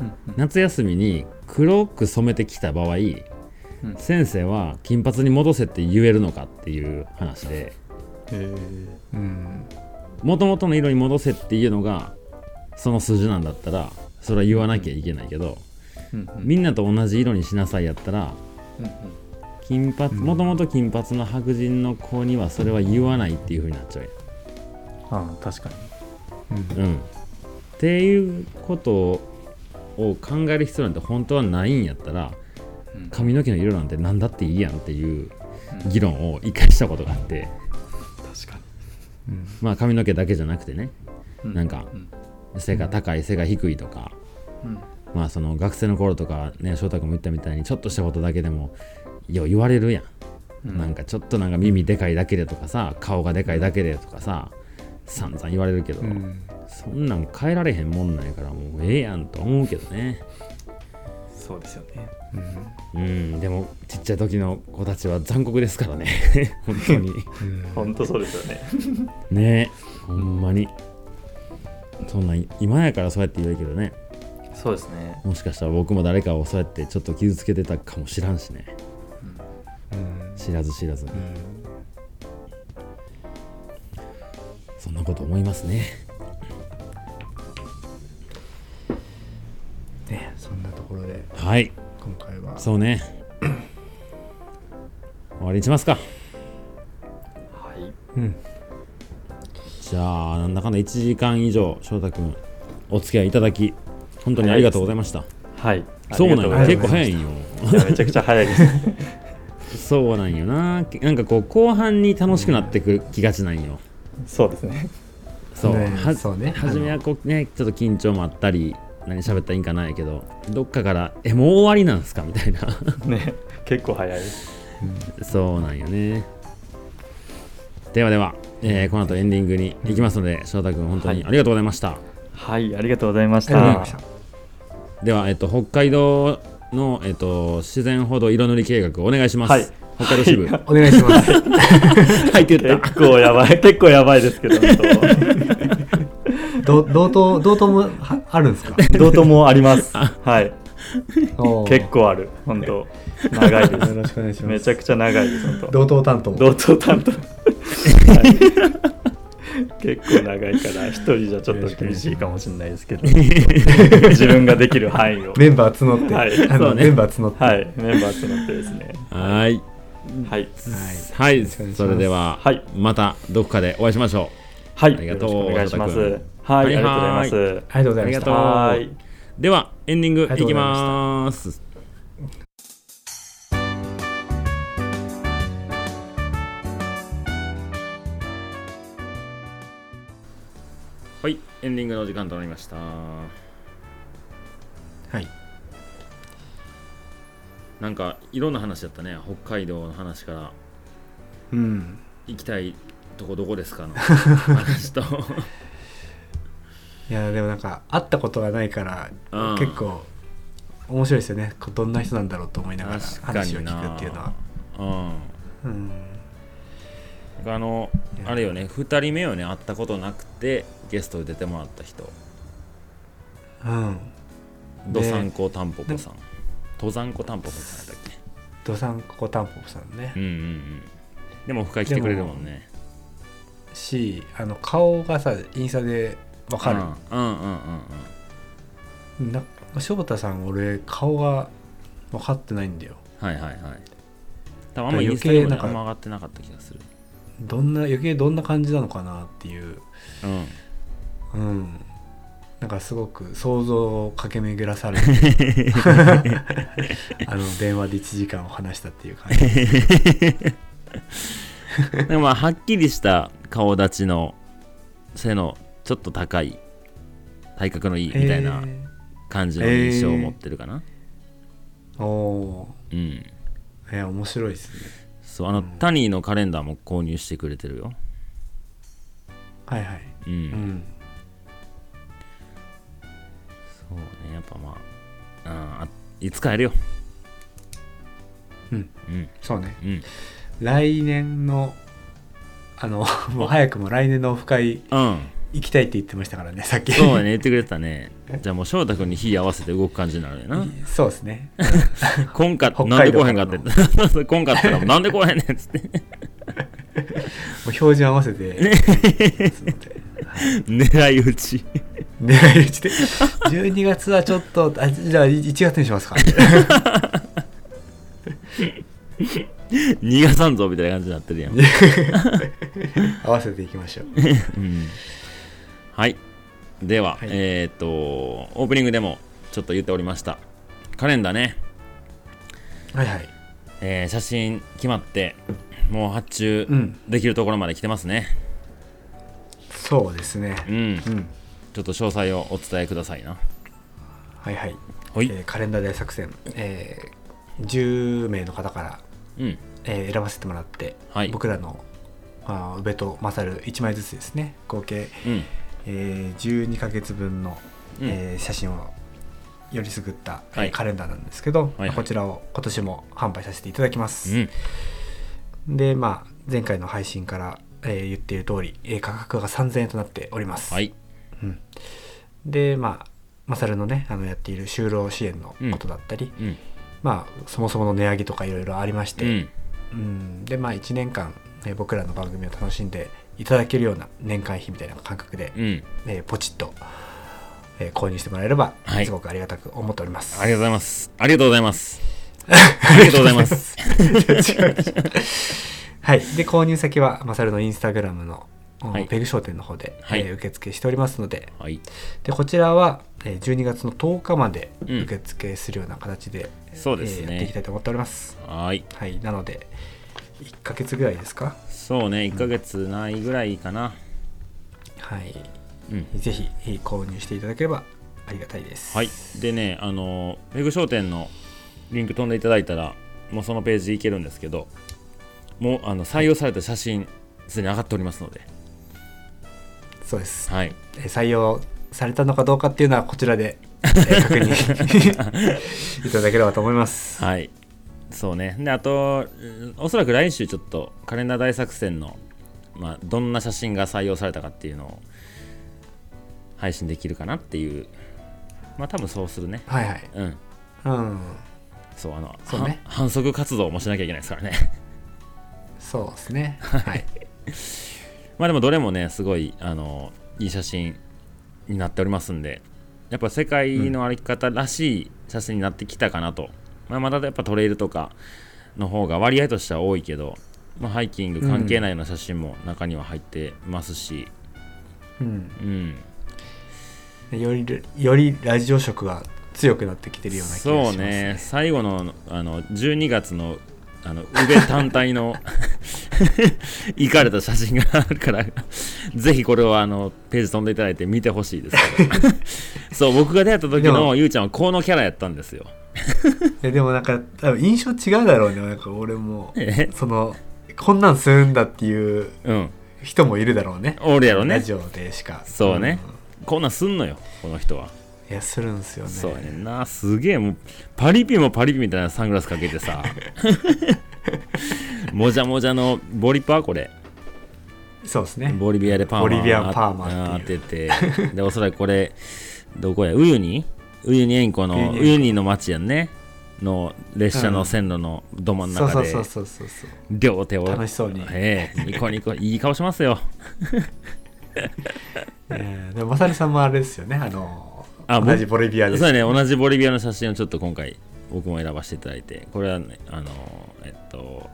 Speaker 1: うん
Speaker 2: 夏休みに黒く染めてきた場合、
Speaker 1: うん
Speaker 2: 先生は金髪に戻せって言えるのかっていう話で
Speaker 3: うん
Speaker 2: もともとの色に戻せっていうのがその数字なんだったらそれは言わなきゃいけないけど、
Speaker 1: うんうん
Speaker 2: みんなと同じ色にしなさいやったら
Speaker 1: うん
Speaker 2: 金髪
Speaker 3: うん
Speaker 2: もともと金髪の白人の子にはそれは言わないっていう風になっちゃう
Speaker 1: ああ確かに。
Speaker 3: うん
Speaker 2: やん、うん、っていうことを考える必要なんて本当はないんやったら
Speaker 1: うん
Speaker 2: 髪の毛の色なんて何だっていいやんっていう
Speaker 1: うん
Speaker 2: 議論を一回したことがあって
Speaker 1: 確か
Speaker 3: うん
Speaker 2: まあ髪の毛だけじゃなくてね
Speaker 1: にう
Speaker 2: なんか
Speaker 1: うん
Speaker 2: 背が高い背が低いとか
Speaker 1: うん
Speaker 2: まあその学生の頃とかね翔太君も言ったみたいにちょっとしたことだけでもよう言われるやん
Speaker 1: うん
Speaker 2: なんかちょっとなんか耳でかいだけでとかさ顔がでかいだけでとかさ散々言われるけど、
Speaker 3: うん
Speaker 2: そんなん変えられへんもんなんやからもうええやんと思うけどね
Speaker 1: そうですよね。
Speaker 3: うん
Speaker 2: うんでもちっちゃい時の子たちは残酷ですからね 本当に
Speaker 1: 本当そうですよ ね。
Speaker 2: ねえほんまにそんなん今やからそうやって言えるけどね
Speaker 1: そうですね。
Speaker 2: もしかしたら僕も誰かをそうやってちょっと傷つけてたかもしらんしね
Speaker 3: うん
Speaker 2: 知らず知らずに
Speaker 3: うん
Speaker 2: そんなこと思いますね
Speaker 3: ねそんなところで
Speaker 2: はい
Speaker 3: 今回は
Speaker 2: そうね 終わりにしますか
Speaker 1: はい。
Speaker 3: うん
Speaker 2: じゃあなんだかんだ1時間以上翔太君お付き合いいただき本当にありがとうございました、
Speaker 1: はい。
Speaker 2: そうなんよ
Speaker 1: あり
Speaker 2: 結
Speaker 1: が
Speaker 2: 構
Speaker 1: とうござ
Speaker 2: 早
Speaker 1: い
Speaker 2: いんよ
Speaker 1: ますいやめちゃくちゃ早いです。
Speaker 2: そうなんよななんかこう後半に楽しくなってくる気がちなんよ
Speaker 1: そうですね。
Speaker 2: そう,、
Speaker 3: ね
Speaker 2: は
Speaker 3: そうね
Speaker 2: 初めはこうねちょっと緊張もあったり何喋ったらいいんかないけどどっかから「えもう終わりなんすか?」みたいな
Speaker 1: ね結構早いです。
Speaker 2: そうなんよねではでは、えーこの後エンディングに行きますので翔太君本当にありがとうございました、
Speaker 1: はいありがとうございまし
Speaker 3: ありがとうござい
Speaker 1: た
Speaker 3: まし。た
Speaker 2: では、えっと、北海道の、えっと、自然保護色塗り計画お願いします。
Speaker 1: はい
Speaker 2: 北海道支部。は
Speaker 3: お願いします
Speaker 2: い、って言った。
Speaker 1: 結構やば い結構やばいですけど。本当
Speaker 3: ど同等同等もはあるんですか
Speaker 1: どうともあります。はい。
Speaker 3: おー
Speaker 1: 結構ある。本当長いで
Speaker 3: よろしくお願いし
Speaker 1: す。
Speaker 3: ま
Speaker 1: め
Speaker 3: す
Speaker 1: ちゃくちゃ長いです。本当。
Speaker 3: 同等担当
Speaker 1: 同等担当。はい結構長いから一人じゃちょっと厳しいかもしれないですけ ど自分ができる範囲を
Speaker 3: メンバー募って、
Speaker 1: はい
Speaker 3: あ
Speaker 2: そ
Speaker 3: の
Speaker 2: うね
Speaker 3: メンバー募って、
Speaker 1: はいメンバー集まってですね
Speaker 2: はい。
Speaker 1: はい
Speaker 2: はい、
Speaker 3: しくお願いします
Speaker 2: それでは、
Speaker 1: はい
Speaker 2: またどこかでお会いしましょ
Speaker 1: はい
Speaker 2: あり
Speaker 1: よ
Speaker 2: が
Speaker 1: ろし
Speaker 2: と
Speaker 1: く
Speaker 2: う
Speaker 1: お願いしま
Speaker 2: 小田
Speaker 1: す
Speaker 2: 君
Speaker 1: はいあ
Speaker 2: はい
Speaker 1: りがとうございます
Speaker 3: ありがとうござい
Speaker 2: あり
Speaker 3: ました
Speaker 2: がとう。
Speaker 1: はい
Speaker 2: では、エンディング
Speaker 3: あり
Speaker 2: い
Speaker 3: がとうご
Speaker 2: き
Speaker 3: ざいました
Speaker 2: ます。はい、エンディングの時間となりました。
Speaker 3: はい
Speaker 2: なんかいろんな話だったね、北海道の話から
Speaker 3: うん
Speaker 2: 行きたいとこどこですか の話と、
Speaker 3: いやでもなんか会ったことがないから、
Speaker 2: うん
Speaker 3: 結構面白いですよねこどんな人なんだろうと思いながら
Speaker 2: 確か
Speaker 3: 話を
Speaker 2: にな
Speaker 3: 聞くっていうのは、うん、
Speaker 2: うん、あの
Speaker 3: いや
Speaker 2: あれよね2人目よね会ったことなくてゲストで出てもらった人
Speaker 3: うん、
Speaker 2: どさんこたんぽぽさん登山こたんぽぽさんやったっけ
Speaker 3: ドサンコタンポポさんね
Speaker 2: うんうんうんでも深い来てくれるもんね
Speaker 3: しあの顔がさインスタでわか
Speaker 2: う
Speaker 3: る
Speaker 2: んうんうんうん
Speaker 3: な翔太さん俺顔が分かってないんだよ
Speaker 2: はいはいはい多分あんまインスタでもね
Speaker 3: 余計なんか
Speaker 2: あんま上がってなかった気がする
Speaker 3: どんな余計どんな感じなのかなっていう
Speaker 2: うん
Speaker 3: うんなんかすごく想像を駆け巡らされて あの電話で1時間を話したっていう感じ
Speaker 2: でもまあはっきりした顔立ちの背のちょっと高い体格のいい みたいな感じの印象を持ってるかな、
Speaker 3: おお
Speaker 2: うん
Speaker 3: ーえー面白いですね
Speaker 2: そうあの、タニーのカレンダーも購入してくれてるよ
Speaker 3: はいはい
Speaker 2: うん、
Speaker 3: うん
Speaker 2: そうねやっぱまああーあいつかやるよ
Speaker 3: うん
Speaker 2: うん
Speaker 3: そうね
Speaker 2: うん
Speaker 3: 来年の あのもう早くも来年のオフ会
Speaker 2: うん
Speaker 3: 行きたいって言ってましたからねさっき
Speaker 2: そうだね言ってくれてたねじゃあもう翔太君に火合わせて動く感じになるよな
Speaker 3: そうですね
Speaker 2: こんか
Speaker 3: 北
Speaker 2: なんで来
Speaker 3: 海道
Speaker 2: へ
Speaker 3: か
Speaker 2: んからって
Speaker 3: の
Speaker 2: こんかったらもうなんで来へんねんっつって
Speaker 3: もう標準合わせ て、
Speaker 2: 狙い撃ち
Speaker 3: 狙い撃ちで12月はちょっとあじゃあ1月に しますか
Speaker 2: 逃がさんぞみたいな感じになってるやん、
Speaker 3: 合わせていきましょう
Speaker 2: うんはいでは、
Speaker 3: はい
Speaker 2: えーっとオープニングでもちょっと言っておりましたカレンダーね、
Speaker 3: はいはい
Speaker 2: えー写真決まってもう発注
Speaker 3: うん
Speaker 2: できるところまで来てますね
Speaker 3: そうですね
Speaker 2: うん
Speaker 3: うん
Speaker 2: ちょっと詳細をお伝えくださいな
Speaker 3: はいはい、
Speaker 2: はい
Speaker 3: えーカレンダー大作戦、えー10名の方から、
Speaker 2: うん
Speaker 3: えー選ばせてもらって、
Speaker 2: はい
Speaker 3: 僕らのあー宇部とマサル1枚ずつですね合計、
Speaker 2: うん
Speaker 3: えー12ヶ月分の、
Speaker 2: うん
Speaker 3: えー写真をよりすぐった、えー
Speaker 2: はい
Speaker 3: カレンダーなんですけど、
Speaker 2: はいはい
Speaker 3: こちらを今年も販売させていただきます、
Speaker 2: うん
Speaker 3: でまあ前回の配信から、えー言っている通り、えー価格が3000円となっております、
Speaker 2: はい
Speaker 3: うん、でまあマサルのねあのやっている就労支援のことだったり、
Speaker 2: うん
Speaker 3: まあそもそもの値上げとかいろいろありまし
Speaker 2: う
Speaker 3: て、
Speaker 2: ん
Speaker 3: うんでまあ1年間、えー僕らの番組を楽しんでいただけるような年会費みたいな感覚で、
Speaker 2: うん
Speaker 3: えーポチッと、えー購入してもらえれば、
Speaker 2: はい
Speaker 3: すごくありがたく思っております
Speaker 2: ありがとうございますありがとうございますありがとうございます
Speaker 3: 違う違うはいで購入先はマサルのインスタグラムの、
Speaker 2: はい
Speaker 3: ペグ商店の方で、
Speaker 2: はい
Speaker 3: えー受付しておりますので
Speaker 2: はい
Speaker 3: でこちらはえー12月の10日まで
Speaker 2: うん
Speaker 3: 受付するような形で、
Speaker 2: そうですね
Speaker 3: えーやっていきたいと思っております
Speaker 2: はい
Speaker 3: はいなので1ヶ月ぐらいですか
Speaker 2: そうね1ヶ月ないぐらいかな
Speaker 3: はい
Speaker 2: うん
Speaker 3: ぜひえー購入していただければありがたいです
Speaker 2: はい、でね、あのペグ商店のリンク飛んでいただいたら、もうそのページいけるんですけど、もうあの採用された写真、すでに上がっておりますので、
Speaker 3: そうです、
Speaker 2: はい、
Speaker 3: えー採用されたのかどうかっていうのはこち らで、えー確認 いただければと思います
Speaker 2: はい、そうね、であと、うんおそらく来週、ちょっとカレンダー大作戦の、まあ、どんな写真が採用されたかっていうのを配信できるかなっていう、まあ、多分そうするね。
Speaker 3: はいはい
Speaker 2: うん
Speaker 3: うん
Speaker 2: そうあの
Speaker 3: そうね
Speaker 2: は反則活動もしなきゃいけないですからね
Speaker 3: そうですねはい
Speaker 2: まあでもどれもねすごいあのいい写真になっておりますんでやっぱ世界の歩き方らしい写真になってきたかなと、まあ、まだやっぱトレイルとかの方が割合としては多いけど、まあ、ハイキング関係ないような写真も中には入ってますし、
Speaker 3: うん
Speaker 2: うん
Speaker 3: よりよりラジオ色が強くなってきてるような気がしま
Speaker 2: そう
Speaker 3: す
Speaker 2: ね最後のあの12月のあの腕単体の いかれた写真があるからぜひこれをあのページ飛んでいただいて見てほしいですけ どそう僕が出会った時
Speaker 3: で
Speaker 2: の
Speaker 3: も
Speaker 2: ゆうちゃんはこのキャラやったんですよ
Speaker 3: いやでもなんか多分印象違うだろうねなんか俺も
Speaker 2: え
Speaker 3: そのこんなんするんだっていう
Speaker 2: うん
Speaker 3: 人もいるだろうね
Speaker 2: おるやろ
Speaker 3: ラ
Speaker 2: ね
Speaker 3: ジオでしか
Speaker 2: そうね
Speaker 3: ん
Speaker 2: こんなんすんのよこの人は、
Speaker 3: いやするんすよね
Speaker 2: そうやねんなすげえもうパリピもパリピみたいなサングラスかけて さもじゃもじゃのボリパーこれ
Speaker 3: そうですね
Speaker 2: ボリビアでパーマ
Speaker 3: ボリビアパーマ
Speaker 2: あ
Speaker 3: って
Speaker 2: 当ててでおそらくこれどこやウユニウユニ塩湖の
Speaker 3: ウユニ塩湖
Speaker 2: ウユニの町やんねの列車の線路のど真ん
Speaker 3: そうそ
Speaker 2: 中
Speaker 3: う
Speaker 2: で
Speaker 3: そうそうそうそう
Speaker 2: 両手を
Speaker 3: 楽しそうに
Speaker 2: ええニコニコいい顔しますよ
Speaker 3: えーでもまさるさんもあれですよねあの
Speaker 2: あ
Speaker 3: 同じボリビア
Speaker 2: そ
Speaker 3: で
Speaker 2: う
Speaker 3: す
Speaker 2: だね同じボリビアの写真をちょっと今回僕も選ばせていただいてこれはねあのえっと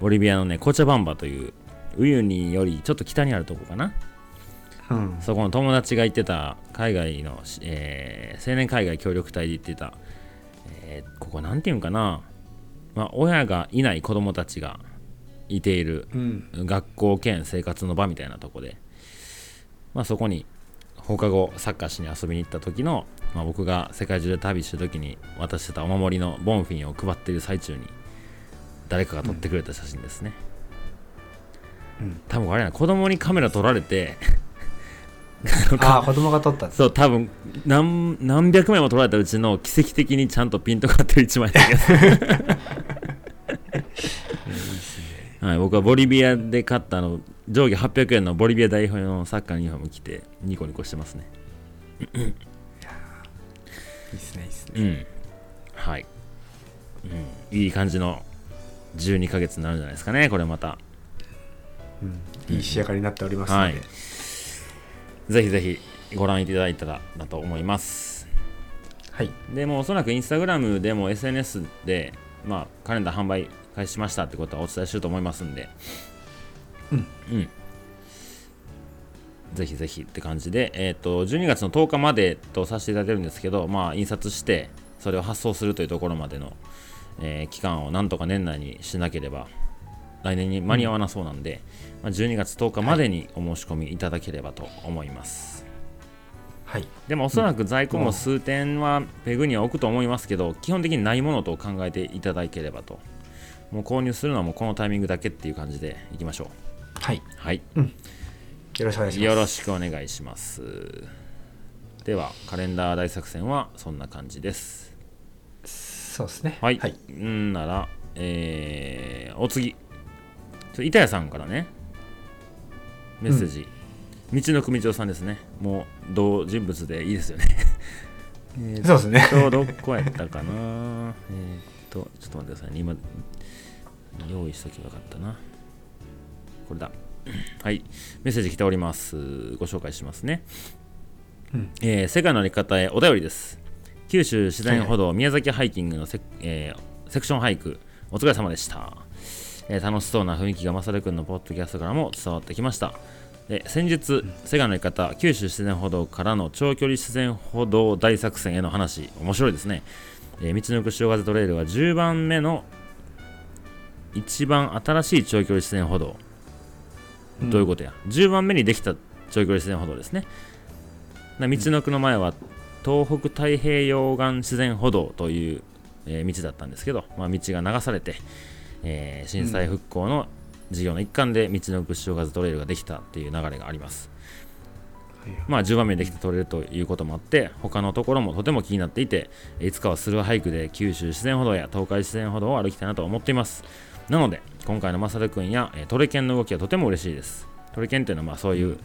Speaker 2: ボリビアのねコチャバンバというウユニよりちょっと北にあるとこかな
Speaker 3: うん
Speaker 2: そこの友達が行ってた海外の、えー青年海外協力隊で行ってた、えーここなんていうんかな、まあ、親がいない子供たちがいている
Speaker 3: うん
Speaker 2: 学校兼生活の場みたいなとこで、まあ、そこに放課後サッカーしに遊びに行った時の、まあ、僕が世界中で旅してる時に渡してたお守りのボンフィンを配っている最中に誰かが撮ってくれた写真ですね、
Speaker 3: うん
Speaker 2: 多分あれやな子供にカメラ撮られて
Speaker 3: ああ子供が撮ったんです
Speaker 2: そう多分何何百枚も撮られたうちの奇跡的にちゃんとピントが合ってる1枚だけです、はい、僕はボリビアで勝ったあの上下800円のボリビア代表のサッカーのユニフォーム着てニコニコしてますね
Speaker 3: いいっすねいいっすね
Speaker 2: うんはい、うん、いい感じの12ヶ月になるんじゃないですかねこれまた
Speaker 3: いい仕上がりになっておりますので、
Speaker 2: はいぜひぜひご覧いただいたらなと思います
Speaker 3: はい、
Speaker 2: でもうおそらくインスタグラムでも SNS で、まあ、カレンダー販売開始しましたってことはお伝えしてると思いますんで、
Speaker 3: うん
Speaker 2: うん、ぜひぜひって感じで、えー、と12月の10日までとさせていただいてるんですけど、まあ、印刷してそれを発送するというところまでの、えー期間をなんとか年内にしなければ来年に間に合わなそうなんで、まあ、12月10日までにお申し込みいただければと思います。
Speaker 3: はい、
Speaker 2: でもおそらく在庫も数点はペグには置くと思いますけど、基本的にないものと考えていただければと。もう購入するのはもうこのタイミングだけっていう感じでいきましょう。
Speaker 3: はい、
Speaker 2: はい。
Speaker 3: よろしくお願いします
Speaker 2: よろしくお願いします。では、カレンダー大作戦はそんな感じです。
Speaker 3: そうですね
Speaker 2: はい。
Speaker 3: はい、
Speaker 2: んなら、えー、お次。ちょ板谷さんからね、メッセージ。道の組長さんですね。もう同人物でいいですよね。えー
Speaker 3: そうですね
Speaker 2: ちょうどこうやったかな。えーっと、ちょっと待ってくださいね。今、用意しとけばよかったな。これだ。はい。メッセージ来ております。ご紹介しますね。
Speaker 3: うん
Speaker 2: えー世界のあり方へお便りです。九州自然歩道、宮崎ハイキングのセ,、えーセクションハイク、お疲れ様でした。えー楽しそうな雰囲気がまさるくんのポッドキャストからも伝わってきました。えー先日、セガの言い方、九州自然歩道からの長距離自然歩道大作戦への話、面白いですね。えー道のく潮風トレイルは10番目の一番新しい長距離自然歩道。
Speaker 3: ん
Speaker 2: どういうことや、?10 番目にできた長距離自然歩道ですね。な道のくの前は、東北太平洋岸自然歩道という、えー道だったんですけど、まあ、道が流されて、えー震災復興の事業の一環で道のく潮風トレイルができたっていう流れがあります。まあ、10番目にできて取れるということもあって他のところもとても気になっていていつかはスルーハイクで九州自然歩道や東海自然歩道を歩きたいなと思っていますなので今回のマサルくんやえートレケンの動きはとても嬉しいですトレケンっていうのはまあそういう、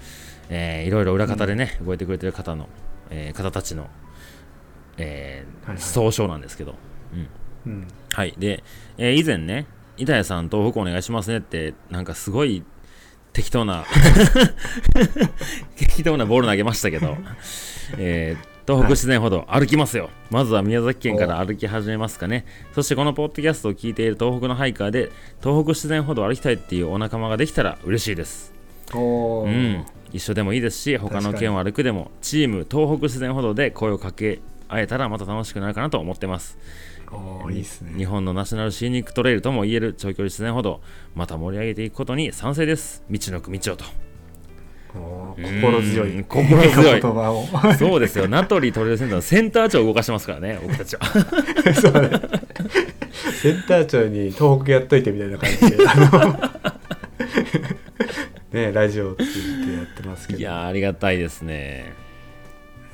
Speaker 2: えーいろいろ裏方でね、動いてくれてる方の、えー方たちの、えー
Speaker 3: はいはい
Speaker 2: 総称なんですけどうん
Speaker 3: うん、
Speaker 2: はい。で、えー以前ね、板谷さん、東北お願いしますねって、なんかすごい適当な、 適当なボール投げましたけど、えー東北自然歩道、歩きますよ。まずは宮崎県から歩き始めますかね。そしてこのポッドキャストを聞いている東北のハイカーで、東北自然歩道を歩きたいっていうお仲間ができたら嬉しいです。
Speaker 3: おお、
Speaker 2: うん、一緒でもいいですし他の県を歩くでもチーム東北自然歩道で声をかけ合えたらまた楽しくなるかなと思ってます
Speaker 3: おーいいっすね
Speaker 2: 日本のナショナルシーニックトレイルともいえる長距離自然歩道また盛り上げていくことに賛成です道のく 道をと
Speaker 3: おー心強
Speaker 2: うん
Speaker 3: い
Speaker 2: 心強い
Speaker 3: 言葉を
Speaker 2: そうですよ名取トレイルセンターのセンター長を動かしてますからね僕たちは
Speaker 3: そうだねセンター長に東北やっといてみたいな感じであの ねラジオを通じてやってますけど
Speaker 2: いやーありがたいですね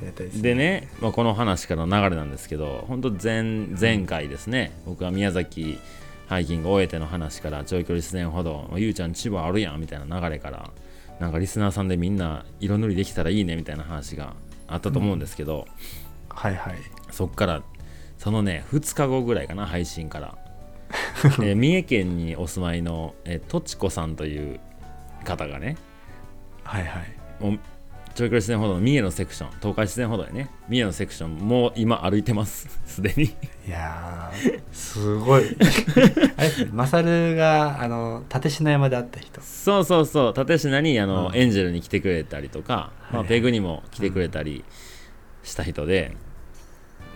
Speaker 3: ありがたいです
Speaker 2: でね、まあ、この話からの流れなんですけど本当前前回ですね僕は宮崎ハイキング終えての話から長距離自然歩道ゆうちゃん千葉あるやんみたいな流れからなんかリスナーさんでみんな色塗りできたらいいねみたいな話があったと思うんですけど、
Speaker 3: はいはい
Speaker 2: そっからそのね2日後ぐらいかな配信から、えー三重県にお住まいのえーとちこさんという方がね
Speaker 3: はいはい
Speaker 2: もう長距離自然歩道の三重のセクション東海自然歩道でね三重のセクションもう今歩いてます すでに
Speaker 3: い やーすごいあれマサルがあの立科山で会った人
Speaker 2: そうそうそう立科にあの、
Speaker 3: うん
Speaker 2: エンジェルに来てくれたりとか、ま
Speaker 3: は
Speaker 2: あ、
Speaker 3: いはい
Speaker 2: ペグにも来てくれたりした人で、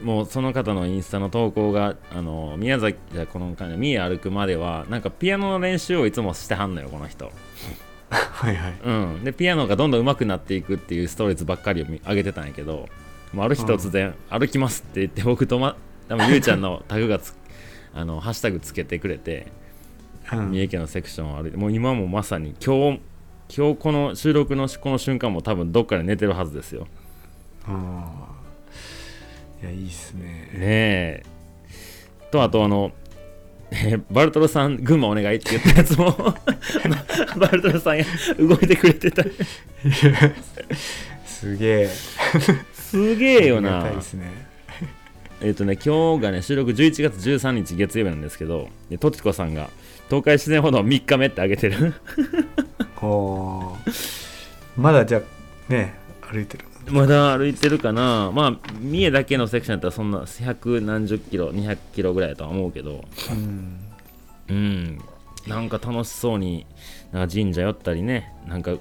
Speaker 2: もうその方のインスタの投稿があの宮崎じゃこの間三重歩くまではなんかピアノの練習をいつもしてはんのよこの人
Speaker 3: はいはい
Speaker 2: うん、でピアノがどんどん上手くなっていくっていうストーリーズばっかりを見上げてたんやけどもうある日突然「歩きます」って言って僕と、ま、多分ゆうちゃんのタグがつあのハッシュタグつけてくれて
Speaker 3: うん
Speaker 2: 三重県のセクションを歩いてもう今もまさに今日今日この収録のこの瞬間も多分どっかで寝てるはずですよ
Speaker 3: あーいやいいっすね
Speaker 2: ねえとあとあの えーバルトロさん群馬お願いって言ったやつも バルトロさんが動いてくれてた
Speaker 3: すげえ
Speaker 2: すげえよ
Speaker 3: ありがた
Speaker 2: ない
Speaker 3: ですね
Speaker 2: えっ、とね、今日がね、収録11月13日月曜日なんですけど、でとちこさんが、東海自然歩道3日目ってあげてる。
Speaker 3: おまだじゃあね歩いてる
Speaker 2: まだ歩いてるかなまあ、三重だけのセクションやったらそんな100何十キロ、200キロぐらいだとは思うけど、
Speaker 3: うん
Speaker 2: うん、なんか楽しそうに、なんか神社寄ったりね、なんか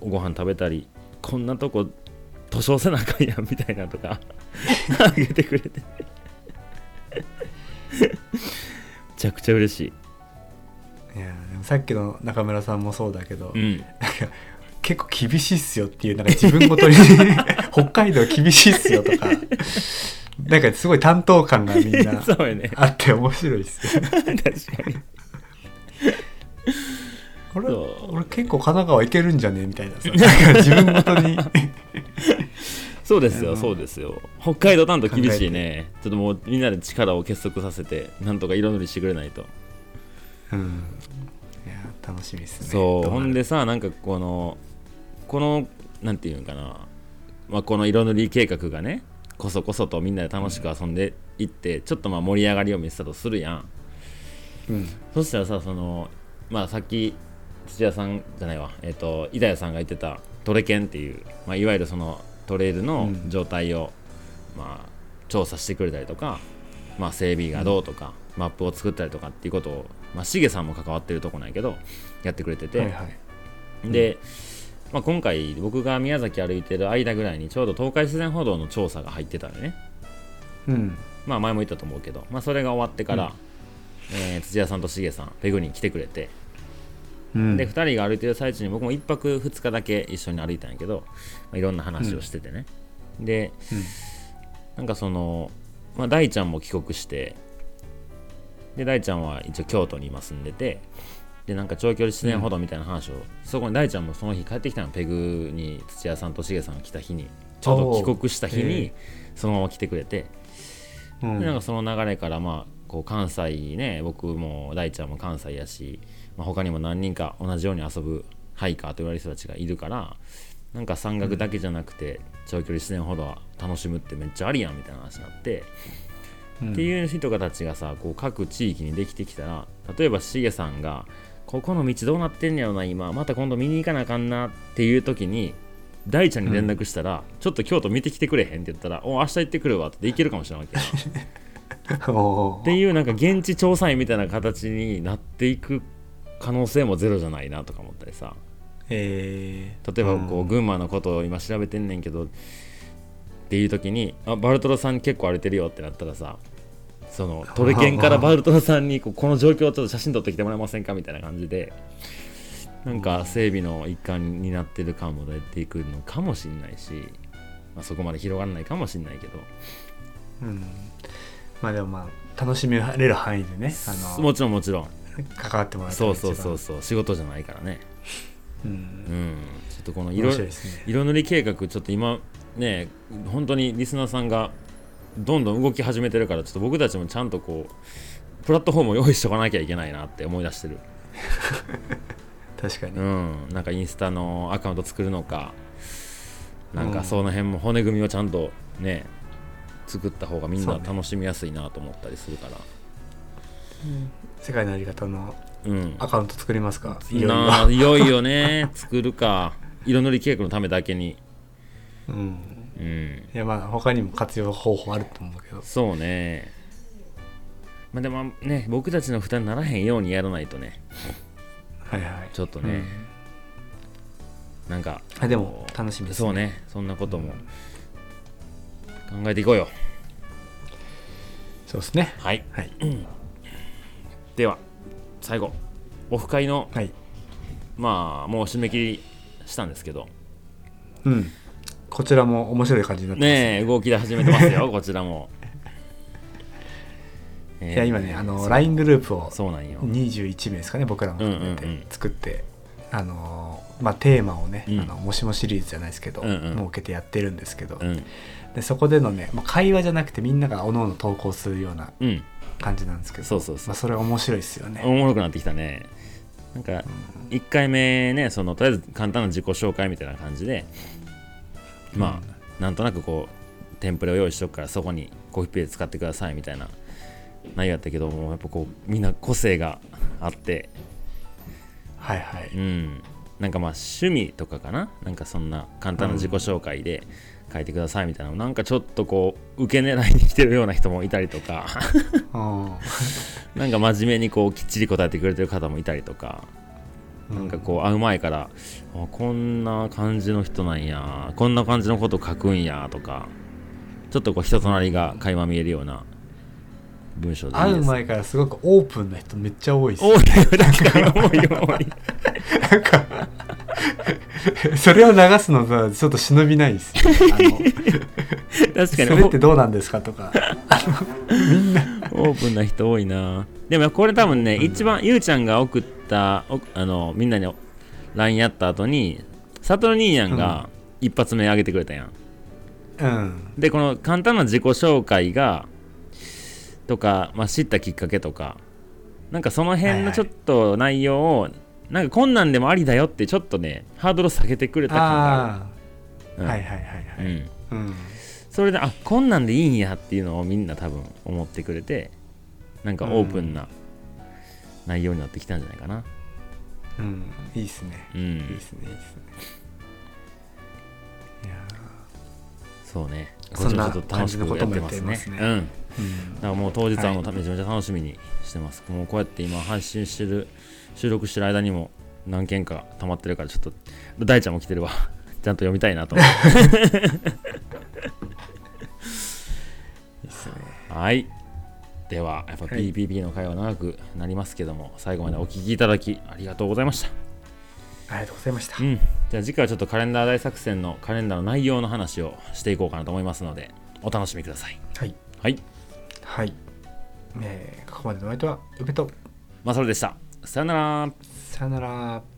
Speaker 2: ご飯食べたり、こんなとこ、図書せなあかんやんみたいなとか、あげてくれて。めちゃくちゃ嬉しい。
Speaker 3: いやでもさっきの中村さんもそうだけど、
Speaker 2: うん。
Speaker 3: 結構厳しいっすよっていうなんか自分 ごとに北海道厳しいっすよとかなんかすごい担当感がみんな
Speaker 2: そうやね。
Speaker 3: あって面白いっ すよ
Speaker 2: 確かに。
Speaker 3: 俺
Speaker 2: そう
Speaker 3: 俺結構神奈川行けるんじゃねみたいなさなんか自分ごと に
Speaker 2: そうです
Speaker 3: う
Speaker 2: よ、
Speaker 3: ん
Speaker 2: そうですよ。北海道担当厳しいね。ちょっともうみんなで力を結束させて、なんとか色塗りしてくれないと。
Speaker 3: うんいや楽しみですね
Speaker 2: そう。
Speaker 3: どな
Speaker 2: ほ
Speaker 3: る
Speaker 2: んでさ、なんかこの、この、なんていうんかな、まあ、この色塗り計画がね、こそこそとみんなで楽しく遊んでいって、ちょっとまあ盛り上がりを見せたとするやん。
Speaker 3: うん
Speaker 2: そしたらさ、その、まあさっき、土屋さんじゃないわ、えっ、と、板谷さんが言ってたトレケンっていう、まあ、いわゆるそのトレイルの
Speaker 3: うん
Speaker 2: 状態を、まあ、調査してくれたりとか、まあ、整備がどうとか、マップを作ったりとかっていうことを、まあ、シゲさんも関わってるとこなんやけど、やってくれてて、
Speaker 3: はいはい
Speaker 2: で、まあ、今回僕が宮崎歩いてる間ぐらいにちょうど東海自然歩道の調査が入ってたのね。
Speaker 3: うん
Speaker 2: まあ前も言ったと思うけど、まあ、それが終わってから、えー土屋さんとしげさんペグに来てくれて、
Speaker 3: うん
Speaker 2: で2人が歩いてる最中に僕も1泊2日だけ一緒に歩いたんやけど、まあ、いろんな話をしててね、でなんかその、まあ、大ちゃんも帰国してで大ちゃんは一応京都に今住んでてでなんか長距離自然歩道みたいな話を、そこに大ちゃんもその日帰ってきたのペグに土屋さんとしげさんが来た日にちょうど帰国した日
Speaker 3: おうへ
Speaker 2: に
Speaker 3: え
Speaker 2: そのまま来てくれて、
Speaker 3: うん
Speaker 2: でなんかその流れからまあこう関西ね僕も大ちゃんも関西やし、まあ、他にも何人か同じように遊ぶハイカーと言われる人たちがいるからなんか山岳だけじゃなくて長距離自然歩道は楽しむってめっちゃありやんみたいな話になって、
Speaker 3: うん
Speaker 2: っていう人たちがさこう各地域にできてきたら例えばしげさんが「ここの道どうなってんねやろな今また今度見に行かなあかんな」っていう時に大ちゃんに連絡したら、ちょっと京都見てきてくれへんって言ったら「お明日行ってくるわ」って言って行けるかもしれないわけよ
Speaker 3: お
Speaker 2: っ
Speaker 3: ー
Speaker 2: ていうなんか現地調査員みたいな形になっていく可能性もゼロじゃないなとか思ったりさ
Speaker 3: えー
Speaker 2: 例えばこう
Speaker 3: うん
Speaker 2: 群馬のことを今調べてんねんけどっていう時に「あバルトロさん結構荒れてるよ」ってなったらさその トレケンからバルトロさんにこうこの状況をちょっと写真撮ってきてもらえませんかみたいな感じでなんか整備の一環になってる感も出ていくのかもしんないし、まあ、そこまで広がらないかもしんないけど
Speaker 3: うんまあでもまあ楽しめれる範囲でねあの
Speaker 2: もちろんもちろん
Speaker 3: 関わってもらった
Speaker 2: そ
Speaker 3: ら
Speaker 2: う
Speaker 3: 一
Speaker 2: そ
Speaker 3: 番
Speaker 2: うそうそう仕事じゃないからね
Speaker 3: う
Speaker 2: うんん、ちょっとこの色
Speaker 3: 面白いですね
Speaker 2: 色塗り計画ちょっと今ね本当にリスナーさんがどんどん動き始めてるからちょっと僕たちもちゃんとこうプラットフォームを用意しておかなきゃいけないなって思い出してる
Speaker 3: 確かに、
Speaker 2: うんなんかインスタのアカウント作るのかなん
Speaker 3: う
Speaker 2: か
Speaker 3: ん
Speaker 2: その辺も骨組みをちゃんとね作った方がみんな
Speaker 3: そうね
Speaker 2: 楽しみやすいなと思ったりするから
Speaker 3: 世界のあり方の
Speaker 2: う,、ん
Speaker 3: アカウント作りますかいよいよ
Speaker 2: なあいよいよね作るか色塗り計画のためだけに
Speaker 3: うん
Speaker 2: うん
Speaker 3: いやまあ他にも活用方法あると思うけど
Speaker 2: そうねまあでもね僕たちの負担にならへんようにやらないとね
Speaker 3: はいはい
Speaker 2: ちょっとね、なんか
Speaker 3: あでも楽しみですね
Speaker 2: そうねそんなことも考えていこうよ
Speaker 3: そうですね
Speaker 2: はい
Speaker 3: はい
Speaker 2: では最後オフ会の
Speaker 3: はい
Speaker 2: まあもう締め切りしたんですけど
Speaker 3: うんこちらも面白い感じになってます
Speaker 2: ねえ動きで始めてます よこちらも、えー
Speaker 3: いや今ねあの
Speaker 2: そう
Speaker 3: LINE グループを
Speaker 2: そうなんよ
Speaker 3: 21名ですかね僕らも含め
Speaker 2: うんうんう
Speaker 3: て
Speaker 2: ん
Speaker 3: 作って、あのーまあ、テーマをね、
Speaker 2: うん
Speaker 3: あのもしもシリーズじゃないですけど、
Speaker 2: うんうん
Speaker 3: 設けてやってるんですけど、
Speaker 2: うん
Speaker 3: でそこでのね、まあ、会話じゃなくてみんながおのおの投稿するような
Speaker 2: うん
Speaker 3: 感じなんですけど
Speaker 2: そうそうそう
Speaker 3: まあ、それ面白いですよね、
Speaker 2: おもろくなってきたねなんか1回目ねそのとりあえず簡単な自己紹介みたいな感じでまあなんとなくこうテンプレを用意しとくからそこにコーヒーページ使ってくださいみたいな内容やったけどもやっぱこうみんな個性があって
Speaker 3: はいはい、
Speaker 2: うんなんかまあ趣味とかかななんかそんな簡単な自己紹介で書いてくださいみたいなのなんかちょっとこう受け狙いに来てるような人もいたりとか
Speaker 3: うん
Speaker 2: なんか真面目にこうきっちり答えてくれてる方もいたりとかなんかこう会う前からあこんな感じの人なんやこんな感じのこと書くんやとかちょっとこう人となりが垣間見えるような文章でい
Speaker 3: 会
Speaker 2: いで
Speaker 3: う
Speaker 2: す
Speaker 3: 前からすごくオープンな人めっちゃ多いです
Speaker 2: 多いよ確かに多いよ多い
Speaker 3: なんかそれを流すのがちょっと忍びないです よあの
Speaker 2: 確か
Speaker 3: それって
Speaker 2: に
Speaker 3: どうなんですかとか
Speaker 2: オープンな人多いなでもこれ多分ね一番ゆうちゃんが送ったおあのみんなに LINE やった後にサトル兄やんが一発目上げてくれたやん
Speaker 3: うん
Speaker 2: でこの簡単な自己紹介がとか、まあ、知ったきっかけとかなんかその辺
Speaker 3: はいは
Speaker 2: の
Speaker 3: い
Speaker 2: ちょっと内容を、なんかこんなんでもありだよってちょっとねハードルを下げてくれた感があ
Speaker 3: あ
Speaker 2: る、
Speaker 3: あ、
Speaker 2: うん
Speaker 3: はいはいはいは
Speaker 2: う
Speaker 3: い、
Speaker 2: ん、
Speaker 3: うん
Speaker 2: それであこんなんでいいんやっていうのをみんな多分思ってくれてなんかオープンな内容になってきたんじゃないかな
Speaker 3: うん、いいっすね。
Speaker 2: うん、
Speaker 3: いいっすね、いいっすね。いや
Speaker 2: そうね
Speaker 3: そんな
Speaker 2: こっちもちょっと楽しくやってます
Speaker 3: 感じのこともや
Speaker 2: ね
Speaker 3: ってますね
Speaker 2: うん
Speaker 3: ー
Speaker 2: だからもう当日はもう
Speaker 3: は
Speaker 2: めちゃめちゃ楽しみにしてます、もうこうやって今配信してる収録してる間にも何件か溜まってるからちょっと大ちゃんも来てるわ ちゃんと読みたいなと思って
Speaker 3: いいっすね。
Speaker 2: はいではやっぱ
Speaker 3: はい
Speaker 2: PPP の会は長くなりますけども最後までお聞きいただきありがとうございました
Speaker 3: ありがとうございました。
Speaker 2: うんじゃあ次回はちょっとカレンダー大作戦のカレンダーの内容の話をしていこうかなと思いますのでお楽しみください
Speaker 3: はい。
Speaker 2: はい
Speaker 3: はい。えーここまでのお相手は、宇部と、
Speaker 2: マサルでしたさよなら
Speaker 3: さよなら。